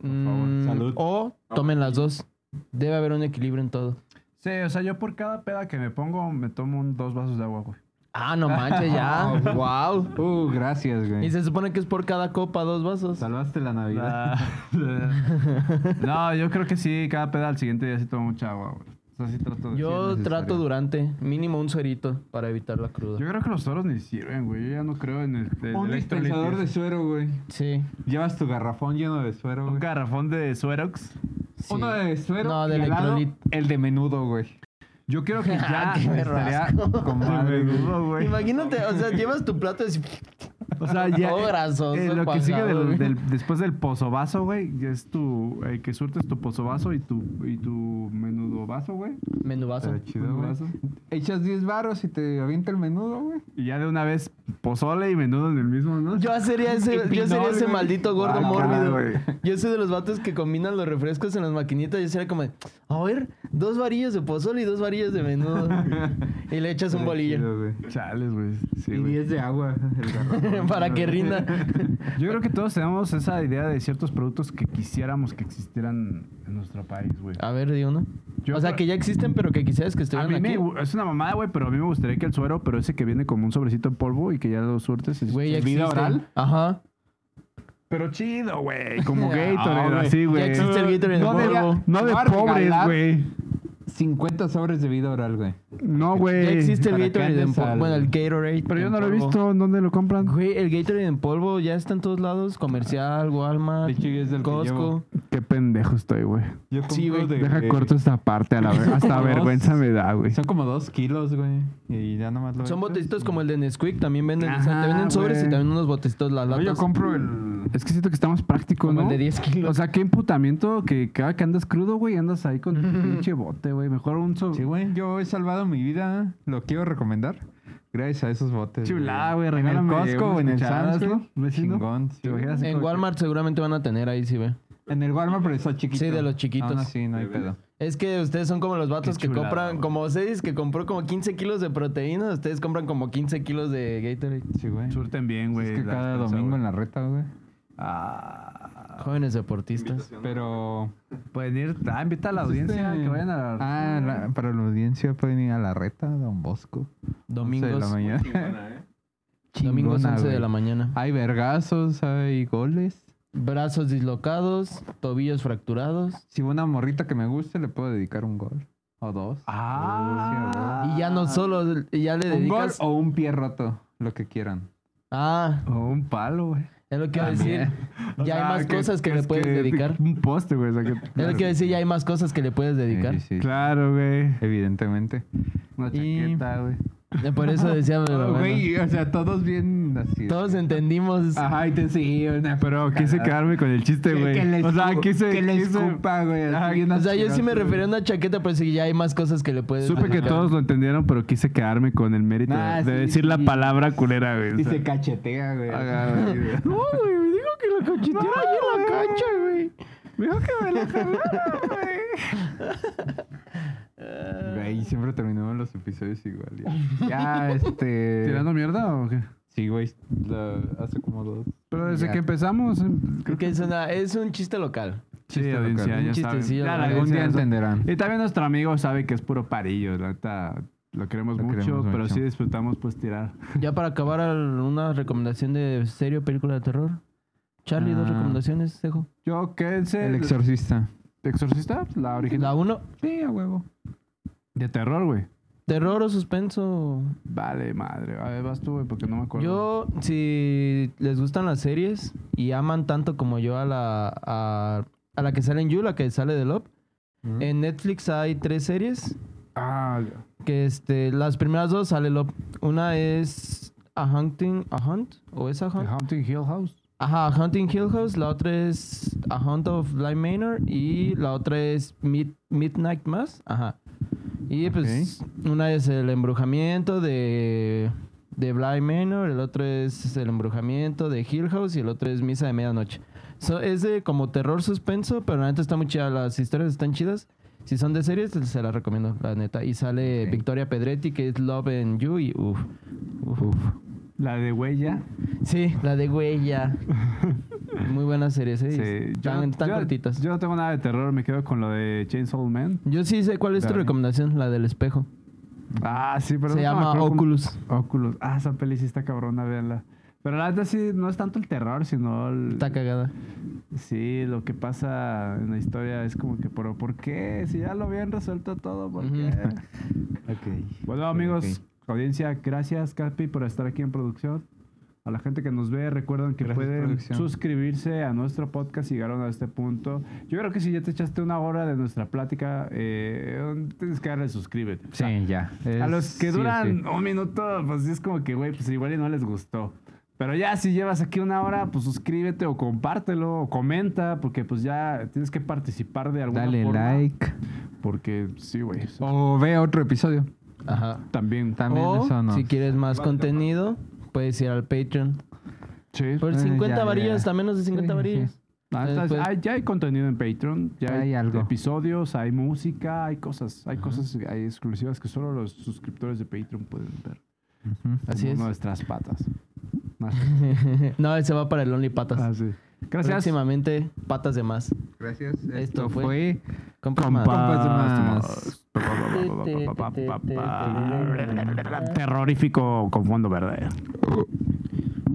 Speaker 2: favor,
Speaker 3: Mm,
Speaker 2: salud.
Speaker 3: O tomen las dos. Debe haber un equilibrio en todo.
Speaker 1: Sí, o sea, yo por cada peda que me pongo, me tomo un- dos vasos de agua, güey.
Speaker 3: Ah, no manches, ya. wow.
Speaker 2: Uh, gracias,
Speaker 3: Y
Speaker 2: güey.
Speaker 3: se supone que es por cada copa dos vasos.
Speaker 2: Salvaste la Navidad.
Speaker 1: no, yo creo que sí, cada peda al siguiente día sí tomo mucha agua, güey. O sea, sí trato de... sí es
Speaker 3: Yo
Speaker 1: necesario.
Speaker 3: trato durante, mínimo un suerito para evitar la
Speaker 1: Yo
Speaker 3: cruda.
Speaker 1: creo que los toros ni sirven, güey. Yo ya no creo en el, el
Speaker 2: Un
Speaker 1: electrolitis.
Speaker 2: dispensador de suero, güey.
Speaker 3: Sí.
Speaker 2: Llevas tu garrafón lleno de suero,
Speaker 1: Un
Speaker 2: güey.
Speaker 1: garrafón de Suerox.
Speaker 3: sí.
Speaker 2: Uno de suero.
Speaker 3: No, de
Speaker 2: y al lado,
Speaker 3: electrolit.
Speaker 2: El de menudo, güey.
Speaker 1: Yo creo que ya
Speaker 3: Ah, qué
Speaker 1: estaría
Speaker 3: berrasco.
Speaker 1: con madre, güey.
Speaker 3: Imagínate, o sea, llevas tu plato y así-
Speaker 1: O sea, ya.
Speaker 3: Todo Oh, grasoso,
Speaker 1: eh, lo que
Speaker 3: cuajado,
Speaker 1: sigue del,
Speaker 3: güey.
Speaker 1: del- después del pozovaso, güey, ya es tu. eh, que surtes tu pozovaso y tu, y tu menudo vaso, güey.
Speaker 3: menudazo.
Speaker 2: Está chido,
Speaker 1: Un
Speaker 2: güey.
Speaker 1: vaso.
Speaker 2: Echas 10 varos y te avienta el menudo, güey.
Speaker 1: Y ya de una vez pozole y menudo en el mismo, ¿no?
Speaker 3: Yo sería
Speaker 2: Y
Speaker 3: ese, yo
Speaker 2: pinol,
Speaker 3: sería ese
Speaker 2: güey.
Speaker 3: maldito gordo
Speaker 2: Ah, la cara,
Speaker 3: mórbido.
Speaker 2: güey.
Speaker 3: Yo soy de los vatos que combinan los refrescos en las maquinitas. Yo sería como, de, a ver, dos varillas de pozole y dos varillas de menudo. y le echas un
Speaker 2: Está
Speaker 3: bolillo
Speaker 2: chido, güey.
Speaker 1: Chales, güey. Sí,
Speaker 2: y
Speaker 1: güey.
Speaker 2: 10 de agua. El garrafón.
Speaker 3: para que rinda.
Speaker 1: Yo creo que todos tenemos esa idea de ciertos productos que quisiéramos que existieran en nuestro país, güey.
Speaker 3: A ver, di uno.
Speaker 1: Yo
Speaker 3: o sea,
Speaker 1: creo-
Speaker 3: que ya existen, pero que quisieras Ah, que
Speaker 1: A
Speaker 3: estuvieran
Speaker 1: mí me,
Speaker 3: aquí.
Speaker 1: gu- es una mamada, güey, pero a mí me gustaría que el suero, pero ese que viene como un sobrecito en polvo y que ya lo surtes. es-
Speaker 3: Güey, ya
Speaker 2: ¿Vida
Speaker 3: existe.
Speaker 2: oral?
Speaker 3: Ajá.
Speaker 1: Pero chido, güey. Como
Speaker 3: Ah,
Speaker 1: Gatorade,
Speaker 2: güey.
Speaker 1: así, güey.
Speaker 3: Ya existe el Gatorade
Speaker 1: No
Speaker 3: en
Speaker 1: de,
Speaker 3: polvo.
Speaker 1: no de
Speaker 2: Voy a
Speaker 1: pobres,
Speaker 2: regalar-
Speaker 1: güey.
Speaker 2: 50 sobres de vida oral, güey.
Speaker 1: No, güey.
Speaker 3: Ya existe el
Speaker 2: para que
Speaker 3: Gatorade en
Speaker 2: andes
Speaker 3: polvo.
Speaker 2: al-
Speaker 3: Bueno, el Gatorade.
Speaker 1: Pero yo
Speaker 3: en
Speaker 1: no lo he
Speaker 3: polvo.
Speaker 1: visto. ¿En ¿Dónde lo compran?
Speaker 3: Güey, el Gatorade en polvo ya está en todos lados. Comercial, Walmart,
Speaker 2: De hecho, yo es del que
Speaker 3: Costco.
Speaker 2: llevo.
Speaker 1: Qué pendejo estoy, güey.
Speaker 2: Yo
Speaker 3: Sí,
Speaker 2: compro
Speaker 3: güey.
Speaker 2: de-
Speaker 1: Deja corto esta parte a la vez. Hasta
Speaker 2: Dos.
Speaker 1: vergüenza me da, güey.
Speaker 2: Son como 2 kilos, güey. Y ya nomás lo
Speaker 3: Son
Speaker 2: echas
Speaker 3: botecitos
Speaker 2: y-
Speaker 3: como el de Nesquik. También venden. o sea,
Speaker 1: Ajá,
Speaker 3: te venden sobres y
Speaker 1: güey.
Speaker 3: también unos botecitos las
Speaker 2: Oye,
Speaker 3: latas.
Speaker 2: yo compro el...
Speaker 1: Es que siento que estamos prácticos,
Speaker 3: como
Speaker 1: ¿no?
Speaker 3: el de 10 kilos.
Speaker 1: O sea, qué emputamiento que cada que andas crudo, güey, andas ahí con un pinche bote, güey. Mejor un so...
Speaker 2: Sí, güey. Yo he salvado mi vida. Lo quiero recomendar. Gracias a esos botes.
Speaker 1: Chulada, güey.
Speaker 2: En el
Speaker 1: Regálame
Speaker 2: Costco o
Speaker 1: unas
Speaker 2: en el
Speaker 1: cucharadas,
Speaker 2: Sam's, güey.
Speaker 1: ¿no? Vecino.
Speaker 2: Chingón. sí,
Speaker 1: ¿Te
Speaker 2: güey.
Speaker 1: imaginas?
Speaker 3: en Walmart seguramente van a tener ahí, sí, ve.
Speaker 2: En el Walmart, pero está chiquito.
Speaker 3: Sí, de los chiquitos.
Speaker 2: Aún así, no hay pedo.
Speaker 3: Es que ustedes son como los vatos
Speaker 1: Qué
Speaker 3: que
Speaker 1: chulada,
Speaker 3: compran,
Speaker 1: güey.
Speaker 3: como Cedis que compró como 15 kilos de proteína, ustedes compran como 15 kilos de Gatorade.
Speaker 2: Sí, güey.
Speaker 1: Surten bien, güey.
Speaker 2: es que
Speaker 1: las
Speaker 2: cada
Speaker 1: cosas,
Speaker 2: domingo
Speaker 1: güey.
Speaker 2: en la reta, güey.
Speaker 1: Ah,
Speaker 3: Jóvenes deportistas.
Speaker 2: Pero.
Speaker 1: pueden ir. Ah, invita a la audiencia
Speaker 2: Este-
Speaker 1: que vayan a la.
Speaker 2: Ah, la- para la audiencia pueden ir a la reta, Don Bosco. 11 de la
Speaker 3: Domingos.
Speaker 2: mañana.
Speaker 3: Domingos
Speaker 2: Chingona,
Speaker 3: 11 de
Speaker 2: güey.
Speaker 3: la mañana.
Speaker 2: Hay vergazos, hay goles.
Speaker 3: Brazos dislocados, tobillos fracturados.
Speaker 2: Si una morrita que me guste, le puedo dedicar un gol. O dos.
Speaker 1: Ah.
Speaker 3: Y ya no solo, y ya le
Speaker 2: un gol
Speaker 3: dedicas.
Speaker 2: o un pie roto, lo que quieran.
Speaker 3: Ah,
Speaker 1: O un palo, güey.
Speaker 3: es lo que iba a decir.
Speaker 1: O
Speaker 3: Ya hay
Speaker 1: sea,
Speaker 3: más cosas que le
Speaker 1: Ah, es
Speaker 3: puedes dedicar.
Speaker 1: Un poste, güey. o sea, que-
Speaker 3: Es lo que iba a decir, ya hay más cosas que le puedes dedicar.
Speaker 2: Sí, sí, sí.
Speaker 1: Claro, güey.
Speaker 2: Evidentemente.
Speaker 1: Una
Speaker 3: Y-
Speaker 1: chaqueta, Ah, güey.
Speaker 3: Por eso decía, pero bueno,
Speaker 2: pues, Güey, o sea, todos bien así.
Speaker 3: todos entendimos.
Speaker 1: Ah,
Speaker 2: Ajá, y te sí, una
Speaker 1: Pero quise quedarme con el chiste, Este, güey. O sea, quise.
Speaker 2: Que le
Speaker 1: quise-
Speaker 2: escupa, güey. así
Speaker 1: Ajá,
Speaker 2: bien
Speaker 3: O sea, yo sí me
Speaker 2: asqueroso,
Speaker 3: refería a una chaqueta, pero sí, ya hay más cosas que le puedes
Speaker 1: Supe que
Speaker 3: dedicar.
Speaker 1: todos lo entendieron, pero quise quedarme con el mérito
Speaker 2: Nah,
Speaker 1: de, de
Speaker 2: sí,
Speaker 1: decir la
Speaker 2: sí.
Speaker 1: palabra culera, güey. o
Speaker 2: güey. Y
Speaker 1: sea.
Speaker 2: se cachetea, güey.
Speaker 1: Ajá, güey.
Speaker 3: No, güey, me dijo que la cacheteara ahí en la cancha, güey.
Speaker 1: Me dijo que me la jalara, güey.
Speaker 2: Güey, siempre terminamos los episodios igual. Ya, Ya, este.
Speaker 1: ¿Tirando mierda o qué?
Speaker 2: Sí, güey. la- Hace como dos.
Speaker 1: Pero desde
Speaker 2: Ya.
Speaker 1: que empezamos. eh,
Speaker 3: Creo que es, una- es un chiste local.
Speaker 1: Sí,
Speaker 2: local.
Speaker 1: audiencia,
Speaker 3: Un
Speaker 1: ya saben.
Speaker 3: chistecillo,
Speaker 1: Ya
Speaker 3: la
Speaker 1: la
Speaker 3: audiencia
Speaker 2: Algún
Speaker 1: audiencia
Speaker 2: día
Speaker 1: ya sabe.
Speaker 2: entenderán.
Speaker 1: Y también nuestro amigo sabe que es puro parillo, la neta. Lo queremos
Speaker 2: Lo
Speaker 1: mucho,
Speaker 2: queremos
Speaker 1: pero
Speaker 2: mucho.
Speaker 1: sí disfrutamos pues tirar.
Speaker 3: Ya para acabar, al- una recomendación de serie o película de terror. Charlie, dos
Speaker 2: Ah.
Speaker 3: recomendaciones, Sejo.
Speaker 1: Yo quédense.
Speaker 2: El exorcista.
Speaker 1: exorcista, la original.
Speaker 3: La uno,
Speaker 2: Sí, a huevo.
Speaker 1: De terror, güey.
Speaker 3: terror o suspenso.
Speaker 1: Vale, madre. A ver, vas tú, güey, porque no me acuerdo.
Speaker 3: Yo, si les gustan las series y aman tanto como yo a la, a, a la que sale en You, la que sale de Love, en Netflix hay tres series.
Speaker 1: Ah,
Speaker 3: Que este, las primeras dos sale Love. Una es A Hunting, A Hunt, o es A
Speaker 1: The
Speaker 3: Hunt.
Speaker 1: Haunting Hill House.
Speaker 3: Ajá, A Hunt in Hill House. La otra es A Hunt of Blind Manor. Y la otra es Mid- Midnight Mass. Ajá. Y pues una es el embrujamiento de, de Blind Manor. El otro es el embrujamiento de Hill House. Y el otro es Misa de Medianoche. So, es de como terror suspenso, pero la neta está muy chida. Las historias están chidas. Si son de series, pues, se las recomiendo, la neta. Y sale
Speaker 2: Ok.
Speaker 3: Victoria Pedretti, que es Love and You. Y uff, uff.
Speaker 1: La de huella.
Speaker 3: Sí, la de huella. Muy buenas series, ¿eh?
Speaker 1: Sí, yo
Speaker 3: Están,
Speaker 1: no-
Speaker 3: están
Speaker 1: yo-
Speaker 3: cortitas. Yo,
Speaker 1: Yo no tengo nada de terror, me quedo con lo de Chainsaw Man.
Speaker 3: sí sé cuál es tu
Speaker 1: Dale.
Speaker 3: recomendación, la del espejo.
Speaker 1: Ah, sí, pero.
Speaker 3: Se
Speaker 1: no me
Speaker 3: llama
Speaker 1: acuerdo cómo-
Speaker 3: Oculus.
Speaker 1: Oculus. Ah, esa peli sí está cabrona, véanla. Pero la verdad sí, no es tanto el terror, sino el.
Speaker 3: Está cagada.
Speaker 1: Sí, lo que pasa en la historia es como que, pero ¿por qué? Si ya lo habían resuelto todo, ¿por
Speaker 3: Ujú.
Speaker 1: qué?
Speaker 2: Ok.
Speaker 1: Bueno, amigos, audiencia, gracias, Capi, por estar aquí en producción. A la gente que nos ve, recuerden que
Speaker 2: Gracias,
Speaker 1: pueden
Speaker 2: producción.
Speaker 1: suscribirse a nuestro podcast si llegaron a este punto. Yo creo que si ya te echaste una hora de nuestra plática, eh, tienes que darle suscríbete. O sea,
Speaker 2: Sí, ya.
Speaker 1: a
Speaker 2: Es
Speaker 1: los que
Speaker 2: sí o
Speaker 1: duran
Speaker 2: sí.
Speaker 1: un minuto, pues sí es como que, güey, pues igual y no les gustó. Pero ya, si llevas aquí una hora, pues suscríbete o compártelo o comenta, porque pues ya tienes que participar de alguna
Speaker 2: Dale
Speaker 1: forma.
Speaker 2: like.
Speaker 1: Porque sí, güey. eso
Speaker 2: O ve otro episodio.
Speaker 3: Ajá.
Speaker 1: También. Oh,
Speaker 2: También
Speaker 3: o,
Speaker 2: eso Oh, no.
Speaker 3: si quieres más contenido, puedes ir al Patreon.
Speaker 1: Sí.
Speaker 3: Por
Speaker 2: Eh,
Speaker 3: 50
Speaker 2: ya,
Speaker 3: varillas,
Speaker 2: ya.
Speaker 3: también nos de 50
Speaker 2: Sí,
Speaker 3: varillas.
Speaker 2: sí.
Speaker 1: Ah,
Speaker 3: Eh,
Speaker 1: estás-
Speaker 3: pues-
Speaker 1: ah, ya hay contenido en Patreon, ya hay,
Speaker 2: Hay algo.
Speaker 1: episodios, hay música, hay cosas, hay cosas hay exclusivas que solo los suscriptores de Patreon pueden ver.
Speaker 2: Ujú.
Speaker 3: Así
Speaker 1: Como
Speaker 3: es.
Speaker 1: Nuestras patas.
Speaker 3: no, ese va para el Only Patas.
Speaker 1: Ah, sí. Gracias.
Speaker 3: Próximamente, patas de más.
Speaker 2: Gracias. Esto,
Speaker 3: Esto fue-
Speaker 2: fue
Speaker 3: Compras más.
Speaker 2: Compas de Más.
Speaker 1: Terrorífico con fondo verde.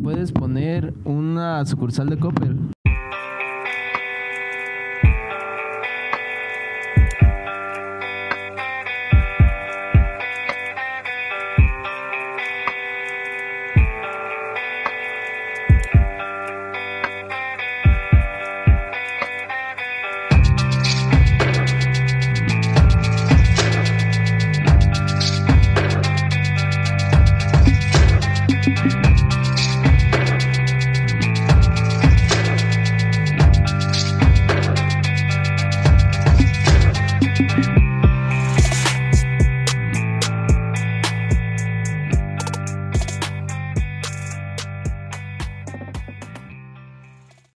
Speaker 3: Puedes poner una sucursal de Coppel.